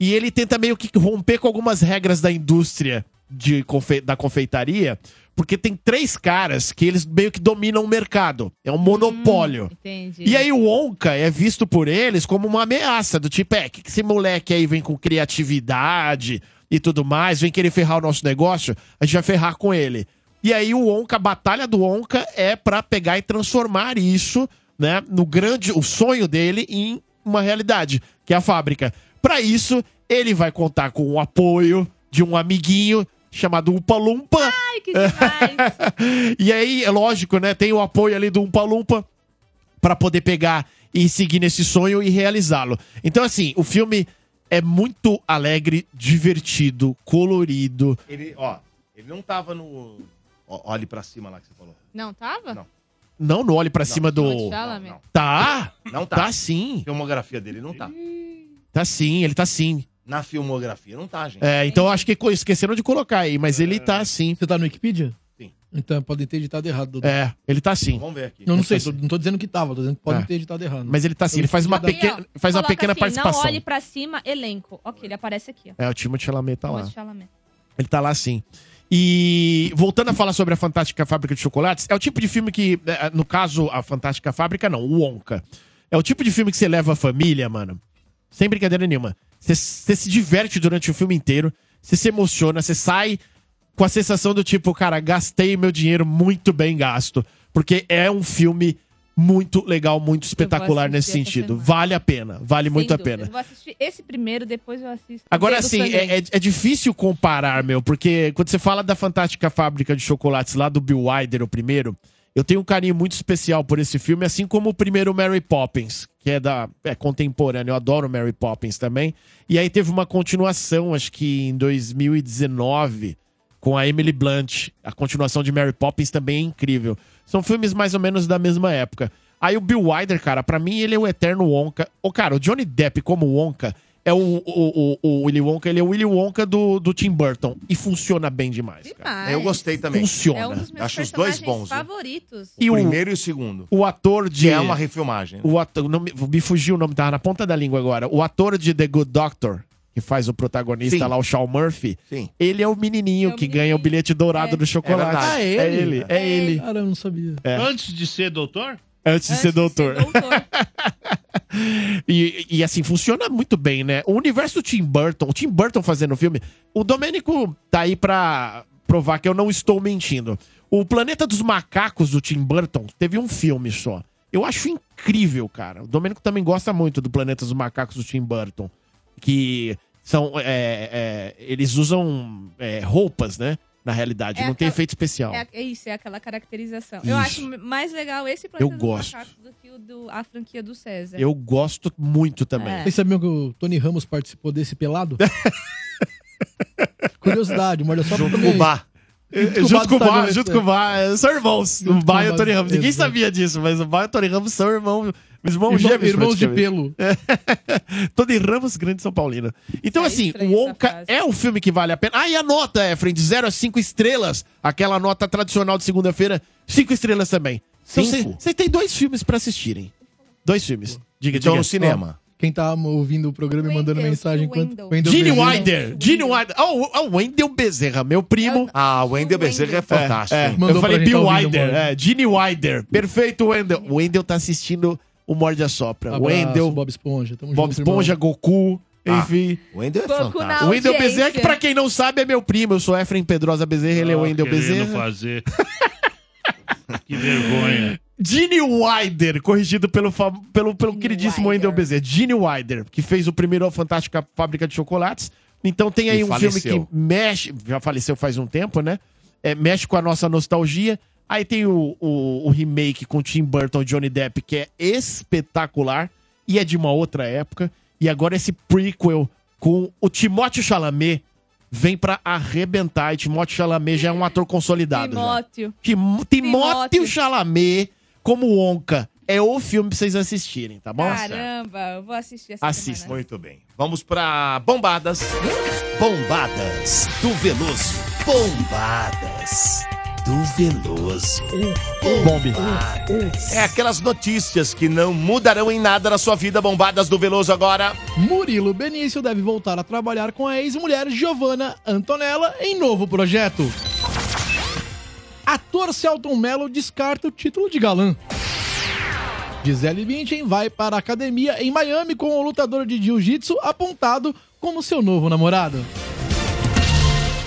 E ele tenta meio que romper com algumas regras da indústria de confe- da confeitaria, porque tem três caras que eles meio que dominam o mercado. É um monopólio.
Entendi.
E aí o Onca é visto por eles como uma ameaça, do tipo, é, que que esse moleque aí vem com criatividade e tudo mais, vem querer ferrar o nosso negócio, a gente vai ferrar com ele. E aí o Onca, a batalha do Onca é pra pegar e transformar isso, né, no grande, o sonho dele em uma realidade, que é a fábrica. Pra isso, ele vai contar com o apoio de um amiguinho chamado Upa Lumpa. Ai,
que
demais! e aí, é lógico, né, tem o apoio ali do Umpa Lumpa, para poder pegar e seguir nesse sonho e realizá-lo. Então, assim, o filme é muito alegre, divertido, colorido.
Ele, ó, ele não tava no... ó, olhe pra cima lá que você falou.
Não tava?
Não.
Não, não olhe para cima do.
Timothée Chalamet.
Tá!
Não tá.
Tá sim,
A filmografia dele não tá.
tá sim, ele tá sim.
Na filmografia não tá, gente.
É, então acho que co- esqueceram de colocar aí, mas ele tá sim.
Você tá no Wikipedia?
Sim.
Então, pode ter editado errado, Dudu.
É, ele tá sim.
Vamos ver aqui.
Eu não sei, tô- não tô dizendo que tava, tô dizendo que pode
É.
ter editado errado.
Mas ele tá assim, ele faz uma
Aí, ó,
pequena, faz uma
Coloca
pequena
assim,
participação.
Não olhe pra cima, elenco. Ok, ele aparece aqui, ó.
É, o Timothée Chalamet tá lá.
Timothée Chalamet.
Ele tá lá sim. E voltando a falar sobre a Fantástica Fábrica de Chocolates, é o tipo de filme que, eh, no caso, a Fantástica Fábrica não, o Onca. É o tipo de filme que você leva a família, mano. Sem brincadeira nenhuma. Você você se diverte durante o filme inteiro, você se emociona, você sai com a sensação do tipo, cara, gastei meu dinheiro muito bem gasto. Porque é um filme muito legal, muito espetacular
assistir
nesse
essa
sentido.
semana.
Vale a pena, vale muito
Sem
a
dúvida.
pena.
Eu vou assistir esse primeiro, depois eu assisto.
Agora,
Dedo
assim,
Sangrento.
é, é- é difícil comparar, meu, porque quando você fala da fantástica fábrica de chocolates lá do Bill Wider, o primeiro, eu tenho um carinho muito especial por esse filme, assim como o primeiro Mary Poppins, que é da é contemporâneo. Eu adoro Mary Poppins também. E aí teve uma continuação, acho que em 2019, com a Emily Blunt. A continuação de Mary Poppins também é incrível. São filmes mais ou menos da mesma época. Aí o Bill Wider, cara, pra mim ele é o eterno Wonka. O cara, o Johnny Depp como Wonka é o, o, o, o Willy Wonka, ele é o Willy Wonka do, do Tim Burton. E funciona bem demais, cara.
Demais.
Eu gostei também.
Funciona.
É um dos meus
Acho os dois
personagens
bons. viu?
favoritos.
O
E o-
primeiro e o segundo.
O ator
Que
de.
é uma refilmagem.
O ator, não me, me fugiu o nome, tava na ponta da língua agora. O ator de The Good Doctor, que faz o protagonista
Sim.
lá, o Shaw Murphy,
Sim.
ele é o menininho que ganha o bilhete dourado do chocolate.
verdade.
Ah, é
É
ele?
ele, é ele.
Cara, eu não sabia.
É.
Antes de ser doutor?
Antes de ser doutor. e, e, assim, funciona muito bem, né? O universo do Tim Burton, o Tim Burton fazendo o filme, o Domênico tá aí pra provar que eu não estou mentindo. O Planeta dos Macacos do Tim Burton teve um filme só. Eu acho incrível, cara. O Domênico também gosta muito do Planeta dos Macacos do Tim Burton. Que são. é, é, eles usam é, roupas, né? Na realidade,
É
não tem
aquela-
efeito especial.
É, é isso, é aquela caracterização.
Isso.
Eu acho mais legal esse
Eu
Planeta dos
gosto.
Macacos do que o do, a franquia do César.
Eu gosto muito também.
É.
Vocês sabiam que o Tony Ramos participou desse pelado? Curiosidade, morde só
Junto com o Bá. É, Junto com o Bá, junto com o Bá, é, são irmãos. O Bá e o Tony Ramos. Ninguém sabia disso, mas o Bá e o Tony Ramos são irmãos. Irmãos
Irmão-
gêmeos,
irmãos de
praticamente. É. Tony Ramos, grande São Paulino. Então, assim, o Wonka é um filme que vale a pena. Ah, e a nota, Efraim, de 0 a 5 estrelas. Aquela nota tradicional de segunda-feira, 5 estrelas também. Então,
Cinco?
Você tem dois filmes pra assistirem. Dois filmes. Diga,
Então,
diga.
no cinema.
Quem tá ouvindo o programa e mandando mensagem enquanto. Wendell
Gene
Bezerra.
Wilder, Gene Wilder. Oh, oh, Wendell Bezerra, meu primo.
Ah, o Wendel Bezerra é fantástico.
É,
hein?
eu falei Bill Wider, é, Gene Wider. Perfeito, Wendel. O Wendel tá assistindo o Morde a Sopra.
Abraço,
Wendel,
Bob Esponja. Tamo
Bob
junto, irmão.
Esponja, Goku,
Ah,
enfim.
O Wendel é
Goku
fantástico.
na
O Wendel
audiência.
Bezerra, que pra quem não sabe, é meu primo. Eu sou Efraim Pedrosa Bezerra, ele é o Wendel
querendo
Bezerra.
fazer. que vergonha.
Gene Wilder, corrigido pelo, fam- pelo, pelo queridíssimo Wendel Bezerra. Gene Wilder, que fez o primeiro A Fantástica Fábrica de Chocolates. Então tem aí
E
um filme
faleceu.
que mexe... Já faleceu faz um tempo, né? É, mexe com a nossa nostalgia. Aí tem o, o, o remake com Tim Burton e Johnny Depp, que é espetacular. E é de uma outra época. E agora esse prequel com o Timóteo Chalamet vem pra arrebentar. E Timóteo Chalamet já é um ator consolidado. já.
Timóteo.
Tim- Timóteo Chalamet como Onca. É o filme pra vocês assistirem, tá bom?
Caramba, eu vou assistir essa
Assista.
semana.
Muito bem. Vamos pra Bombadas.
Bombadas do Veloso. Bombadas do Veloso.
Bombe.
É aquelas notícias que não mudarão em nada na sua vida. Bombadas do Veloso agora.
Murilo Benício deve voltar a trabalhar com a ex-mulher Giovanna Antonella em novo projeto. Ator Celton Mello descarta o título de galã. Gisele Bündchen vai para a academia em Miami com o lutador de jiu-jitsu apontado como seu novo namorado.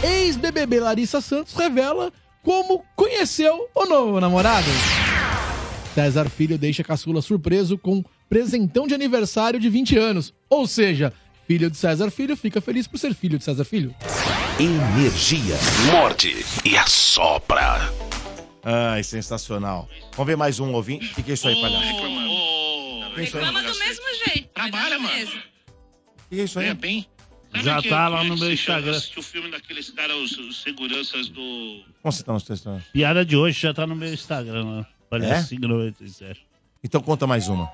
Ex-BBB Larissa Santos revela como conheceu o novo namorado. César Filho deixa caçula surpreso com presentão de aniversário de 20 anos. Ou seja, filho de César Filho fica feliz por ser filho de César Filho.
Tá
Energia. Morde e assopra.
Ai, sensacional. Vamos ver mais um ouvinte. O que, que é isso aí, palhaço? O que é isso aí?
Reclama do mesmo jeito. Trabalha, mano.
O que é isso aí?
bem.
Já tá lá no meu Instagram.
é Que o filme daqueles caras, os, os seguranças do.
Como você tá nos textos?
Piada de hoje já tá no meu Instagram, né?
É?
Palhacinho 97.
Então conta mais uma.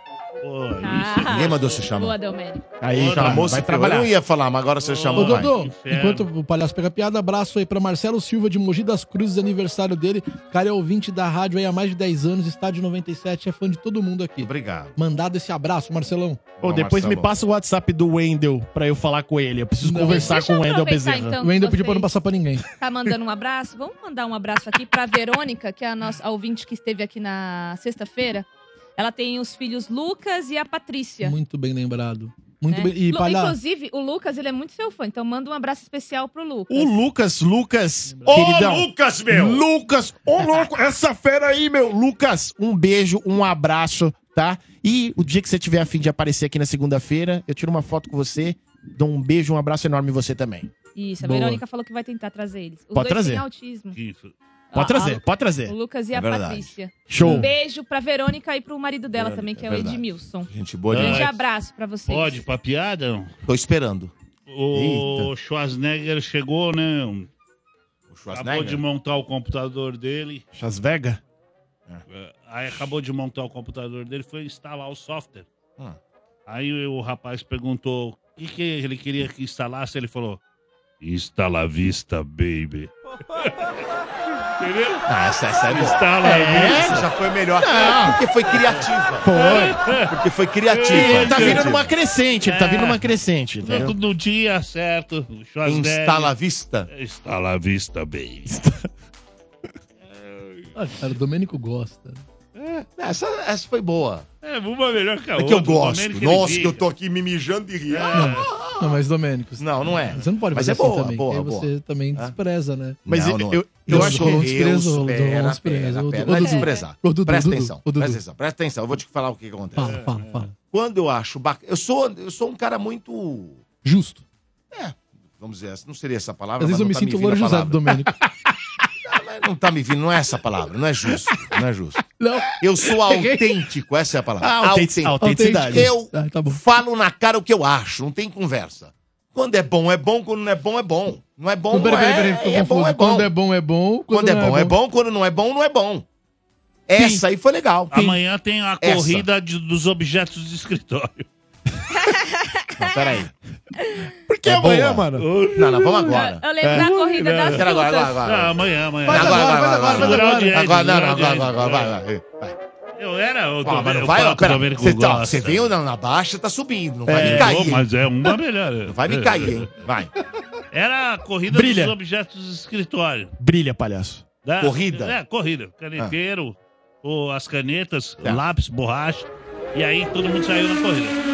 Pô,
Ah.
Ninguém mandou você chamar.
Boa, Domênico.
Aí,
Tá,
chamou, se trabalhar. Eu não ia falar, mas agora você chamou.
Ô,
vai.
Dodô, enquanto o palhaço pega a piada, abraço aí pra Marcelo Silva de Mogi das Cruzes, aniversário dele. Cara, é ouvinte da rádio aí há mais de 10 anos, está de 97, é fã de todo mundo aqui.
Obrigado.
Mandado esse abraço, Marcelão.
Pô, depois me passa o WhatsApp do Wendel pra eu falar com ele. Eu preciso conversar
Deixa eu
com o Wendel
aproveitar,
Bezerra.
então, O Wendel pediu pra não vocês.
passar pra ninguém.
Tá mandando um abraço? Vamos mandar um abraço aqui pra Verônica, que é a nossa a ouvinte que esteve aqui na sexta-feira. Ela tem os filhos Lucas e a Patrícia.
Muito bem lembrado. Muito
né?
bem. E
Lu-
palhaço.
Inclusive, o Lucas, ele é muito seu fã, então manda um abraço especial pro Lucas.
O Lucas, Lucas,
Ô,
queridão.
Lucas, meu!
Lucas, ô louco, essa fera aí, meu! Lucas, um beijo, um abraço, tá? E o dia que você tiver a fim de aparecer aqui na segunda-feira, eu tiro uma foto com você, dou um beijo, um abraço enorme em você também.
Isso, a
Boa.
Verônica falou que vai tentar trazer eles. Os
Pode
dois
trazer.
têm autismo.
Pode
Ah,
trazer,
ah,
pode trazer.
O Lucas e
É
a
verdade.
Patrícia.
Show.
Um beijo pra Verônica e pro marido dela também, que é,
é
o
verdade. é
Edmilson.
Gente boa
Grande
demais.
abraço pra vocês.
Pode, pra piada? não?
Tô esperando.
O Schwarzenegger chegou, né? O Acabou
Schwarzenegger?
de montar o computador dele.
Chasvega?
É, Aí acabou de montar o computador dele, foi instalar o software.
Hum.
Aí o rapaz perguntou o que, que ele queria que instalasse. Ele falou: Instala a vista, baby. Entendeu?
Ah, essa, essa é boa.
Instala a
É,
vista.
já foi melhor. Porque foi criativa.
Foi.
Porque foi criativa.
Ele tá vindo numa crescente, ele tá vindo numa crescente,
No,
entendeu?
no dia certo, o Schwarzenegger-
Instala a vista.
Instala a vista, baby.
Ah, cara, o Domênico gosta.
Essa, essa foi boa.
É, uma melhor que a
É
outra.
que eu gosto.
Domênico, ele
Nossa, que
fica.
eu tô aqui me mijando de rir.
É.
Ah,
Oh.
Não, mas Domênicos.
Não, não é.
Você não pode
Mas
fazer
é boa,
assim também.
boa,
porque aí você
boa.
também
Ah.
despreza, né?
Mas
Não,
eu-
não é.
eu- eu
Não,
acho
Rolon
que-
despreza,
eu-
Rolon
pera,
Rolon
pera,
despreza.
pera,
Ô,
não é
Dudu,
desprezar.
ô, Dudu,
Presta
Dudu,
atenção,
ô, Dudu.
presta atenção, presta atenção. Eu vou te falar o que acontece.
Fala, fala, fala.
Quando eu acho bacana... Eu sou, eu sou um cara muito...
Justo.
É, vamos dizer, não seria essa
Às
palavra,
vezes
mas
eu
não
me
tá
sinto
vindo a
Louro José do
palavra.
Domênico.
Mas Não tá me vindo, não é essa palavra, não é justo, não é justo.
Não.
Eu sou autêntico, essa é a palavra.
Ah, autentici- autenticidade.
Eu
Ah, tá
falo na cara o que eu acho, não tem conversa. Quando é bom, é bom, quando não é bom, é bom. Não é bom,
Não,
não
peraí,
é,
peraí, peraí, ficou
é bom,
confuso.
é
Quando
bom.
é bom, é bom.
Quando é bom, é bom, quando não é bom, não é bom. Essa aí foi legal.
Amanhã tem a
Essa.
corrida de- dos objetos de escritório.
Não, peraí.
Por
que
amanhã,
mano? Não, não, vamos agora.
Eu lembro da corrida das
Espera agora,
frutas.
agora, agora.
Ah, amanhã, amanhã.
Agora, agora, agora,
Geral
agora.
de Ed,
Agora, não,
geral
não,
de
agora,
Ed.
agora, agora, vai, vai.
Eu era o
Ah, mas
Domênico,
não vai,
o
ó, pera,
Domênico
você, tá,
gosta.
você veio na, na baixa, tá subindo, não vai
É,
me cair.
bom,
hein?
mas é uma melhor. Não
vai me cair, hein? Vai.
Era a corrida
Brilha.
dos objetos de escritório.
Brilha, palhaço.
Da-
Corrida?
É, corrida.
Ah.
Caneteiro, ou as canetas,
Tá.
lápis, borracha. E aí todo mundo saiu na corrida.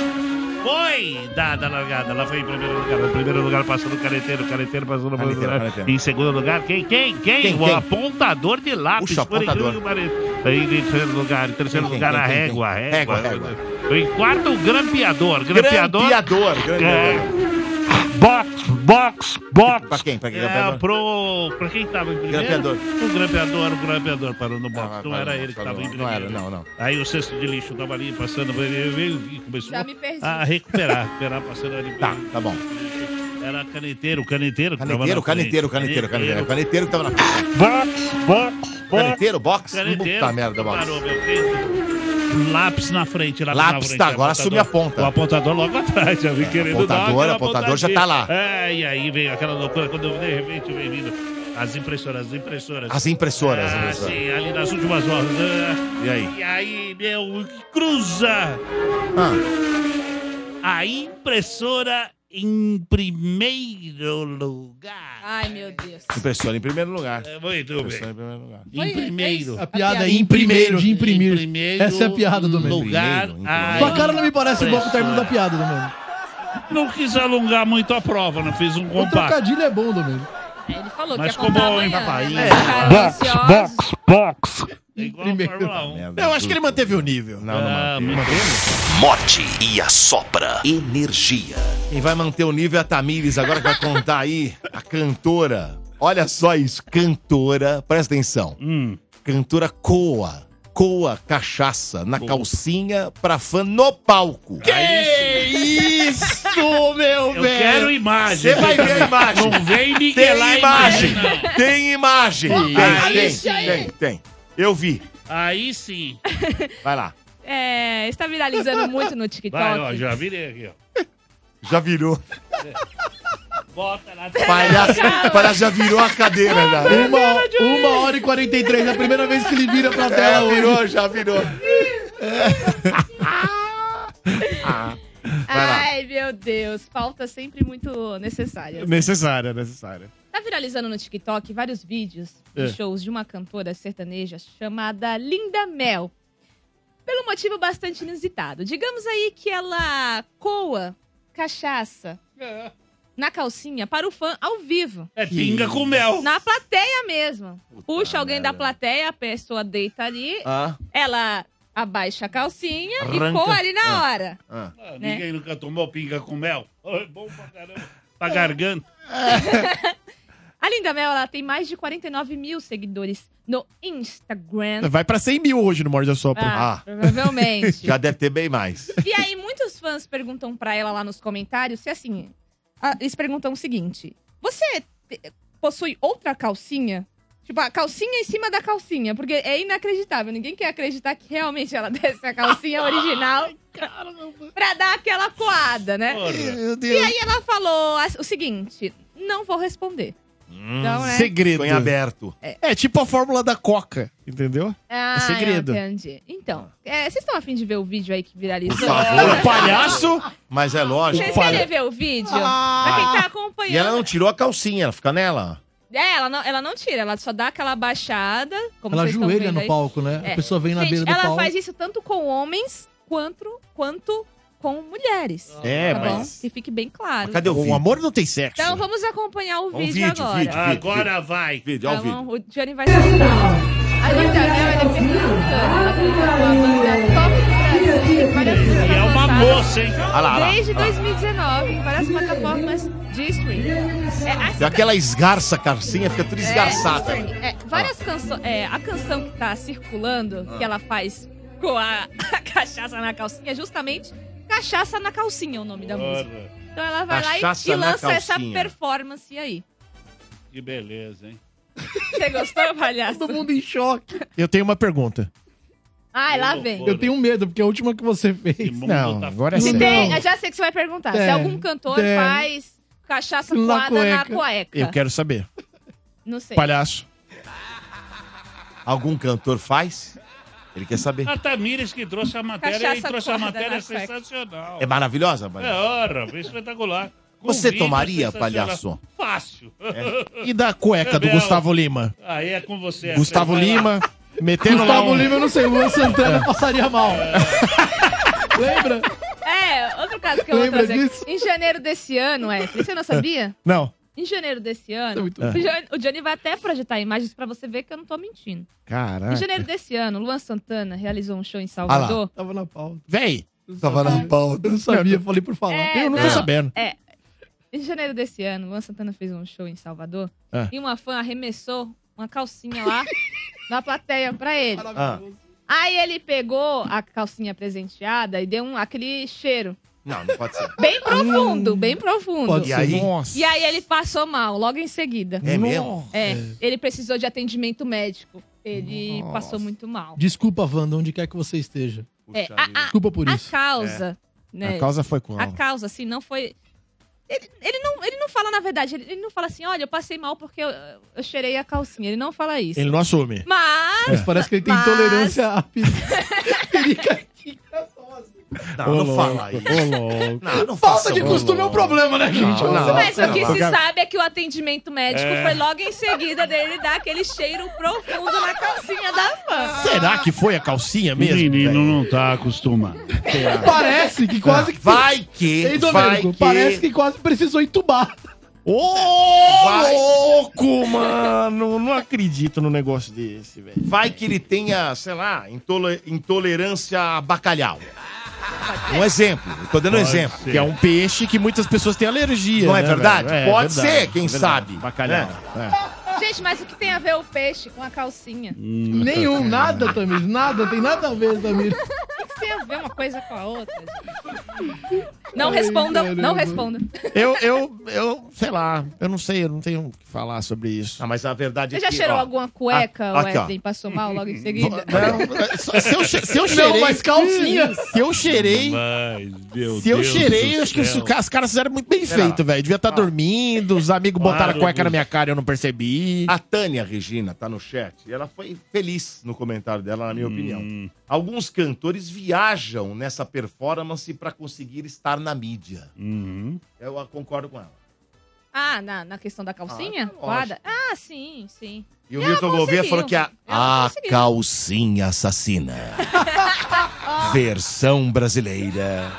Foi! Dada a largada. Lá foi em primeiro lugar. Em primeiro lugar passando o caneteiro, o caneteiro passando o
Caneteiro,
lugar.
caneteiro.
Em segundo lugar, quem? Quem? Quem?
Quem,
o
quem?
apontador de lápis.
Puxa,
por incrível
apontador.
que pareça. Aí em terceiro lugar, em terceiro
Quem, quem,
lugar a
quem, quem,
régua, a
quem?
régua.
Régua,
Em quarto, o grampeador. Grampeador.
Grampeador,
É,
grampeador.
Box, box, box.
Pra quem? Pra quem?
É, pro... Pra quem tava em primeiro?
Grampeador.
O grampeador, o grampeador parou no box. Não,
Ah, parou,
era ele que
parou.
tava em primeiro.
Não era, não, não.
Aí o cesto de lixo tava ali passando, veio, veio e começou
Já me perdi.
a recuperar, recuperar passando ali. Tá,
tá bom.
Era caneteiro, caneteiro. que tava
Caneteiro,
na frente.
caneteiro, caneteiro, caneteiro. Caneteiro que tava na
Box, box, box.
Caneteiro, box?
Caneteiro.
Puta merda, box.
Parou, meu filho. Um Lápis na frente, lápis, na
Lápis
frente.
tá agora, assume a
apontador.
ponta.
O apontador logo atrás, já vem querendo dar
apontador,
tá aquela
apontador já tá lá.
pontadinha. É, e aí veio aquela loucura, quando eu, de repente veio vindo as impressoras, as impressoras.
As impressoras, as
Ah,
impressoras.
sim, ali nas últimas horas. ah,
E aí?
E aí, meu, cruza!
Ah.
A impressora em primeiro lugar. É,
Ai, meu Deus.
Impressora em primeiro lugar.
Muito
Impressora em primeiro lugar.
Em primeiro.
A piada é em primeiro, de imprimir. Essa é a piada do Domênico.
lugar, a
Sua cara não me parece boa com o término
É.
da piada, Domênico.
Não quis alongar muito a prova, não fiz um
O
compacto.
trocadilho é bom, Domênico.
Ele falou
Mas
que ia contar
ficou bom, hein,
amanhã.
papai?
né?
É.
Ficaram
Box,
ansiosos.
box. um.
Eu acho que ele manteve o nível.
Não, não
Ah,
manteve.
Morte e a sopra energia.
Quem vai manter o nível é a Tamires, agora que vai contar aí, a cantora. Olha só isso, cantora, presta atenção. Cantora coa, coa cachaça na calcinha pra fã no palco.
Que isso, meu
Eu
velho!
quero imagem. Você vai ver a imagem.
Não vem ninguém
Tem
lá
imagem,
em casa, não.
tem imagem.
Aí
Tem,
sim.
tem, tem, tem. Eu vi,
Aí sim.
vai lá.
É, está viralizando muito no TikTok.
Vai, ó, já virei aqui, ó.
Já virou.
Bota lá.
Palhaço, palhaço já virou a cadeira, já.
Uma, uma hora e 43, é a primeira vez que ele vira pra
É,
tela.
virou,
hoje.
já virou. Ah. Vai lá.
Ai, meu Deus. Falta sempre muito
é
necessária.
Necessária, necessária.
Tá viralizando no TikTok vários vídeos
É.
de shows de uma cantora sertaneja chamada Linda Mel. Pelo motivo bastante inusitado. Digamos aí que ela coa cachaça na calcinha para o fã ao vivo.
É pinga com mel.
Na plateia mesmo. Puxa alguém da plateia, a pessoa deita ali,
Ah.
ela abaixa a calcinha e
Arranca.
coa ali na
Ah.
hora.
Ah,
Né?
Ninguém nunca tomou pinga com mel. Oh, É bom pra caramba. Pra garganta.
A Linda Mel, ela tem mais de 49 mil seguidores no Instagram.
Né? Vai pra 100 mil hoje no Morde a Sopra.
Ah, provavelmente.
Já deve ter bem mais.
E aí, muitos fãs perguntam pra ela lá nos comentários se assim. a- Eles perguntam o seguinte: Você te- possui outra calcinha? Tipo, a calcinha em cima da calcinha, porque é inacreditável. Ninguém quer acreditar que realmente ela desce a calcinha original pra dar aquela coada, né?
Porra. Meu
E aí ela falou as- o seguinte: não vou responder.
Hum.
Então, né?
Segredo.
Ficou em aberto.
É.
tipo a fórmula da Coca, entendeu?
Ah,
é segredo.
eu entendi. Então, é, vocês estão afim de ver o vídeo aí que viralizou?
Por favor.
O palhaço?
Mas é lógico.
Vocês querem ver o vídeo? pra quem tá acompanhando.
E ela não tirou a calcinha, ela fica nela.
É, ela não, ela não tira, ela só dá aquela baixada. Como
Ela
vocês estão
ajoelha
vendo
no
aí.
palco, né? A
É.
pessoa vem na
Gente,
beira do
ela
palco.
faz isso tanto com homens quanto, quanto com mulheres.
É,
tá
mas-
bom? Que fique bem claro.
O amor não tem sexo.
Então vamos acompanhar o vídeo, agora.
Agora vai.
Vídeo,
Tá bom? O Johnny vai sair. A gente agora ele fica brincando. Ela cantou a banda top do Brasil, em várias músicas
E é uma
lançadas
moça, hein?
Olha lá, olha lá,
Desde
olha lá.
2019, em várias plataformas de streaming. É, as-
Tem aquela esgarça, carcinha, fica tudo esgarçada.
É, é, várias canções. É, a canção que tá circulando,
Ah.
que ela faz com a, a cachaça na calcinha, é justamente Cachaça na Calcinha é o nome da música. Então ela vai
Cachaça
lá e- e,
na
lança essa
calcinha.
performance aí.
Que beleza, hein?
Você gostou, palhaço? Todo
mundo em choque.
Eu tenho uma pergunta.
Ai, lá vem.
Eu tenho medo, porque é a última que você fez.
Não, agora é
Se
sério.
tem, eu já sei que você vai perguntar. se
É,
algum cantor
é.
faz cachaça
Na
coada na
cueca.
cueca.
Eu quero saber.
Não sei.
Palhaço.
Algum cantor faz? Ele quer saber.
A Tamires que trouxe a matéria
Cachaça
e trouxe a
corda
matéria
na
sensacional.
É maravilhosa, Maria?
É hora, foi espetacular. Com
Você
vídeo
tomaria,
sensacional.
palhaço?
Fácil.
E da cueca do
Gabriel.
Gustavo Lima?
Aí é com você.
Gustavo
Vai lá.
Lima, metendo lá
Gustavo
um-
Lima, eu não sei, Luan Santana
É.
passaria mal. Lembra?
É, outro caso que eu vou
Lembra
trazer. aqui. Em janeiro desse ano, é. Você não sabia?
Não.
Em janeiro desse
Tá
ano,
muito
o
bom.
Johnny- o Johnny vai até projetar imagens pra você ver que eu não tô mentindo. Em janeiro
Caralho.
desse ano, Luan Santana realizou um show em
Ah, lá.
Salvador.
Tava na pauta.
Véi.
Ah Tava na pauta.
Eu não sabia, falei por falar.
É,
eu não tô
não.
sabendo.
É. Em janeiro desse ano, Luan Santana fez um show em Salvador
Ah.
e uma fã arremessou uma calcinha lá na plateia pra ele.
Ah,
Aí ele pegou a calcinha presenteada e deu um, aquele cheiro.
não, não pode ser.
Bem profundo, bem profundo.
Pode ser. E aí?
Nossa.
E aí ele passou mal, logo em seguida.
É mesmo?
É, ele precisou de atendimento médico. Ele passou muito mal.
Desculpa, Wanda, onde quer que você esteja.
É, a, a-
Desculpa por
a
isso. é.
causa, né?
A causa foi qual?
A causa, assim, não foi... Ele, ele não, ele não fala, na verdade, ele, ele não fala assim, olha, eu passei mal porque eu, eu cheirei a calcinha. Ele não fala isso.
Ele não assume.
Mas...
Mas parece que ele tem
mas-
intolerância à
Não,
Ô,
não fala
louco,
isso.
ô, louco.
Não, não
Falta
faça
de
isso.
costume é um problema, né, gente?
Não, não.
Mas o que
não.
se sabe é que o atendimento médico
É.
foi logo em seguida dele dar aquele cheiro profundo na calcinha da fã.
Será que foi a calcinha mesmo?
Menino não tá acostumado.
Parece que quase que.
Vai que,
Ei, Domênico,
vai que.
parece que quase precisou entubar.
Ô,
Vai.
louco, mano! Não acredito no negócio desse, velho.
Vai que ele tenha, sei lá, intole- intolerância a bacalhau. Um exemplo, eu tô dando um
Pode
exemplo.
ser. Que é um peixe que muitas pessoas têm alergia.
Não é
né,
verdade?
velho?
Pode ser, quem sabe.
é
né?
Bacalhau. é.
Gente, mas o que tem a ver o peixe com a calcinha?
Nenhum, nada, Tamir. Nada, tem nada a ver, Tamir.
O que tem a ver uma coisa com a outra? gente? Não respondam, não respondam.
Eu, eu, eu, sei lá, eu não sei, eu não tenho o que falar sobre isso.
Ah, mas a verdade
Você já cheirou alguma cueca,
a- aqui, ó.
Wesley? Passou mal logo em seguida?
Não, se eu, che- se eu
Não,
cheirei...
mas calcinha.
Se eu cheirei...
Mas, meu
Se eu
Deus
cheirei,
do
eu acho que os,
céu.
é
ca- os caras fizeram muito bem
Sei lá.
feito, velho. Devia estar dormindo, os amigos botaram
Claro,
a cueca na
Augusto.
minha cara e eu não percebi.
A Tânia Regina tá no chat e ela foi feliz no comentário dela, na minha
Hum.
Hum,
opinião. Alguns cantores viajam nessa performance pra conseguir estar na mídia.
hum,
Eu ah, concordo com ela.
Ah, na, na questão da calcinha?
Ah,
Quadra? Ah, sim, sim.
E o
ela
Milton Gouveia
conseguiu.
falou que a, a calcinha assassina. Versão brasileira.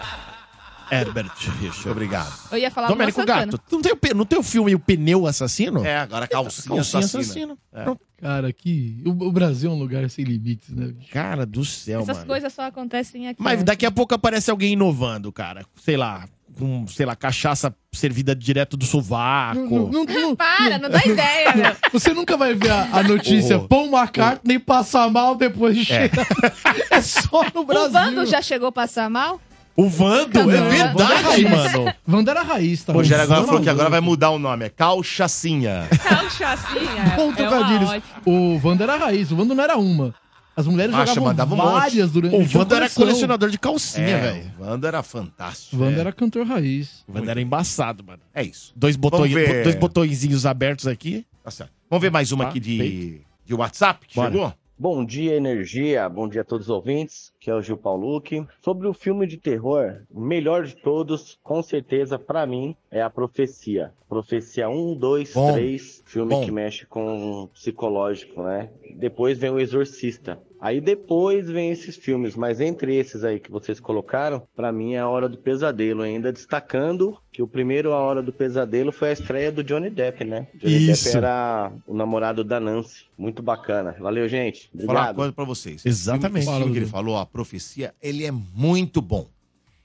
Herbert Richard.
Obrigado.
Eu ia falar
Domênico
Luan Santana.
Gato, tu não tem, o pe- não tem o filme O Pneu Assassino?
É, agora calcinha,
Calcinha
assassina.
assassina.
É.
Não,
Cara, que. O, o Brasil é um lugar sem limites, né? bicho?
Cara do céu,
Essas
então, mano.
coisas só acontecem aqui.
Mas
né?
daqui a pouco aparece alguém inovando, cara. Sei lá, com, sei lá, cachaça servida direto do sovaco.
Uhum.
Para, não dá ideia, velho.
Você nunca vai ver a, a notícia
Horror.
Paul McCartney passar mal depois de cheirar. É, só no
O
Brasil.
Vando já chegou a passar mal?
O Vando, é
Não,
Wanda
verdade,
era raiz.
mano.
Wanda era raiz, tá?
O Rogério agora
Wanda
falou que
era
agora vai mudar o nome, é Calchacinha.
Calchacinha. Tá um É
Bom,
uma
trocadilhos.
ótima.
O Wanda era raiz, o Wanda não era uma. As mulheres
Acha, mandava
jogavam
um monte.
várias durante
O
tinha
Wanda era
coleção.
colecionador de calcinha,
É,
velho.
O Wanda era fantástico.
Wanda era cantor raiz.
O Wanda era embaçado, mano.
É isso.
Dois, botões,
Vamos ver.
dois botõezinhos abertos aqui.
Tá certo. Vamos ver mais uma
Tá,
aqui de,
feito.
de WhatsApp que
Bora.
chegou?
Bom dia, Energia. Bom dia a todos os ouvintes. Que é o Gil Paulucci. Sobre o filme de terror, o melhor de todos, com certeza, pra mim, é A Profecia. Profecia 1, 2,
Bom.
3. Filme
Bom.
que mexe com o psicológico, né? Depois vem O Exorcista. Aí depois vem esses filmes, mas entre esses aí que vocês colocaram, pra mim é A Hora do Pesadelo, ainda destacando que o primeiro A Hora do Pesadelo foi a estreia do Johnny Depp, né? Johnny
é
Isso.
Depp era o namorado da Nancy. Muito bacana. Valeu, gente.
Vou falar uma
Obrigado.
coisa pra vocês.
Exatamente.
O filme que ele falou, a profecia, ele é muito bom.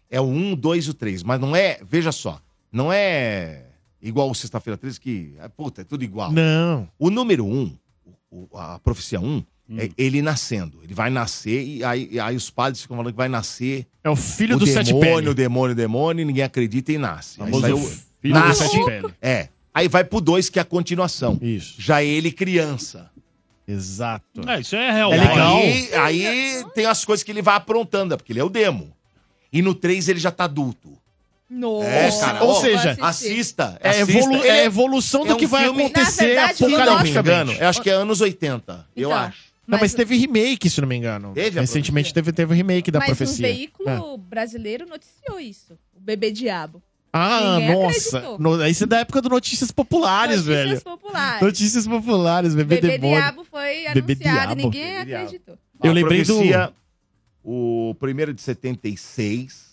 É o 1, 2 e o 3. Mas não é, veja só, não é igual o Sexta-feira 13, que, ah, puta, é tudo igual.
Não.
O número 1, o- o- a profecia 1,
Hum.
é ele nascendo. Ele vai nascer e aí, e aí os padres ficam falando que vai nascer.
É o filho do Sete
demônio,
Pele.
O demônio, o demônio, e ninguém acredita e nasce. Aí
Famoso é
sai é o-
filho do
nasce.
Sete Pele.
É. Aí vai pro 2, que é a continuação.
Isso.
Já é ele criança.
Exato.
É, isso é real.
E Aí, aí tem as coisas que ele vai aprontando, porque ele é o demo. E no 3 ele já tá adulto.
Nossa.
É, cara,
Ou
ó,
seja,
assista.
é
assista.
evolu-
Ele um
é evolução do que vai acontecer
Na verdade, se não me
apocalipticamente.
engano, eu acho que é anos 80, eu
Então,
acho.
Não, mas teve remake, se não me engano.
Teve a
Recentemente teve, teve remake da
Mas
profecia.
um veículo
Ah.
brasileiro noticiou isso. O bebê diabo.
Ah,
Ninguém
nossa.
acreditou.
No, isso é da época do Notícias Populares,
Notícias
velho.
populares.
Notícias Populares,
O
bebê,
bebê
demônio.
diabo foi anunciado
Bebê
e
diabo.
ninguém
Bebê diabo.
acreditou.
Eu lembrei do-
Ah, O primeiro é de 76,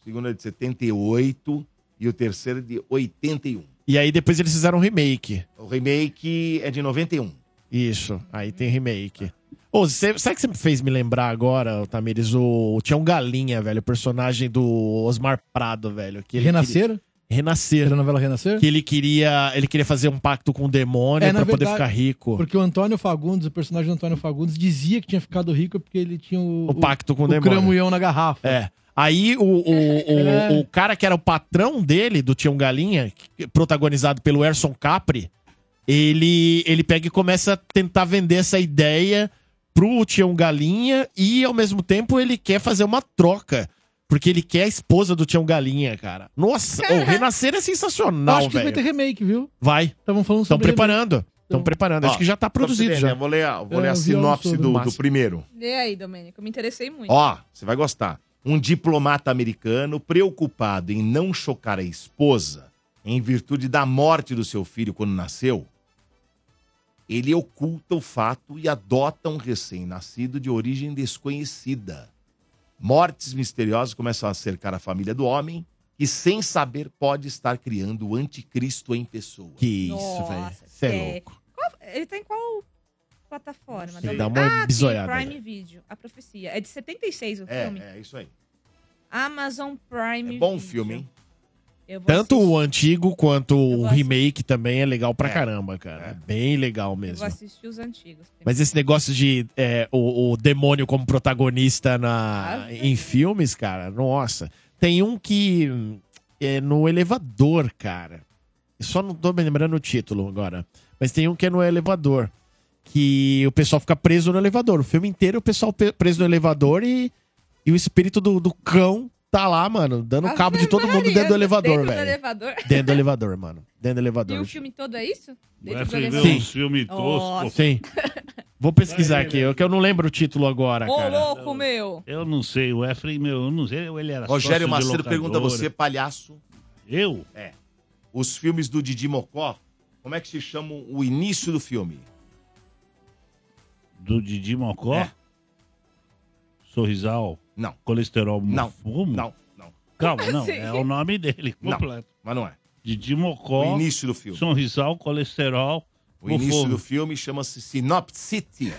o segundo é de 78 e o terceiro é de 81.
E aí depois eles fizeram um remake.
O remake é de 91.
Isso, aí tem remake. Ô, cê, sabe o que você me fez me lembrar agora, Tamires? O Tião Galinha, velho, o personagem do Osmar Prado, velho. Que ele
Renascer?
queria- Renascer.
Da novela Renascer?
Que ele queria, ele queria fazer um pacto com o demônio
É,
pra poder ficar rico.
Porque o Antônio Fagundes, o personagem do Antônio Fagundes, dizia que tinha ficado rico porque ele tinha o,
O Um pacto com o
o
demônio.
cramunhão na garrafa.
É. Aí o, o, o,
É.
o cara que era o patrão dele, do Tião Galinha, que- protagonizado pelo Erson Capri, ele, ele pega e começa a tentar vender essa ideia pro Tião Galinha e, ao mesmo tempo, ele quer fazer uma troca. Porque ele quer a esposa do Tião Galinha, cara. Nossa, o Renascer é
Eu
sensacional,
acho que vai ter
velho.
remake, viu?
Vai.
Estavam falando
Estão
sobre
preparando. Estão preparando. Acho que já tá produzido já.
Vou ler, a- vou ler
É,
a
eu vi algo
sinopse
sobre
do- do
Márcio.
primeiro.
Lê aí, Domênico. Me interessei muito.
Ó, você vai gostar. Um diplomata americano preocupado em não chocar a esposa em virtude da morte do seu filho quando nasceu, ele oculta o fato e adota um recém-nascido de origem desconhecida. Mortes misteriosas começam a cercar a família do homem que, sem saber, pode estar criando o anticristo em pessoa.
Que isso,
Nossa,
velho. Você é louco.
Qual- ele tá em qual plataforma?
Sei,
Domênico?
dá uma
ah,
bisoiada
tem Prime Video. A Profecia. É de 76 o
É,
filme.
é isso aí.
Amazon Prime
É bom filme, hein?
Eu vou
Tanto
assistir.
o antigo quanto o
gosto.
remake também é legal pra caramba, cara. É. bem legal
Eu vou
mesmo.
assistir os antigos.
Mas esse negócio de é, o, o demônio como protagonista na, em filmes, cara, nossa. Tem um que hum, é no elevador, cara. Eu Só não tô me lembrando o título agora. Mas tem um que é no elevador. Que o pessoal fica preso no elevador. O filme inteiro o pessoal pe- preso no elevador e, e o espírito do, do cão tá lá, mano, dando cabo de todo mundo dentro do elevador,
Ah, Dentro do
velho.
elevador.
Dentro do elevador, mano. Dentro do elevador.
E o filme todo é isso?
Vai
do
ver
elevador?
uns filmes toscos.
Sim. Vou pesquisar aqui, eu, que eu não lembro o título agora,
Ô,
cara.
louco, meu.
Eu não sei, o Efraim, meu, eu não sei, ou ele era
Rogério
sócio de
Macedo pergunta a
locadora.
você, palhaço.
Eu?
É. Os filmes do Didi Mocó, como é que se chama o início do filme?
Do Didi Mocó?
É.
Sorrisal?
Não.
Colesterol
Não,
fumo?
não, não.
Calma, não,
Sim.
é o nome dele
Não,
completo.
mas não é.
Didi Mocó.
O início do filme.
Sorrisal, colesterol,
O início
fumo.
do filme chama-se Sinopsity.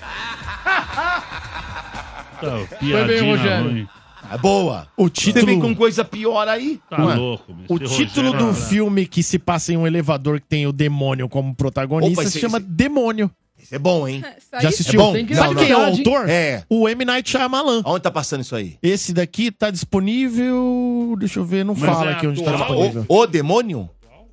Tá, piadinha ruim.
É boa.
O
Você
título-
vem com né? coisa pior aí?
Tá
Não é?
louco, meu.
O título do filme que se passa em um elevador que tem o demônio como protagonista
Opa,
se
esse-
chama Demônio.
Esse é bom, hein?
Só
Já
isso?
assistiu?
É bom? Tem
Sabe quem é o
curiosidade, hein?
autor?
É.
O M. Night Shyamalan.
Onde tá passando isso aí?
Esse daqui tá disponível... Deixa eu ver, não
Mas
fala
é
aqui onde tá
atual?
disponível.
O, o Demônio?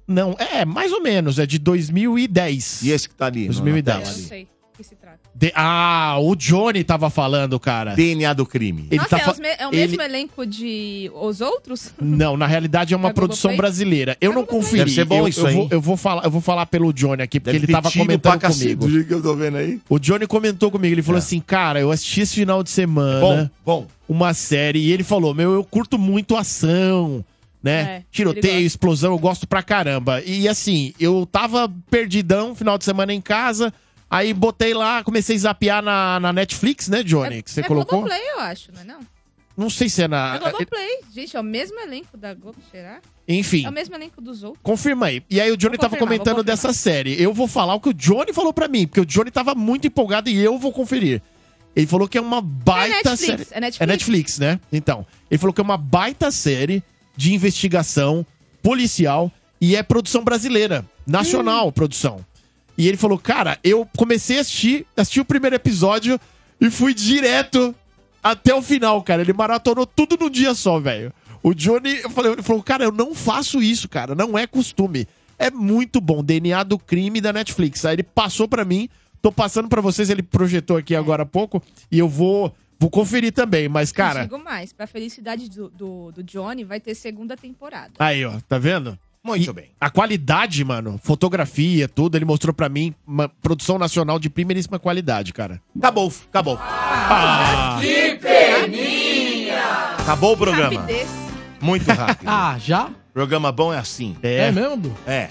Não, é, mais ou menos. É de 2010.
E esse que tá ali? no- na
2010.
tela
Eu não
ali?
sei do que se trata.
De- Ah, o Johnny tava falando, cara.
DNA do crime.
Ele
Nossa,
tá
é,
fa-
os me- é o
ele-
mesmo elenco de Os Outros?
Não, na realidade é uma
Da
produção
Globoplay?
brasileira.
Tá
Eu não conferi.
Deve ser bom
eu,
isso
eu
aí.
Vou, eu, vou falar, eu vou falar pelo Johnny aqui, porque
Deve
ele
ter
tava
tiro
comigo.
pra cacete, do jeito que eu tô vendo aí.
O Johnny comentou comigo, ele falou assim, cara, eu assisti esse final de semana
bom, bom.
uma série e ele falou, meu, eu curto muito ação, né?
É, ele
Tiroteio,
gosta.
explosão, eu gosto pra caramba. E assim, eu tava perdidão, final de semana em casa, Aí botei lá, comecei a zapear na, na Netflix, né, Johnny? que você
é
colocou.
Globoplay, eu acho, não é não?
Não sei se é na.
é Globoplay. Gente, é o mesmo elenco da Globo, será?
Enfim.
É o mesmo elenco dos outros.
Confirma aí. E aí o Johnny
Vou
tava
confirmar,
comentando
vou
dessa série. Eu vou falar o que o Johnny falou pra mim, porque o Johnny tava muito empolgado e eu vou conferir. Ele falou que é uma baita
Netflix,
série.
é Netflix.
É Netflix, né? Então, ele falou que é uma baita série de investigação policial e é produção brasileira, nacional
Hum.
produção. E ele falou, cara, eu comecei a assistir, assisti o primeiro episódio e fui direto até o final, cara. Ele maratonou tudo num dia só, velho. O Johnny, eu falei, ele falou, cara, eu não faço isso, cara. Não é costume. É muito bom. DNA do crime da Netflix. Aí ele passou pra mim, tô passando pra vocês, ele projetou aqui agora há pouco, e eu vou, vou conferir também. Mas,
Eu
cara,
digo mais, pra felicidade do, do, do Johnny, vai ter segunda temporada.
aí, ó, tá vendo?
Muito bem.
A qualidade, mano, fotografia, tudo, ele mostrou pra mim, uma produção nacional de primeiríssima qualidade, cara.
Acabou, acabou.
Que
peninha! Acabou o programa.
Rapidez.
Muito rápido.
ah, já?
Programa bom é assim.
É, mesmo? Du?
É.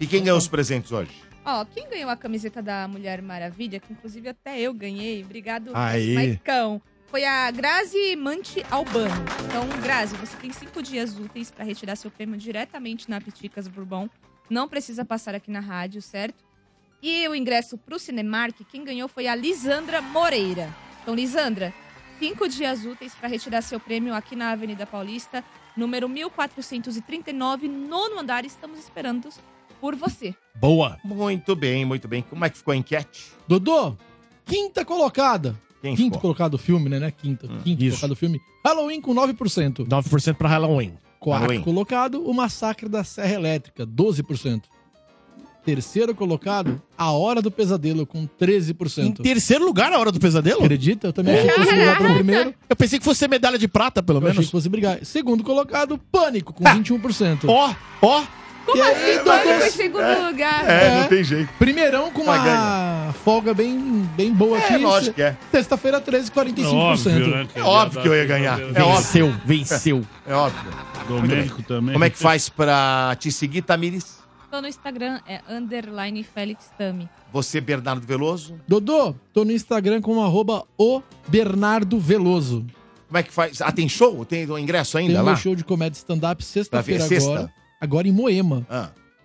E quem ganhou os presentes hoje?
Ó, quem ganhou a camiseta da Mulher Maravilha, que inclusive até eu ganhei, obrigado,
Aí.
Maicão, foi a Grazi Mante Albano. Então, Grazi, você tem cinco dias úteis para retirar seu prêmio diretamente na Piticas Bourbon. Não precisa passar aqui na rádio, certo? E o ingresso pro Cinemark, quem ganhou foi a Lisandra Moreira. Então, Lisandra, cinco dias úteis para retirar seu prêmio aqui na Avenida Paulista, número 1439, nono andar. Estamos esperando por você.
Boa.
Muito bem, muito bem. Como é que ficou a enquete?
Dodô, quinta colocada.
Quem
Quinto
ficou?
colocado do filme, né? né? Quinto,
Hum,
quinto colocado do filme. Halloween com 9%.
9% pra Halloween.
Quarto
Halloween.
colocado, o Massacre da Serra Elétrica, 12%. Terceiro colocado, A Hora do Pesadelo, com 13%. Em
terceiro lugar, A Hora do Pesadelo?
Acredita? Eu também achei que fosse brigar pelo primeiro.
Eu pensei que fosse medalha de prata, pelo
menos. Achei Tá. que fosse brigar. Segundo colocado, Pânico, com 21%.
Ó, ó.
Como assim, Pânico em segundo lugar?
É,
É.
tem jeito.
Primeirão com uma
Tá
folga bem, bem boa aqui.
lógico que é.
Sexta-feira, 13,45%.
Óbvio, né, que É óbvio que eu ia ganhar. É
Ah, Venceu,
óbvio.
venceu.
É óbvio.
Domênico
Muito bem.
também.
Como é que faz pra te seguir, Tamires?
Tô no Instagram, é underline Félix Tami.
Você, Bernardo Veloso?
Dodô, tô no Instagram com arroba o Bernardo Veloso.
Como é que faz? Ah, tem show? Tem o ingresso ainda
Tem um
lá?
show de comédia stand-up
Pra
sexta-feira
ver,
agora.
sexta? Ah.
Agora em Moema.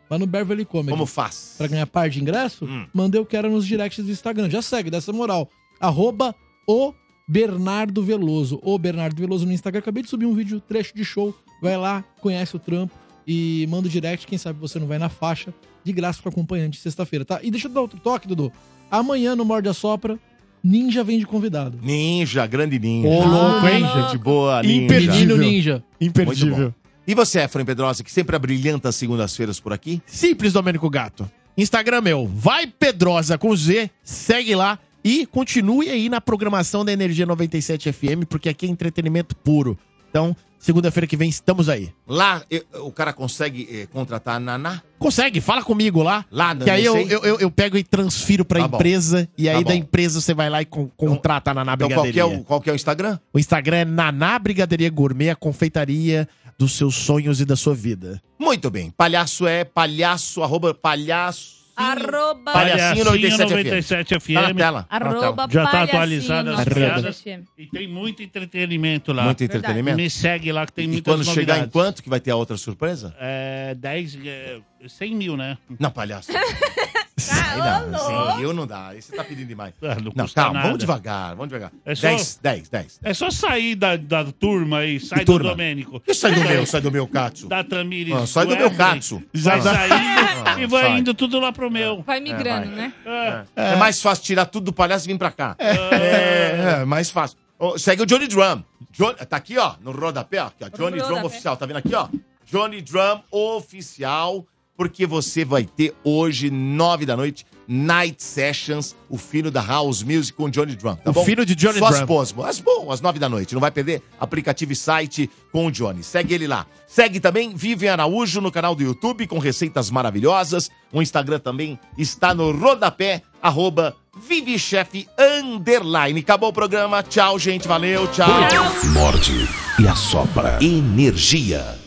Lá no Beverly Comedy.
Como faz?
Pra ganhar par de ingresso, mandei o que era nos directs do Instagram. Já segue, dessa moral. Arroba o Bernardo Veloso. O Bernardo Veloso no Instagram. Acabei de subir um vídeo, trecho de show. Vai lá, conhece o trampo e manda o direct. Quem sabe você não vai na faixa. De graça pro acompanhante, sexta-feira, tá? E deixa eu dar outro toque, Dudu. Amanhã no Morde a Sopra, Ninja vem de convidado.
Ninja, grande ninja.
Ô, louco, hein?
Gente boa, ninja.
Imperdível, ninja.
Imperdível.
Muito bom. E você, Efraim Pedrosa, que sempre abrilhanta as segundas-feiras por aqui?
Simples, Domênico Gato. Instagram meu, vai Pedrosa com Z, segue lá e continue aí na programação da Energia 97 FM, porque aqui é entretenimento puro. Então, segunda-feira que vem estamos aí.
Lá eu- o cara consegue eh, contratar a Naná?
Consegue? Fala comigo lá.
Lá
que aí eu,
Nanessei?
eu, eu, eu pego e transfiro pra
Tá bom.
empresa, e
Tá
aí
bom.
da empresa você vai lá e con- contrata na Naná
Então qual que,
Brigadeirinha.
é o, qual que é o Instagram?
O Instagram é Naná Brigaderia Gourmet, a confeitaria dos seus sonhos e da sua vida.
Muito bem. Palhaço é palhaço, arroba palhaço.
Arroba...
Palhacinho 97
97 FM.
Tá na tela. tá na
Arroba
tela.
Já tá
Palhacinho
atualizada as
97
piadas.
FM.
E tem muito entretenimento lá.
Muito entretenimento?
Me segue lá que Tá. tem
E
muitas
quando
novidades.
chegar em quanto que vai ter a outra surpresa?
É, 10, é, 100 mil, né?
Não, palhaço.
Ah,
Não, sim, eu não dá. Aí você tá pedindo demais.
não
não,
custa
calma,
nada.
vamos devagar, vamos devagar.
É só-
10, 10, 10.
É só sair da, da turma aí, sai
Que
do
turma?
Domênico.
E sai é do meu, sai do meu Katsu.
Da Tamires.
Ah, sai do meu
Wesley,
Katsu.
Vai
Ah.
saindo
Ah,
e vai
sai.
indo tudo lá pro meu.
Vai
migrando, vai.
né?
É. mais fácil tirar tudo do palhaço e vir pra cá. É, é, mais fácil. Ô, segue o Johnny Drum. John- tá aqui, ó, no rodapé, ó. Aqui, ó, Johnny Drum
rodapé.
oficial. Tá vendo aqui, ó? Johnny Drum oficial. Porque você vai ter hoje, nove da noite, Night Sessions, o filho da House Music com Johnny Drum. Tá
O
bom?
filho de Johnny
Só
Drum.
As boas, as boas, às nove da noite. Não vai perder aplicativo e site com o Johnny. Segue ele lá. Segue também Vivian Araújo no canal do YouTube com receitas maravilhosas. O Instagram também está no rodapé, arroba Vivichef Underline. Acabou o programa. Tchau, gente. Valeu, tchau.
Morde e assopra. Energia.